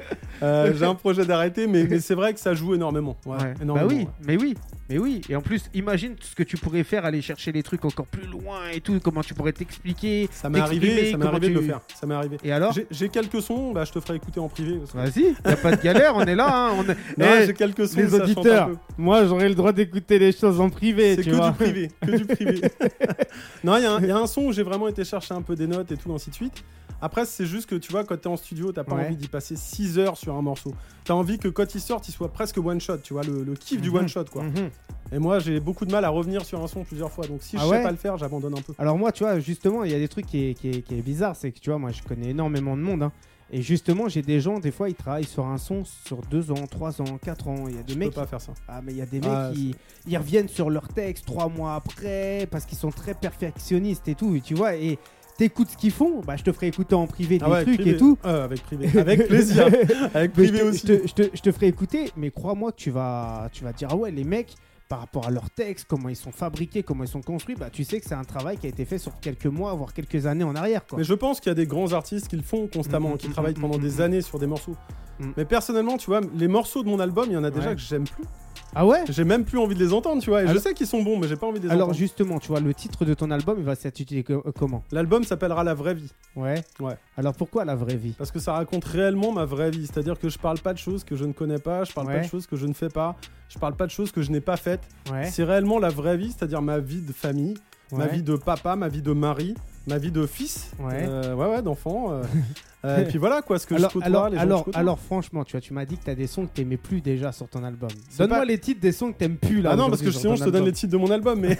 [SPEAKER 3] Euh, j'ai un projet d'arrêter, mais, mais c'est vrai que ça joue énormément. Ouais,
[SPEAKER 2] Ouais. Bah
[SPEAKER 3] énormément,
[SPEAKER 2] oui,
[SPEAKER 3] ouais.
[SPEAKER 2] mais oui, mais oui. Et en plus, imagine ce que tu pourrais faire, aller chercher les trucs encore plus loin et tout. Comment tu pourrais t'expliquer
[SPEAKER 3] Ça m'est arrivé,
[SPEAKER 2] t'exprimer,
[SPEAKER 3] ça m'est
[SPEAKER 2] comment
[SPEAKER 3] arrivé de
[SPEAKER 2] tu-
[SPEAKER 3] le faire. Ça m'est arrivé.
[SPEAKER 2] Et alors
[SPEAKER 3] J'ai- J'ai quelques sons, bah, je te ferai écouter en privé. parce que-
[SPEAKER 2] Vas-y, y a pas de galère, on est là. hein, on est-
[SPEAKER 3] Non,
[SPEAKER 2] Eh,
[SPEAKER 3] j'ai quelques sons.
[SPEAKER 2] les
[SPEAKER 3] ça chante un
[SPEAKER 2] auditeurs,
[SPEAKER 3] peu.
[SPEAKER 2] moi j'aurais le droit d'écouter les choses en privé,
[SPEAKER 3] c'est que du privé, que du privé. non, il y, a un- il y a un son où j'ai vraiment été chercher un peu des notes et tout ainsi de suite. Après, c'est juste que tu vois, quand t'es en studio, t'as pas
[SPEAKER 2] Ouais.
[SPEAKER 3] envie d'y passer 6 heures sur un morceau. T'as envie que quand il sorte, il soit presque one shot. Tu vois, le, le kiff du
[SPEAKER 2] Mhm.
[SPEAKER 3] one shot, quoi. Et moi, j'ai beaucoup de mal à revenir sur un son plusieurs fois. Donc, si
[SPEAKER 2] Ah
[SPEAKER 3] je
[SPEAKER 2] ouais
[SPEAKER 3] sais pas le faire, j'abandonne un peu.
[SPEAKER 2] Alors moi, tu vois, justement, il y a des trucs qui est, qui est- qui est bizarre, c'est que tu vois, moi je connais énormément de monde. hein. et justement, j'ai des gens, des fois, ils travaillent sur un son sur 2 ans, 3 ans, 4 ans. Il y a des
[SPEAKER 3] Je peux
[SPEAKER 2] mecs
[SPEAKER 3] pas faire ça.
[SPEAKER 2] Ah mais il y a des mecs
[SPEAKER 3] Ah,
[SPEAKER 2] qui ils reviennent sur leur texte trois mois après parce qu'ils sont très perfectionnistes et tout, et tu vois, et t'écoutes ce qu'ils font, bah je te ferai écouter en privé des
[SPEAKER 3] Ah ouais,
[SPEAKER 2] trucs
[SPEAKER 3] privé.
[SPEAKER 2] et tout.
[SPEAKER 3] Euh, avec privé. Avec plaisir. avec
[SPEAKER 2] Mais je
[SPEAKER 3] privé
[SPEAKER 2] te,
[SPEAKER 3] aussi.
[SPEAKER 2] je, te, je te- je te ferai écouter, mais crois-moi que tu vas, tu vas dire ah ouais les mecs par rapport à leur texte, comment ils sont fabriqués, comment ils sont construits, bah tu sais que c'est un travail qui a été fait sur quelques mois, voire quelques années en arrière quoi.
[SPEAKER 3] Mais je pense qu'il y a des grands artistes qui le font constamment,
[SPEAKER 2] Mhm,
[SPEAKER 3] qui
[SPEAKER 2] mhm,
[SPEAKER 3] travaillent
[SPEAKER 2] mhm,
[SPEAKER 3] pendant
[SPEAKER 2] mhm.
[SPEAKER 3] des années sur des morceaux.
[SPEAKER 2] Mhm.
[SPEAKER 3] Mais personnellement, tu vois, les morceaux de mon album, il y en a déjà
[SPEAKER 2] Ouais.
[SPEAKER 3] que j'aime plus.
[SPEAKER 2] Ah ouais
[SPEAKER 3] J'ai même plus envie de les entendre, tu vois. Et je
[SPEAKER 2] Alors-
[SPEAKER 3] sais qu'ils sont bons, mais j'ai pas envie de les
[SPEAKER 2] Alors
[SPEAKER 3] entendre.
[SPEAKER 2] justement, tu vois, le titre de ton album, il va s'intituler co- euh, comment
[SPEAKER 3] L'album s'appellera La vraie vie.
[SPEAKER 2] Ouais.
[SPEAKER 3] Ouais.
[SPEAKER 2] Alors pourquoi la vraie vie
[SPEAKER 3] Parce que ça raconte réellement ma vraie vie. C'est-à-dire que je parle pas de choses que je ne connais pas, je parle pas
[SPEAKER 2] Ouais.
[SPEAKER 3] de choses que je ne fais pas, je parle pas de choses que je n'ai pas faites.
[SPEAKER 2] Ouais.
[SPEAKER 3] C'est réellement la vraie vie, c'est-à-dire ma vie de famille, ma
[SPEAKER 2] Ouais.
[SPEAKER 3] vie de papa, ma vie de mari, ma vie de fils.
[SPEAKER 2] Ouais.
[SPEAKER 3] Euh, ouais, ouais, d'enfant. euh. Euh, et puis voilà, quoi, ce que
[SPEAKER 2] alors,
[SPEAKER 3] je côtoie,
[SPEAKER 2] alors,
[SPEAKER 3] les gens que je
[SPEAKER 2] alors,
[SPEAKER 3] côtoie.
[SPEAKER 2] alors, franchement, tu vois, tu m'as dit que t'as des sons que t'aimais plus déjà sur ton album.
[SPEAKER 3] C'est
[SPEAKER 2] Donne-moi
[SPEAKER 3] pas-
[SPEAKER 2] les titres des sons que t'aimes plus là.
[SPEAKER 3] Ah non, parce que
[SPEAKER 2] aujourd'hui sur
[SPEAKER 3] sinon
[SPEAKER 2] ton
[SPEAKER 3] je te donne les
[SPEAKER 2] album.
[SPEAKER 3] titres de mon album, mais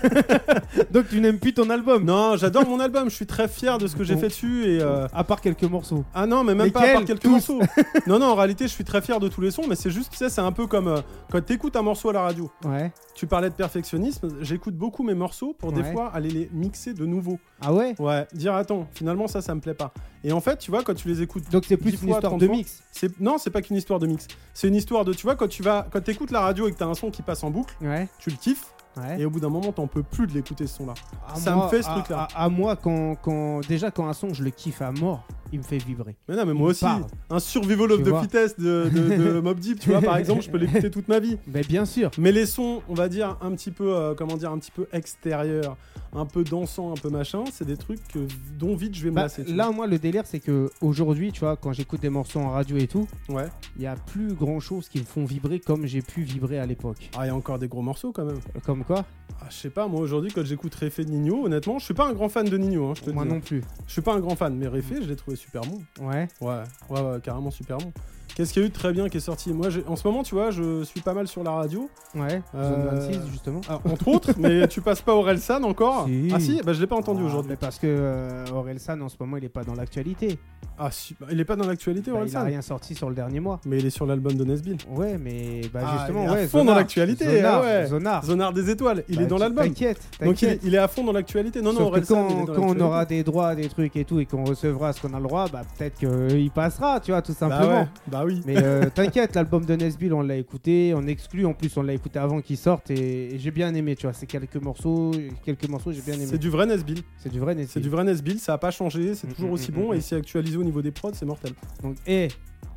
[SPEAKER 2] Donc tu n'aimes plus ton album.
[SPEAKER 3] non, j'adore mon album, je suis très fier de ce que j'ai
[SPEAKER 2] Bon.
[SPEAKER 3] fait dessus et euh,
[SPEAKER 2] À part quelques morceaux.
[SPEAKER 3] Ah non, mais même pas à
[SPEAKER 2] Lesquels
[SPEAKER 3] part quelques
[SPEAKER 2] Tous
[SPEAKER 3] morceaux. non, non, en réalité, je suis très fier de tous les sons, mais c'est juste, tu sais, c'est un peu comme euh, quand t'écoutes un morceau à la radio.
[SPEAKER 2] Ouais.
[SPEAKER 3] Tu parlais de perfectionnisme, j'écoute beaucoup mes morceaux pour des
[SPEAKER 2] Ouais.
[SPEAKER 3] fois aller les mixer de nouveau.
[SPEAKER 2] Ah ouais
[SPEAKER 3] Ouais, dire attends, finalement ça, ça me plaît pas. Et en fait, tu vois, quand tu les écoutes,
[SPEAKER 2] Donc c'est plus
[SPEAKER 3] Dix
[SPEAKER 2] une
[SPEAKER 3] fois,
[SPEAKER 2] histoire
[SPEAKER 3] 30
[SPEAKER 2] de
[SPEAKER 3] fois.
[SPEAKER 2] mix.
[SPEAKER 3] c'est non, c'est pas qu'une histoire de mix. C'est une histoire de, tu vois, quand tu vas, quand t'écoutes la radio et que t'as un son qui passe en boucle,
[SPEAKER 2] Ouais.
[SPEAKER 3] tu le kiffes,
[SPEAKER 2] Ouais.
[SPEAKER 3] et au bout d'un moment, t'en peux plus de l'écouter ce son-là.
[SPEAKER 2] À
[SPEAKER 3] ça me fait ce
[SPEAKER 2] Ah, à-
[SPEAKER 3] truc-là.
[SPEAKER 2] À, à moi, quand, quand- déjà, quand un son, je le kiffe à mort, il me fait vibrer.
[SPEAKER 3] Mais non, mais
[SPEAKER 2] Il
[SPEAKER 3] moi
[SPEAKER 2] me
[SPEAKER 3] aussi,
[SPEAKER 2] parle.
[SPEAKER 3] un survival of
[SPEAKER 2] Tu
[SPEAKER 3] the
[SPEAKER 2] vois.
[SPEAKER 3] fittest de, de, de Mobb Deep, tu vois, par exemple, je peux l'écouter toute ma vie.
[SPEAKER 2] Mais bien sûr.
[SPEAKER 3] Mais les sons, on va dire un petit peu, euh, comment dire, un petit peu extérieur, un peu dansant, un peu machin, c'est des trucs que- dont vite je vais me
[SPEAKER 2] Bah,
[SPEAKER 3] lasser. tu
[SPEAKER 2] là, moi, le délire, c'est que aujourd'hui, tu vois, quand j'écoute des morceaux en radio et tout,
[SPEAKER 3] vois. ouais.
[SPEAKER 2] il y a plus grand chose qui me font vibrer comme j'ai pu vibrer à l'époque.
[SPEAKER 3] Ah, il y a encore des gros morceaux quand même.
[SPEAKER 2] Euh, Comme quoi
[SPEAKER 3] Ah, je sais pas, moi aujourd'hui quand j'écoute Réfé de Nino, honnêtement, je suis pas un grand fan de Nino. Hein, je te le
[SPEAKER 2] Moi
[SPEAKER 3] dis.
[SPEAKER 2] non plus.
[SPEAKER 3] Je suis pas un grand fan, mais Réfé, je l'ai trouvé super bon.
[SPEAKER 2] Ouais.
[SPEAKER 3] Ouais, ouais, ouais, carrément super bon. Qu'est-ce qu'il y a eu de très bien qui est sorti Moi, j'ai- en ce moment, tu vois, je suis pas mal sur la radio,
[SPEAKER 2] Ouais.
[SPEAKER 3] Euh,
[SPEAKER 2] Zone 26, justement.
[SPEAKER 3] Ah, entre autres, mais tu passes pas Orelsan encore
[SPEAKER 2] Si.
[SPEAKER 3] Ah si, bah, je l'ai pas entendu
[SPEAKER 2] Ah,
[SPEAKER 3] aujourd'hui.
[SPEAKER 2] mais Parce que euh, Orelsan, en ce moment, il est pas dans l'actualité.
[SPEAKER 3] Ah, si, bah, il est pas dans l'actualité,
[SPEAKER 2] Bah, il a
[SPEAKER 3] Orelsan.
[SPEAKER 2] rien sorti sur le dernier mois.
[SPEAKER 3] Mais il est sur l'album de Nesbill.
[SPEAKER 2] Ouais, mais bah,
[SPEAKER 3] Ah,
[SPEAKER 2] justement,
[SPEAKER 3] il est à
[SPEAKER 2] ouais.
[SPEAKER 3] fond dans
[SPEAKER 2] Zonar.
[SPEAKER 3] l'actualité,
[SPEAKER 2] Zonar,
[SPEAKER 3] ah ouais.
[SPEAKER 2] Zonar.
[SPEAKER 3] Zonard des étoiles, il
[SPEAKER 2] Bah,
[SPEAKER 3] est dans
[SPEAKER 2] tu-
[SPEAKER 3] l'album.
[SPEAKER 2] T'inquiète,
[SPEAKER 3] Donc il est,
[SPEAKER 2] t'inquiète.
[SPEAKER 3] il est à fond dans l'actualité. Non, non,
[SPEAKER 2] Sauf que
[SPEAKER 3] Orelsan, il est
[SPEAKER 2] quand,
[SPEAKER 3] dans
[SPEAKER 2] quand on
[SPEAKER 3] l'actualité.
[SPEAKER 2] aura des droits, des trucs et tout, et qu'on recevra ce qu'on a le droit, bah peut-être qu'il passera, tu vois, tout
[SPEAKER 3] Bah
[SPEAKER 2] simplement.
[SPEAKER 3] ouais, Bah oui.
[SPEAKER 2] Mais euh, t'inquiète, l'album de Nesbill, on l'a écouté, on exclut, en plus on l'a écouté avant qu'il sorte, et, et j'ai bien aimé, tu vois, c'est quelques morceaux, quelques morceaux, j'ai bien
[SPEAKER 3] C'est
[SPEAKER 2] aimé.
[SPEAKER 3] du vrai Nesbill.
[SPEAKER 2] C'est du vrai
[SPEAKER 3] C'est
[SPEAKER 2] Nesbill.
[SPEAKER 3] du vrai Nesbill, ça a pas changé, c'est
[SPEAKER 2] Mm,
[SPEAKER 3] toujours
[SPEAKER 2] mm,
[SPEAKER 3] aussi
[SPEAKER 2] mm,
[SPEAKER 3] bon
[SPEAKER 2] mm.
[SPEAKER 3] et c'est actualisé au niveau des prods, c'est mortel.
[SPEAKER 2] Donc, hé,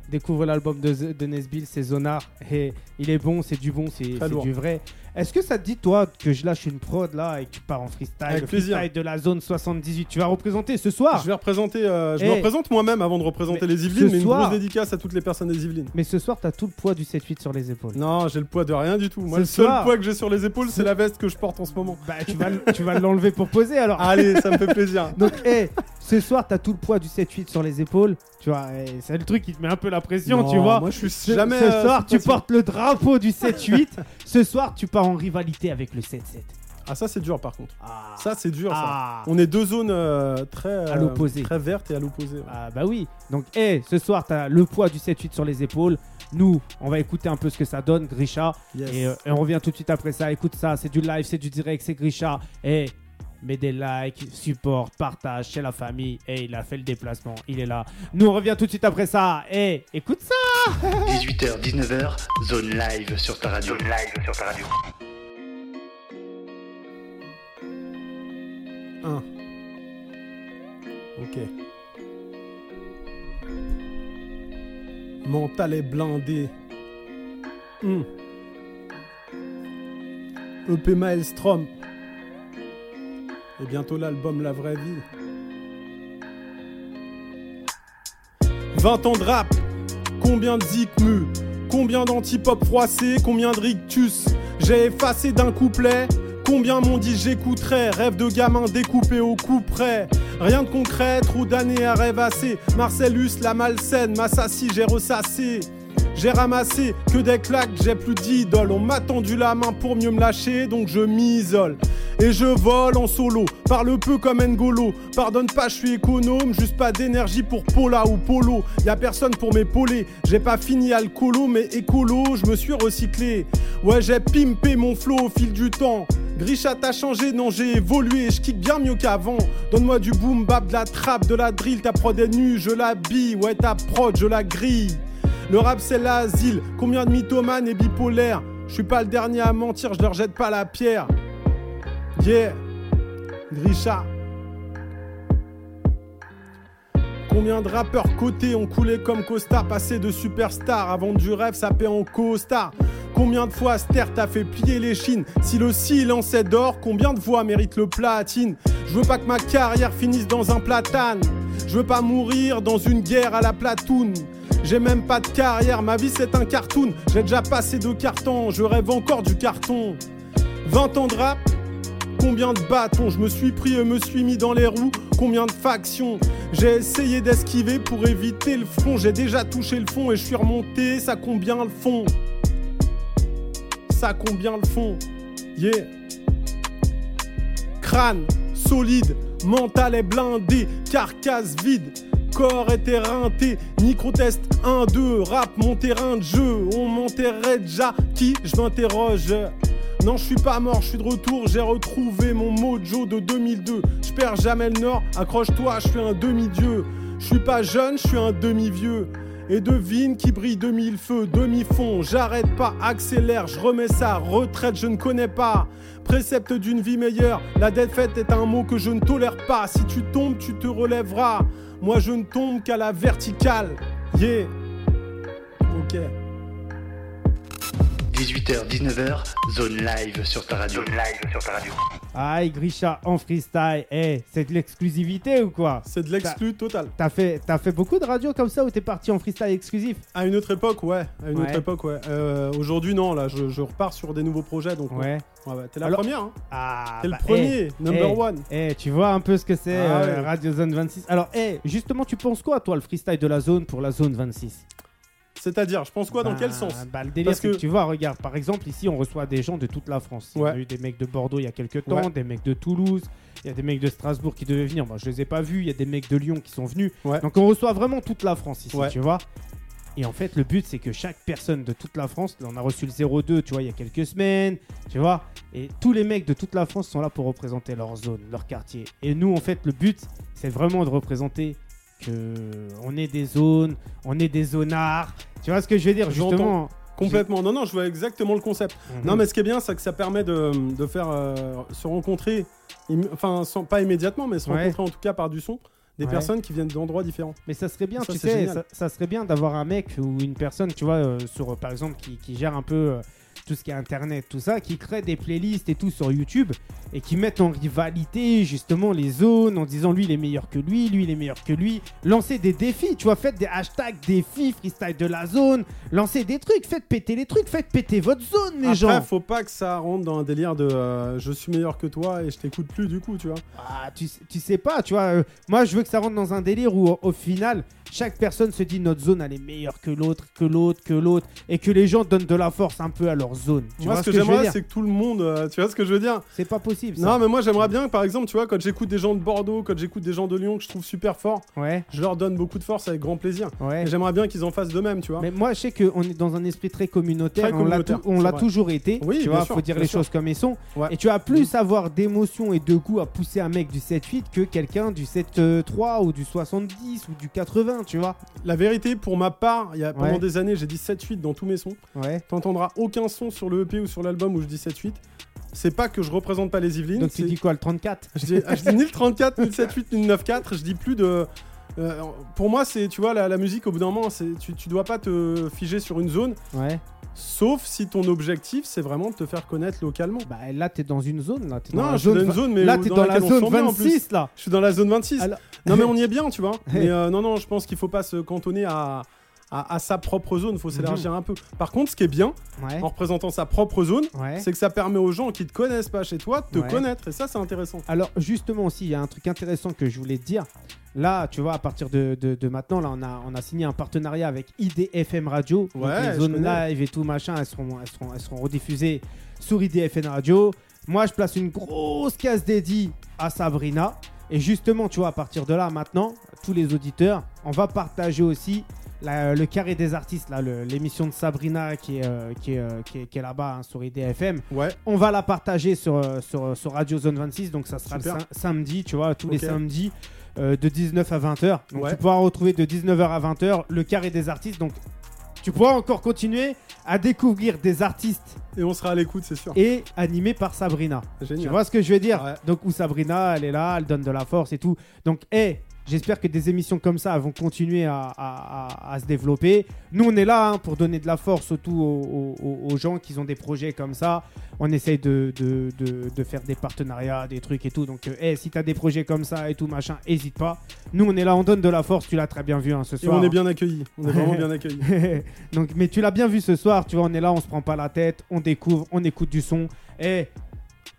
[SPEAKER 2] découvre l'album de, Z- de Nesbill, c'est Zonar, et il est bon, c'est du bon, c'est
[SPEAKER 3] Très
[SPEAKER 2] c'est
[SPEAKER 3] lourd.
[SPEAKER 2] du vrai. Est-ce que ça te dit, toi, que je lâche une prod là et que tu pars en freestyle,
[SPEAKER 3] Avec
[SPEAKER 2] le
[SPEAKER 3] plaisir.
[SPEAKER 2] freestyle de la zone 78, tu vas représenter ce soir
[SPEAKER 3] Je vais représenter, euh, je me
[SPEAKER 2] Ah. Eh.
[SPEAKER 3] représente moi-même avant de représenter
[SPEAKER 2] Mais
[SPEAKER 3] les Yvelines,
[SPEAKER 2] ce
[SPEAKER 3] mais une
[SPEAKER 2] soir-
[SPEAKER 3] grosse dédicace à toutes les personnes des Yvelines.
[SPEAKER 2] Mais ce soir, t'as tout le poids du 7-8 sur les épaules.
[SPEAKER 3] Non, j'ai le poids de rien du tout. Moi,
[SPEAKER 2] Ce
[SPEAKER 3] le seul
[SPEAKER 2] soir-
[SPEAKER 3] poids que j'ai sur les épaules, c'est la veste que je porte en ce moment.
[SPEAKER 2] Bah, tu vas, l- tu vas l'enlever pour poser alors.
[SPEAKER 3] Allez, ça me fait plaisir.
[SPEAKER 2] Donc, hé, ce soir, t'as tout le poids du 7-8 sur les épaules. Tu vois, eh, c'est le truc qui te met un peu la pression,
[SPEAKER 3] Non,
[SPEAKER 2] tu vois.
[SPEAKER 3] Moi, je suis
[SPEAKER 2] ce,
[SPEAKER 3] jamais.
[SPEAKER 2] ce
[SPEAKER 3] euh,
[SPEAKER 2] soir,
[SPEAKER 3] cette
[SPEAKER 2] tu
[SPEAKER 3] personne.
[SPEAKER 2] portes le drapeau du 7-8. ce soir, tu pars en rivalité avec le 7-7.
[SPEAKER 3] Ah, ça, c'est dur par contre.
[SPEAKER 2] Ah,
[SPEAKER 3] Ça, c'est dur. ça.
[SPEAKER 2] ah.
[SPEAKER 3] On est deux zones euh, très. euh,
[SPEAKER 2] À l'opposé.
[SPEAKER 3] Très vertes et à l'opposé. ouais.
[SPEAKER 2] Ah, bah oui. Donc, hé, ce soir, t'as le poids du 7-8 sur les épaules. Nous, on va écouter un peu ce que ça donne, Grisha.
[SPEAKER 3] Yes.
[SPEAKER 2] Et, euh, et on revient tout de suite après ça. Écoute ça, c'est du live, c'est du direct, c'est Grisha. Et mets des likes, support, partage chez la famille. Et il a fait le déplacement, il est là. Nous, on revient tout de suite après ça. Et écoute ça.
[SPEAKER 1] 18h, 19h, zone live sur ta radio. live sur ta radio.
[SPEAKER 2] Ah.
[SPEAKER 3] Un. Ok. Mental est blindé. Hum. EP E Maelstrom. Et bientôt l'album La Vraie Vie. 20 ans de rap. Combien de zikmu Combien d'antipop froissés Combien de rictus J'ai effacé d'un couplet Combien m'ont dit j'écouterais Rêve de gamin découpé au coup près Rien de concret, trop d'années à rêvasser Marcellus, la malsaine, Massassi, j'ai ressassé j'ai ramassé que des claques, j'ai plus d'idoles. On m'a tendu la main pour mieux me lâcher, donc je m'isole. Et je vole en solo, parle peu comme N'Golo. Pardonne pas, je suis économe, juste pas d'énergie pour Paula ou Polo. Y a personne pour m'épauler, j'ai pas fini alcoolo, mais écolo, je me suis recyclé. Ouais, j'ai pimpé mon flow au fil du temps. Grisha t'as changé, non j'ai évolué, je kick bien mieux qu'avant. Donne-moi du boom bap, de la trappe, de la drill, ta prod est nue, je l'habille, ouais ta prod, je la grille. Le rap c'est l'asile, combien de mythomanes et bipolaires Je suis pas le dernier à mentir, je leur jette pas la pierre. Yeah, Grisha. Combien de rappeurs cotés ont coulé comme costard, passé de superstar avant du rêve sapé en costard Combien de fois Ster t'a fait plier les chines Si le silence est d'or, combien de voix mérite le platine Je veux pas que ma carrière finisse dans un platane. Je veux pas mourir dans une guerre à la platoon. J'ai même pas de carrière, ma vie c'est un cartoon. J'ai déjà passé deux cartons, je rêve encore du carton. 20 ans de rap, combien de bâtons Je me suis pris et me suis mis dans les roues, combien de factions J'ai essayé d'esquiver pour éviter le front, j'ai déjà touché le fond et je suis remonté, ça combien le fond Ça combien le fond Yeah Crâne solide, mental est blindé, carcasse vide corps est éreinté. Micro-test 1-2, rap, mon terrain de jeu. On m'enterrait déjà. Qui Je m'interroge. Non, je suis pas mort, je suis de retour. J'ai retrouvé mon mojo de 2002. Je perds jamais le nord. Accroche-toi, je suis un demi-dieu. Je suis pas jeune, je suis un demi-vieux. Et devine qui brille demi feux, demi-fond. J'arrête pas, accélère, je remets ça. Retraite, je ne connais pas. Précepte d'une vie meilleure. La défaite est un mot que je ne tolère pas. Si tu tombes, tu te relèveras. Moi, je ne tombe qu'à la verticale. Yeah. Ok.
[SPEAKER 1] 18h, 19h, zone live sur ta radio. Zone live sur ta radio.
[SPEAKER 2] Aïe, Grisha en freestyle. Eh, c'est de l'exclusivité ou quoi
[SPEAKER 3] C'est de l'exclu total.
[SPEAKER 2] T'as fait, t'as fait beaucoup de radios comme ça où t'es parti en freestyle exclusif
[SPEAKER 3] À une autre époque, ouais. À une
[SPEAKER 2] Ouais.
[SPEAKER 3] autre époque, ouais. Euh, Aujourd'hui, non, là, je, je repars sur des nouveaux projets. Donc, ouais.
[SPEAKER 2] Ouais.
[SPEAKER 3] Ouais, ouais, T'es la
[SPEAKER 2] Alors-
[SPEAKER 3] première, hein.
[SPEAKER 2] Ah,
[SPEAKER 3] T'es
[SPEAKER 2] bah,
[SPEAKER 3] le premier, number
[SPEAKER 2] eh.
[SPEAKER 3] one.
[SPEAKER 2] Eh, tu vois un peu ce que c'est
[SPEAKER 3] Ah
[SPEAKER 2] euh,
[SPEAKER 3] ouais.
[SPEAKER 2] Radio Zone 26. Alors, eh, justement, tu penses quoi, toi, le freestyle de la zone pour la zone 26
[SPEAKER 3] C'est-à-dire, je pense quoi, dans
[SPEAKER 2] Bah,
[SPEAKER 3] quel sens
[SPEAKER 2] Bah, le délire,
[SPEAKER 3] Parce
[SPEAKER 2] c'est que...
[SPEAKER 3] que-
[SPEAKER 2] tu vois, regarde, par exemple, ici, on reçoit des gens de toute la France. On
[SPEAKER 3] Ouais.
[SPEAKER 2] a eu des mecs de Bordeaux il y a quelques temps,
[SPEAKER 3] Ouais.
[SPEAKER 2] des mecs de Toulouse, il y a des mecs de Strasbourg qui devaient venir. Moi, je les ai pas vus. Il y a des mecs de Lyon qui sont venus.
[SPEAKER 3] Ouais.
[SPEAKER 2] Donc, on reçoit vraiment toute la France ici,
[SPEAKER 3] Ouais.
[SPEAKER 2] tu vois. Et en fait, le but, c'est que chaque personne de toute la France, là, on a reçu le 02, tu vois, il y a quelques semaines, tu vois. Et tous les mecs de toute la France sont là pour représenter leur zone, leur quartier. Et nous, en fait, le but, c'est vraiment de représenter que on est des zones, on est des zonards. Tu vois ce que je veux dire
[SPEAKER 3] J'entends.
[SPEAKER 2] justement
[SPEAKER 3] Complètement. Non, non, je vois exactement le concept.
[SPEAKER 2] Mhm.
[SPEAKER 3] Non, mais ce qui est bien, c'est que ça permet de, de faire euh, se rencontrer, im- enfin, sans- pas immédiatement, mais se
[SPEAKER 2] Ouais.
[SPEAKER 3] rencontrer en tout cas par du son, des
[SPEAKER 2] Ouais.
[SPEAKER 3] personnes qui viennent d'endroits différents.
[SPEAKER 2] Mais ça serait bien,
[SPEAKER 3] Ça,
[SPEAKER 2] tu
[SPEAKER 3] c'est
[SPEAKER 2] sais,
[SPEAKER 3] génial.
[SPEAKER 2] ça, ça serait bien d'avoir un mec ou une personne, tu vois, euh, sur euh, par exemple qui, qui gère un peu euh, tout ce qui est internet, tout ça, qui crée des playlists et tout sur YouTube et qui mettent en rivalité justement les zones en disant lui il est meilleur que lui, lui il est meilleur que lui. Lancer des défis, tu vois, faites des hashtags défis freestyle de la zone, lancez des trucs, faites péter les trucs, faites péter votre zone les
[SPEAKER 3] Après,
[SPEAKER 2] gens.
[SPEAKER 3] faut pas que ça rentre dans un délire de euh, je suis meilleur que toi et je t'écoute plus du coup, tu vois.
[SPEAKER 2] Ah, tu, sais- tu sais pas, tu vois. euh, moi, je veux que ça rentre dans un délire où, au, au final, chaque personne se dit notre zone, elle est meilleure que l'autre, que l'autre, que l'autre, et que les gens donnent de la force un peu à leur zone. Tu
[SPEAKER 3] moi,
[SPEAKER 2] vois
[SPEAKER 3] ce que,
[SPEAKER 2] je veux
[SPEAKER 3] j'aimerais,
[SPEAKER 2] dire
[SPEAKER 3] c'est que tout le monde, euh, tu vois ce que je veux dire
[SPEAKER 2] C'est pas possible. Ça.
[SPEAKER 3] Non, mais moi, j'aimerais bien, que, par exemple, tu vois, quand j'écoute des gens de Bordeaux, quand j'écoute des gens de Lyon que je trouve super forts,
[SPEAKER 2] Ouais,
[SPEAKER 3] je leur donne beaucoup de force avec grand plaisir.
[SPEAKER 2] ouais.
[SPEAKER 3] Et j'aimerais bien qu'ils en fassent de même, tu vois.
[SPEAKER 2] Mais moi, je sais qu'on est dans un esprit très communautaire.
[SPEAKER 3] Très
[SPEAKER 2] on l'a
[SPEAKER 3] communautaire,
[SPEAKER 2] tou- on
[SPEAKER 3] c'est
[SPEAKER 2] l'a
[SPEAKER 3] vrai.
[SPEAKER 2] toujours été.
[SPEAKER 3] Oui,
[SPEAKER 2] tu
[SPEAKER 3] bien
[SPEAKER 2] vois,
[SPEAKER 3] sûr,
[SPEAKER 2] faut dire
[SPEAKER 3] bien
[SPEAKER 2] les
[SPEAKER 3] sûr.
[SPEAKER 2] choses comme elles sont.
[SPEAKER 3] Ouais.
[SPEAKER 2] Et tu vas plus avoir d'émotion et de goût à pousser un mec du 7-8 que quelqu'un du 7-3 ou du 70 ou du 80, tu vois.
[SPEAKER 3] La vérité, pour ma part, il y a, pendant
[SPEAKER 2] Ouais.
[SPEAKER 3] des années, j'ai dit 7-8 dans tous mes sons.
[SPEAKER 2] Ouais.
[SPEAKER 3] T'entendras aucun son sur le EP ou sur l'album où je dis 7-8. C'est pas que je représente pas les Yvelines.
[SPEAKER 2] Donc tu
[SPEAKER 3] c'est-
[SPEAKER 2] dis quoi, le 34
[SPEAKER 3] je, dis, ah, je dis ni le 34, ni le 7-8, ni le 9-4. Je dis plus de. euh, pour moi, c'est, tu vois, la, la musique, au bout d'un moment, c'est, tu, tu dois pas te figer sur une zone,
[SPEAKER 2] Ouais.
[SPEAKER 3] sauf si ton objectif, c'est vraiment de te faire connaître localement.
[SPEAKER 2] Bah là, t'es dans une zone, là. T'es dans
[SPEAKER 3] Non,
[SPEAKER 2] la
[SPEAKER 3] je suis
[SPEAKER 2] zone,
[SPEAKER 3] dans une zone, mais
[SPEAKER 2] là,
[SPEAKER 3] où-
[SPEAKER 2] t'es dans, la
[SPEAKER 3] laquelle on se
[SPEAKER 2] zone
[SPEAKER 3] sent bien, en plus.
[SPEAKER 2] 26, là.
[SPEAKER 3] Je suis dans la zone 26.
[SPEAKER 2] Alors-
[SPEAKER 3] Non, mais on y est bien, tu vois.
[SPEAKER 2] Hey.
[SPEAKER 3] Mais euh, non, non, je pense qu'il faut pas se cantonner à, à, à sa propre zone. faut s'élargir un peu. Par contre, ce qui est bien,
[SPEAKER 2] Mm-hmm. Ouais.
[SPEAKER 3] en représentant sa propre zone,
[SPEAKER 2] Ouais.
[SPEAKER 3] c'est que ça permet aux gens qui te connaissent pas chez toi de te
[SPEAKER 2] Eh. Ouais.
[SPEAKER 3] connaître. Et ça, c'est intéressant.
[SPEAKER 2] Alors, justement, aussi, il y a un truc intéressant que je voulais te dire. Là, tu vois, à partir de, de- de maintenant, là, on a, on a signé un partenariat avec IDFM Radio. Donc,
[SPEAKER 3] Ouais,
[SPEAKER 2] les
[SPEAKER 3] je
[SPEAKER 2] zones
[SPEAKER 3] connais.
[SPEAKER 2] live et tout, machin, elles seront, elles seront, elles seront rediffusées sur IDFM Radio. Moi, je place une grosse case dédiée à Sabrina. Et justement, tu vois, à partir de là, maintenant, tous les auditeurs, on va partager aussi la- le carré des artistes, là, le- l'émission de Sabrina qui est, euh, qui est, euh, qui est- qui est là-bas hein, sur IDFM.
[SPEAKER 3] Ouais.
[SPEAKER 2] On va la partager sur, euh, sur, sur Radio Zone 26, donc ça sera le
[SPEAKER 3] Super.
[SPEAKER 2] sam- samedi, tu vois, tous les
[SPEAKER 3] Ok.
[SPEAKER 2] samedis euh, de 19 à 20h. Donc
[SPEAKER 3] Ouais.
[SPEAKER 2] tu pourras retrouver de 19h à 20h le carré des artistes. Donc tu pourras encore continuer à découvrir des artistes
[SPEAKER 3] Et on sera à l'écoute, c'est sûr.
[SPEAKER 2] et animés par Sabrina. Tu
[SPEAKER 3] Génial.
[SPEAKER 2] vois ce que je veux dire
[SPEAKER 3] Ouais.
[SPEAKER 2] Donc où Sabrina, elle est là, elle donne de la force et tout. Donc, hé, J'espère que des émissions comme ça vont continuer à, à- à- à se développer. Nous, on est là hein, pour donner de la force surtout aux, aux- aux gens qui ont des projets comme ça. On essaye de, de- de- de faire des partenariats, des trucs et tout. Donc, euh, eh, si tu as des projets comme ça et tout, machin, hésite pas. Nous, on est là, on donne de la force. Tu l'as très bien vu hein, ce
[SPEAKER 3] Et
[SPEAKER 2] soir.
[SPEAKER 3] on est bien accueillis. On est vraiment bien accueillis.
[SPEAKER 2] Donc, mais tu l'as bien vu ce soir, tu vois, on est là, on se prend pas la tête, on découvre, on écoute du son. Et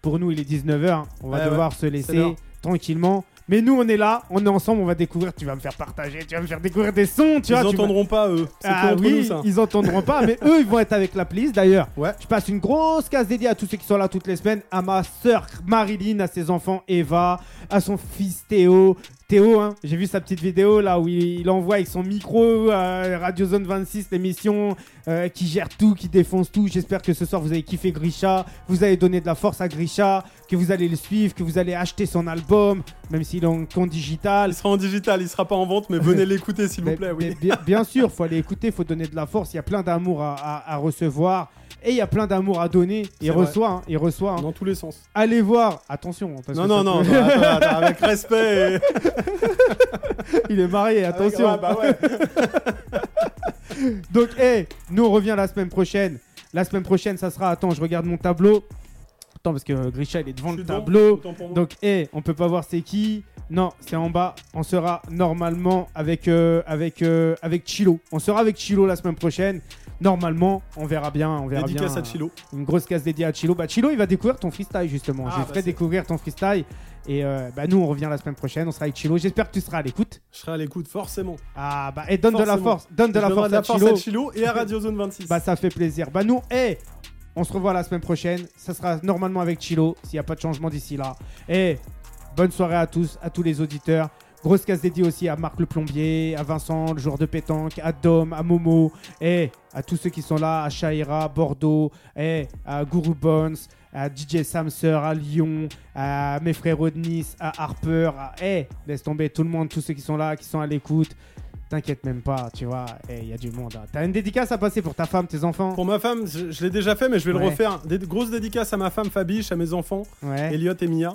[SPEAKER 2] pour nous, il est 19h, on va
[SPEAKER 3] Ouais, Eh ouais,
[SPEAKER 2] devoir se laisser
[SPEAKER 3] l'heure.
[SPEAKER 2] tranquillement. Mais nous, on est là, on est ensemble, on va découvrir, tu vas me faire partager, tu vas me faire découvrir des sons, tu
[SPEAKER 3] Ils
[SPEAKER 2] vois. tu vas-
[SPEAKER 3] entendront pas eux. C'est
[SPEAKER 2] ah
[SPEAKER 3] que entre
[SPEAKER 2] oui,
[SPEAKER 3] nous ça.
[SPEAKER 2] ils entendront pas, mais eux, ils vont être avec la police. D'ailleurs,
[SPEAKER 3] Ouais.
[SPEAKER 2] je passe une grosse case dédiée à tous ceux qui sont là toutes les semaines, à ma sœur Marilyn, à ses enfants Eva, à son fils Théo. Théo, hein, j'ai vu sa petite vidéo là où il, il envoie avec son micro euh, Radio Zone 26 l'émission euh, qui gère tout, qui défonce tout. J'espère que ce soir vous avez kiffé Grisha, vous avez donné de la force à Grisha, que vous allez le suivre, que vous allez acheter son album, même s'il est en compte digital.
[SPEAKER 3] Il sera en digital, il sera pas en vente, mais venez l'écouter s'il vous
[SPEAKER 2] Mais-
[SPEAKER 3] plaît.
[SPEAKER 2] mais
[SPEAKER 3] Oui.
[SPEAKER 2] bien, bien sûr, faut aller écouter, faut donner de la force. Il y a plein d'amour à, à- à recevoir et il y a plein d'amour à donner. Il
[SPEAKER 3] C'est vrai.
[SPEAKER 2] reçoit, hein, il reçoit. hein.
[SPEAKER 3] Dans tous les sens.
[SPEAKER 2] Allez voir, attention. hein, parce
[SPEAKER 3] Non,
[SPEAKER 2] que
[SPEAKER 3] non,
[SPEAKER 2] ça
[SPEAKER 3] non,
[SPEAKER 2] peut-
[SPEAKER 3] bah, attends, attends, avec respect. et-
[SPEAKER 2] il est marié, attention.
[SPEAKER 3] Ouais, bah ouais.
[SPEAKER 2] Donc, hé, nous on revient la semaine prochaine. La semaine prochaine, ça sera. Attends, je regarde mon tableau. Attends, parce que euh, Grisha, il est devant
[SPEAKER 3] Je
[SPEAKER 2] le
[SPEAKER 3] suis dedans,
[SPEAKER 2] tableau.
[SPEAKER 3] autant pour moi.
[SPEAKER 2] Donc, hé, on peut pas voir c'est qui. Non, c'est en bas. On sera normalement avec, euh, avec, euh, avec Chilo. On sera avec Chilo la semaine prochaine. Normalement, on verra bien. On verra
[SPEAKER 3] Dédicace
[SPEAKER 2] bien.
[SPEAKER 3] à Chilo.
[SPEAKER 2] Une grosse case dédiée à Chilo. Bah, Chilo, il va découvrir ton freestyle, justement.
[SPEAKER 3] Ah,
[SPEAKER 2] Je lui
[SPEAKER 3] bah,
[SPEAKER 2] ferai
[SPEAKER 3] c'est-
[SPEAKER 2] découvrir ton freestyle. Et euh, bah, nous, on revient la semaine prochaine. On sera avec Chilo. J'espère que tu seras à l'écoute.
[SPEAKER 3] Je serai à l'écoute, forcément.
[SPEAKER 2] Ah, bah, et donne de la
[SPEAKER 3] Forcément.
[SPEAKER 2] force. Donne de
[SPEAKER 3] Je
[SPEAKER 2] la
[SPEAKER 3] donnerai
[SPEAKER 2] force, à, Chilo.
[SPEAKER 3] à Chilo et à Radio Zone 26.
[SPEAKER 2] Bah, ça fait plaisir. Bah, nous, hey, on se revoit la semaine prochaine. Ça sera normalement avec Chilo, s'il n'y a pas de changement d'ici là. Et bonne soirée à tous, à tous les auditeurs. Grosse case dédiée aussi à Marc le plombier, à Vincent, le joueur de pétanque, à Dom, à Momo, et Eh, à tous ceux qui sont là, à Shaira, Bordeaux, et à Guru Bones, à DJ Samser, à Lyon, à mes frérots de Nice, à Harper, à eh, laisse tomber tout le monde, tous ceux qui sont là, qui sont à l'écoute. T'inquiète même pas, tu vois, il y a du monde. hein. T'as une dédicace à passer pour ta femme, tes enfants
[SPEAKER 3] Pour ma femme, je, je l'ai déjà fait, mais je vais
[SPEAKER 2] Ouais.
[SPEAKER 3] le refaire. Des grosses dédicaces à ma femme Fabiche, à mes enfants,
[SPEAKER 2] Ouais.
[SPEAKER 3] Elliot et Mia.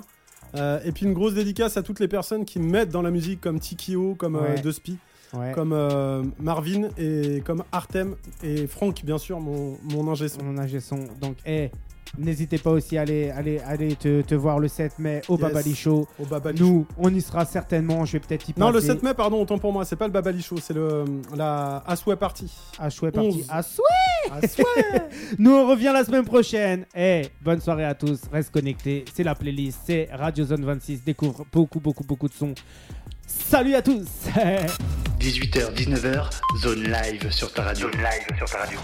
[SPEAKER 3] Euh, et puis une grosse dédicace à toutes les personnes qui me mettent dans la musique, comme Tikio, comme euh,
[SPEAKER 2] Ouais.
[SPEAKER 3] Despi,
[SPEAKER 2] ouais.
[SPEAKER 3] comme euh, Marvin, et comme Artem, et Franck, bien sûr, mon, mon ingé son.
[SPEAKER 2] Mon ingé son. Donc, eh, n'hésitez pas aussi à aller, aller, aller te, te voir le 7 mai au
[SPEAKER 3] Yes.
[SPEAKER 2] Babali Show.
[SPEAKER 3] Au Babali Show.
[SPEAKER 2] Nous, on y sera certainement. Je vais peut-être y passer.
[SPEAKER 3] Non, le 7 mai, pardon, autant pour moi, c'est pas le Babali Show, c'est le, la Asway Party.
[SPEAKER 2] À Ah, chouette parti.
[SPEAKER 3] 11.
[SPEAKER 2] À souhait. Nous, on revient la semaine prochaine. Eh, bonne soirée à tous. Reste connectés. C'est la playlist. C'est Radio Zone 26. Découvre beaucoup, beaucoup, beaucoup de sons. Salut à tous.
[SPEAKER 1] 18h, 19h, zone live sur ta radio. Zone live sur ta radio.